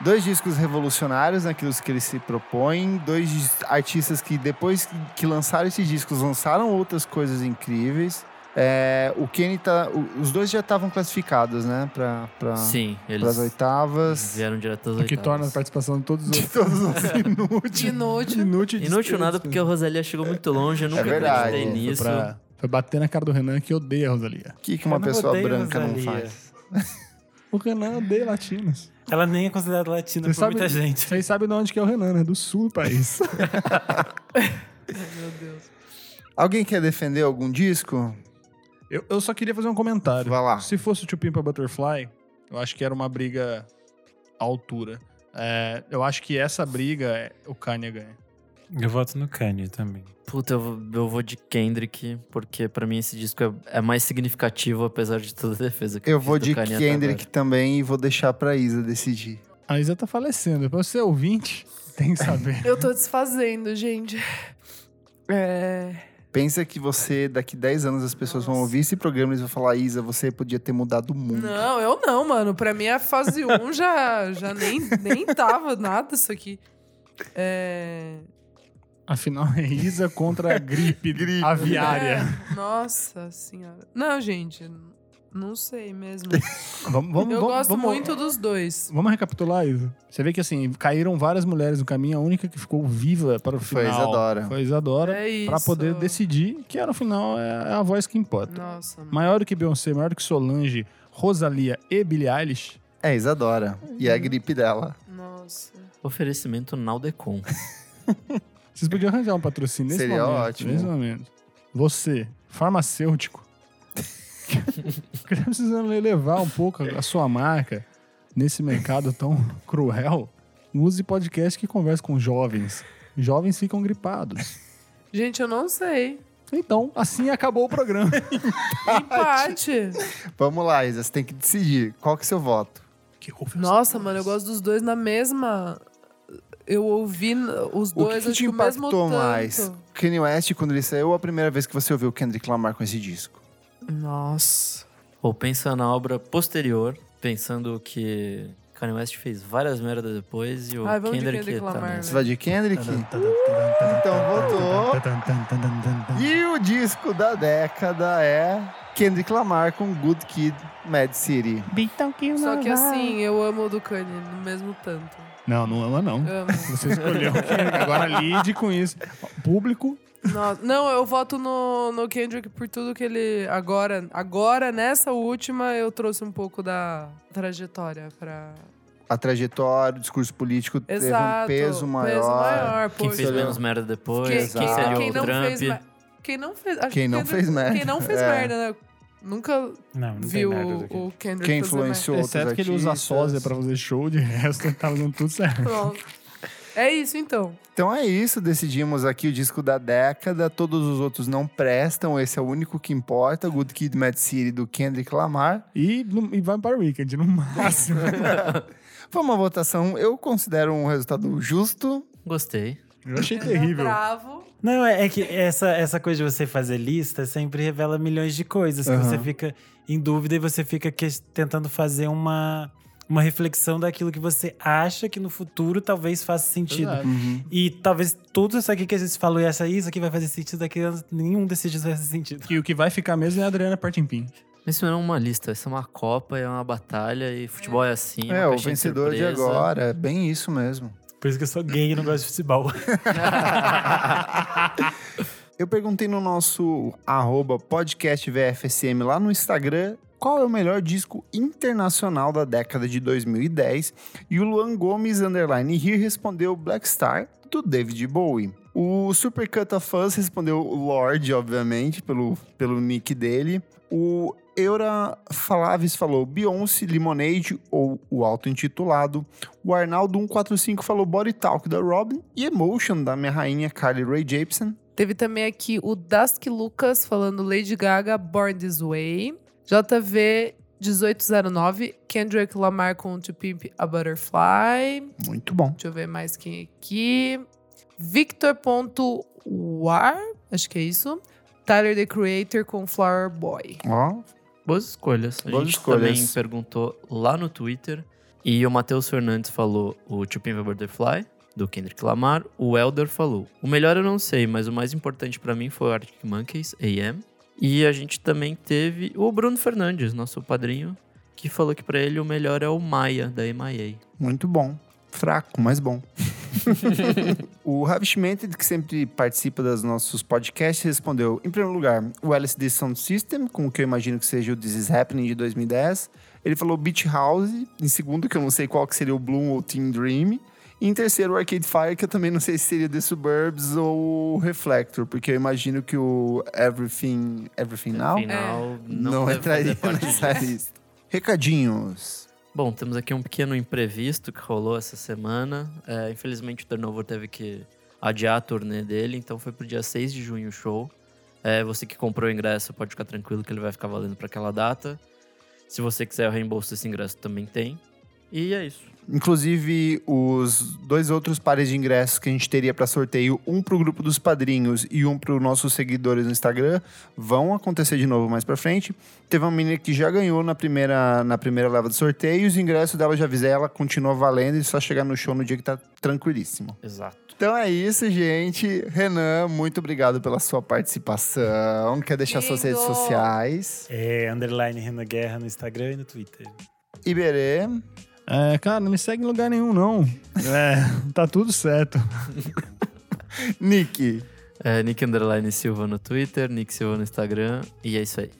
Speaker 1: Dois discos revolucionários naquilo que eles se propõem, dois dis- artistas que depois que lançaram esses discos lançaram outras coisas incríveis. É, o Kenny tá, o- os dois já estavam classificados, né, para
Speaker 3: Sim, eles
Speaker 1: as oitavas.
Speaker 3: vieram direto às
Speaker 5: O que torna a
Speaker 3: oitavas.
Speaker 5: participação de todos os
Speaker 1: De
Speaker 5: outros
Speaker 1: *laughs* todos os inúteis.
Speaker 2: De noite.
Speaker 5: inútil.
Speaker 3: Inútil
Speaker 5: assim.
Speaker 3: nada, porque a Rosalia chegou muito longe, eu nunca
Speaker 1: É verdade.
Speaker 3: acreditei nisso.
Speaker 5: Pra, foi bater na cara do Renan que odeia a Rosalia.
Speaker 1: O que, que uma
Speaker 4: Eu não
Speaker 1: pessoa
Speaker 4: odeio é.
Speaker 1: branca não
Speaker 4: Rosalia.
Speaker 1: faz?
Speaker 5: O Renan odeia latinos.
Speaker 4: Ela nem é considerada latina por muita gente.
Speaker 5: Vocês sabem de onde que é o Renan, né? Do sul do país.
Speaker 2: Meu Deus.
Speaker 1: Alguém quer defender algum disco?
Speaker 5: *laughs* eu, eu só queria fazer um comentário.
Speaker 1: Vai lá.
Speaker 5: Se fosse o Tio Pimpa Butterfly, eu acho que era uma briga à altura. É, eu acho que essa briga é- o Kanye ganha.
Speaker 4: Eu voto no Kanye também.
Speaker 3: Puta, eu, vou- eu vou de Kendrick, porque pra mim esse disco é, é mais significativo, apesar de toda a defesa que
Speaker 1: Eu vou
Speaker 3: fiz do
Speaker 1: de
Speaker 3: Kanye até
Speaker 1: Kendrick
Speaker 3: agora.
Speaker 1: também e vou deixar pra Isa decidir.
Speaker 5: A Isa tá falecendo. Pra você ouvinte, tem que saber.
Speaker 2: Eu tô desfazendo, gente. É.
Speaker 1: Pensa que você, daqui 10 anos, as pessoas vão
Speaker 2: Nossa.
Speaker 1: ouvir esse programa e eles vão falar: Isa, você podia ter mudado o mundo.
Speaker 2: Não, eu não, mano. Pra mim, a fase 1 já, já nem, nem tava nada isso aqui. É...
Speaker 5: *laughs* Afinal, é Isa contra a
Speaker 1: *laughs*
Speaker 5: gripe,
Speaker 1: Gripe.
Speaker 5: aviária.
Speaker 2: É, nossa senhora. Não, gente, não sei mesmo.
Speaker 5: Vamos, vamos,
Speaker 2: eu
Speaker 5: vamos-
Speaker 2: gosto
Speaker 5: vamos-
Speaker 2: muito dos dois.
Speaker 5: Vamos recapitular, Isa. Você vê que assim, caíram várias mulheres no caminho, a única que ficou viva para o
Speaker 1: Foi
Speaker 5: final.
Speaker 1: a Isadora.
Speaker 5: Foi a Isadora.
Speaker 2: É isso.
Speaker 5: Pra poder decidir que era no final é é a voz que importa.
Speaker 2: Nossa, mano.
Speaker 5: Maior do que Beyoncé, maior do que Solange, Rosalia e Billie Eilish.
Speaker 1: É, Isadora. E é a gripe dela.
Speaker 2: Nossa.
Speaker 3: Oferecimento Naldecon.
Speaker 5: Vocês podiam arranjar um patrocínio nesse
Speaker 1: Seria
Speaker 5: momento.
Speaker 1: ótimo.
Speaker 5: Nesse momento. Você,
Speaker 1: *laughs*
Speaker 5: farmacêutico, que tá precisando elevar um pouco a sua marca nesse mercado tão *laughs* cruel, use podcast que conversa com jovens. Jovens ficam gripados.
Speaker 2: Gente, eu não sei.
Speaker 5: Então, assim acabou o programa.
Speaker 2: Empate.
Speaker 1: Vamos lá, Isa, você tem que decidir. Qual que é o seu voto?
Speaker 5: *laughs* Que houve?
Speaker 2: Nossa, mano, eu gosto dos dois na mesma. Eu ouvi n- os
Speaker 1: O que,
Speaker 2: dois,
Speaker 1: que te
Speaker 2: acho que o mesmo
Speaker 1: impactou
Speaker 2: tanto.
Speaker 1: mais? Kanye West, quando ele saiu, ou a primeira vez que você ouviu o Kendrick Lamar com esse disco?
Speaker 2: Nossa.
Speaker 3: Ou pensa na obra posterior, pensando que Kanye West fez várias merdas depois e o
Speaker 2: Ai, vamos de
Speaker 3: Kendrick,
Speaker 2: Kendrick
Speaker 3: tá
Speaker 2: Lamar,
Speaker 3: nessa.
Speaker 1: Você vai de Kendrick? Então voltou. E o disco da década é Kendrick Lamar com Good Kid, Mad City.
Speaker 2: Só que assim, eu amo o do Kanye, no mesmo tanto.
Speaker 5: Não, não ama não.
Speaker 2: Amo.
Speaker 5: Você escolheu. Agora lide com isso. Público,
Speaker 2: Nossa, Não, eu voto no, no Kendrick por tudo que ele. Agora, agora, nessa última, eu trouxe um pouco da trajetória pra.
Speaker 1: A trajetória, o discurso político teve
Speaker 2: Exato.
Speaker 1: um peso maior.
Speaker 2: maior,
Speaker 3: Quem
Speaker 2: pô.
Speaker 3: fez
Speaker 1: Isso,
Speaker 3: menos
Speaker 1: né?
Speaker 3: merda depois,
Speaker 2: Quem-
Speaker 3: quem,
Speaker 1: Exato.
Speaker 3: seria
Speaker 2: quem
Speaker 3: o
Speaker 2: não fez
Speaker 3: Trump.
Speaker 2: mer- Quem não fez. acho
Speaker 1: Quem
Speaker 2: que
Speaker 1: não
Speaker 2: Kendrick-
Speaker 1: fez merda.
Speaker 2: Quem não fez
Speaker 1: É.
Speaker 2: merda, né? Nunca
Speaker 4: Não, não
Speaker 2: viu
Speaker 4: tem nada do
Speaker 2: o Kendrick
Speaker 1: Quem
Speaker 2: fazer
Speaker 1: influenciou outros
Speaker 5: exceto que ele usa
Speaker 1: artistas.
Speaker 5: sósia pra fazer show, de resto tá fazendo tudo certo.
Speaker 2: merda. Pronto. É isso então.
Speaker 1: Então é isso, decidimos aqui o disco da década, todos os outros não prestam, esse é o único que importa, Good Kid, Mad City do Kendrick Lamar.
Speaker 5: E, no- e vai para o weekend, no máximo.
Speaker 1: Foi uma votação, eu considero um resultado justo.
Speaker 3: Gostei.
Speaker 5: Eu achei
Speaker 2: Eu
Speaker 5: terrível.
Speaker 2: é Tá Bravo.
Speaker 4: Não, é, é que essa, essa coisa de você fazer lista sempre revela milhões de coisas que
Speaker 1: Aham.
Speaker 4: você fica em dúvida e você fica que- tentando fazer uma, uma reflexão daquilo que você acha que no futuro talvez faça sentido.
Speaker 5: Exato.
Speaker 4: E talvez tudo isso aqui que a gente falou, e essa isso aqui vai fazer sentido, daqui a anos nenhum desses dias vai fazer sentido.
Speaker 5: E o que vai ficar mesmo é a Adriana Partimpim.
Speaker 3: Isso não é uma lista, isso é uma Copa, é uma batalha e futebol é assim.
Speaker 1: É,
Speaker 3: uma
Speaker 1: o
Speaker 3: caixinha de
Speaker 1: vencedor de
Speaker 3: surpresa.
Speaker 1: agora, é bem isso mesmo.
Speaker 4: Por isso que eu sou gay e não gosto de futebol.
Speaker 1: *laughs* Eu perguntei no nosso arroba podcast VFSM lá no Instagram qual é o melhor disco internacional da década de 2010 e o Luan Gomes Underline Here respondeu Black Star do David Bowie. O Supercut of Us respondeu Lorde, obviamente, pelo, pelo nick dele. O Eura Falaves falou Beyoncé, Lemonade ou o auto-intitulado. O Arnaldo 145 falou Body Talk da Robin e Emotion da minha rainha Carly Rae Jepsen.
Speaker 2: Teve também aqui o Dask Lucas falando Lady Gaga, Born This Way. JV 1809, Kendrick Lamar com To Pimp a Butterfly.
Speaker 1: Muito bom.
Speaker 2: Deixa eu ver mais quem aqui. Victor.war, acho que é isso. Tyler The Creator com Flower Boy.
Speaker 1: Ó,
Speaker 3: Boas escolhas. A
Speaker 1: Boas
Speaker 3: gente
Speaker 1: escolhas.
Speaker 3: também perguntou lá no Twitter. E o Matheus Fernandes falou o Chupin Butterfly, do Kendrick Lamar. O Elder falou. O melhor eu não sei, mas o mais importante pra mim foi o Arctic Monkeys, AM. E a gente também teve o Bruno Fernandes, nosso padrinho, que falou que pra ele o melhor é o Maia, da MIA.
Speaker 1: muito bom. Fraco, mas bom. *laughs* o Ravishmented, que sempre participa dos nossos podcasts, respondeu: em primeiro lugar, o LSD Sound System, com o que eu imagino que seja o This Is Happening de 2010. Ele falou Beach House, em segundo, que eu não sei qual que seria o Bloom ou Team Dream. E em terceiro, o Arcade Fire, que eu também não sei se seria The Suburbs ou o Reflector, porque eu imagino que o Everything, Everything Now
Speaker 3: Final, não,
Speaker 1: É. *laughs* não
Speaker 3: deve fazer
Speaker 1: entraria
Speaker 3: parte
Speaker 1: nessa lista. Recadinhos.
Speaker 3: Bom, temos aqui um pequeno imprevisto que rolou essa semana. É, infelizmente o Turnover teve que adiar a turnê dele, então foi pro dia 6 de junho o show. É, você que comprou o ingresso pode ficar tranquilo que ele vai ficar valendo para aquela data. Se você quiser o reembolso desse ingresso também tem. E é isso.
Speaker 1: Inclusive, os dois outros pares de ingressos que a gente teria para sorteio, um para o grupo dos padrinhos e um para os nossos seguidores no Instagram, vão acontecer de novo mais para frente. Teve uma menina que já ganhou na primeira, na primeira leva de sorteio, e os ingressos dela eu já avisei, ela continua valendo e só chegar no show no dia que tá tranquilíssimo.
Speaker 3: Exato.
Speaker 1: Então é isso, gente. Renan, muito obrigado pela sua participação. Quer deixar suas
Speaker 2: Lindo!
Speaker 1: redes sociais?
Speaker 4: É, underline Renan Guerra no Instagram e no Twitter.
Speaker 1: Iberê,
Speaker 5: É, cara, não me segue em lugar nenhum, não. É, tá tudo certo.
Speaker 1: Nick.
Speaker 3: É, Nick Underline Silva no Twitter, Nick Silva no Instagram. E é isso aí.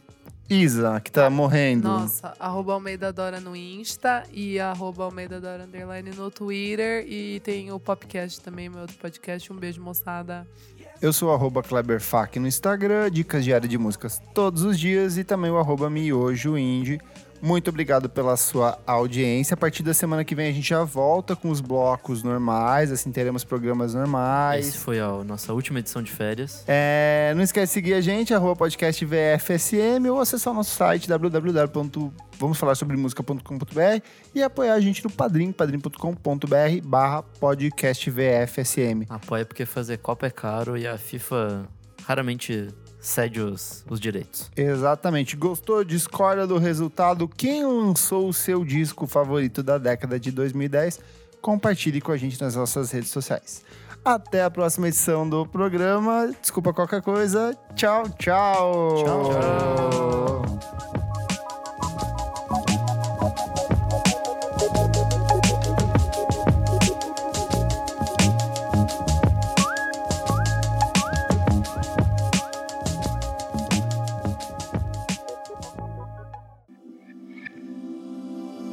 Speaker 1: Isa, que tá morrendo.
Speaker 2: Nossa, arroba Almeida Dora no Insta e arroba Almeida Dora Underline no Twitter. E tem o podcast também, meu outro podcast. Um beijo, moçada.
Speaker 1: Eu sou o arroba KleberFac no Instagram, dicas diárias de músicas todos os dias e também o arroba miojoindie. Muito obrigado pela sua audiência. A partir da semana que vem a gente já volta com os blocos normais, assim teremos programas normais.
Speaker 3: Esse foi a nossa última edição de férias.
Speaker 1: É, não esquece de seguir a gente, arroba podcast VFSM, ou acessar o nosso site www.vamosfalarsobremusica.com.br e apoiar a gente no padrim, padrim.com.br barra podcast VFSM.
Speaker 3: Apoia porque fazer Copa é caro e a FIFA raramente cede os, os direitos.
Speaker 1: Exatamente. Gostou? Discorda do resultado? Quem lançou o seu disco favorito da década de 2010? Compartilhe com a gente nas nossas redes sociais. Até a próxima edição do programa. Desculpa qualquer coisa. Tchau, tchau.
Speaker 3: Tchau, tchau.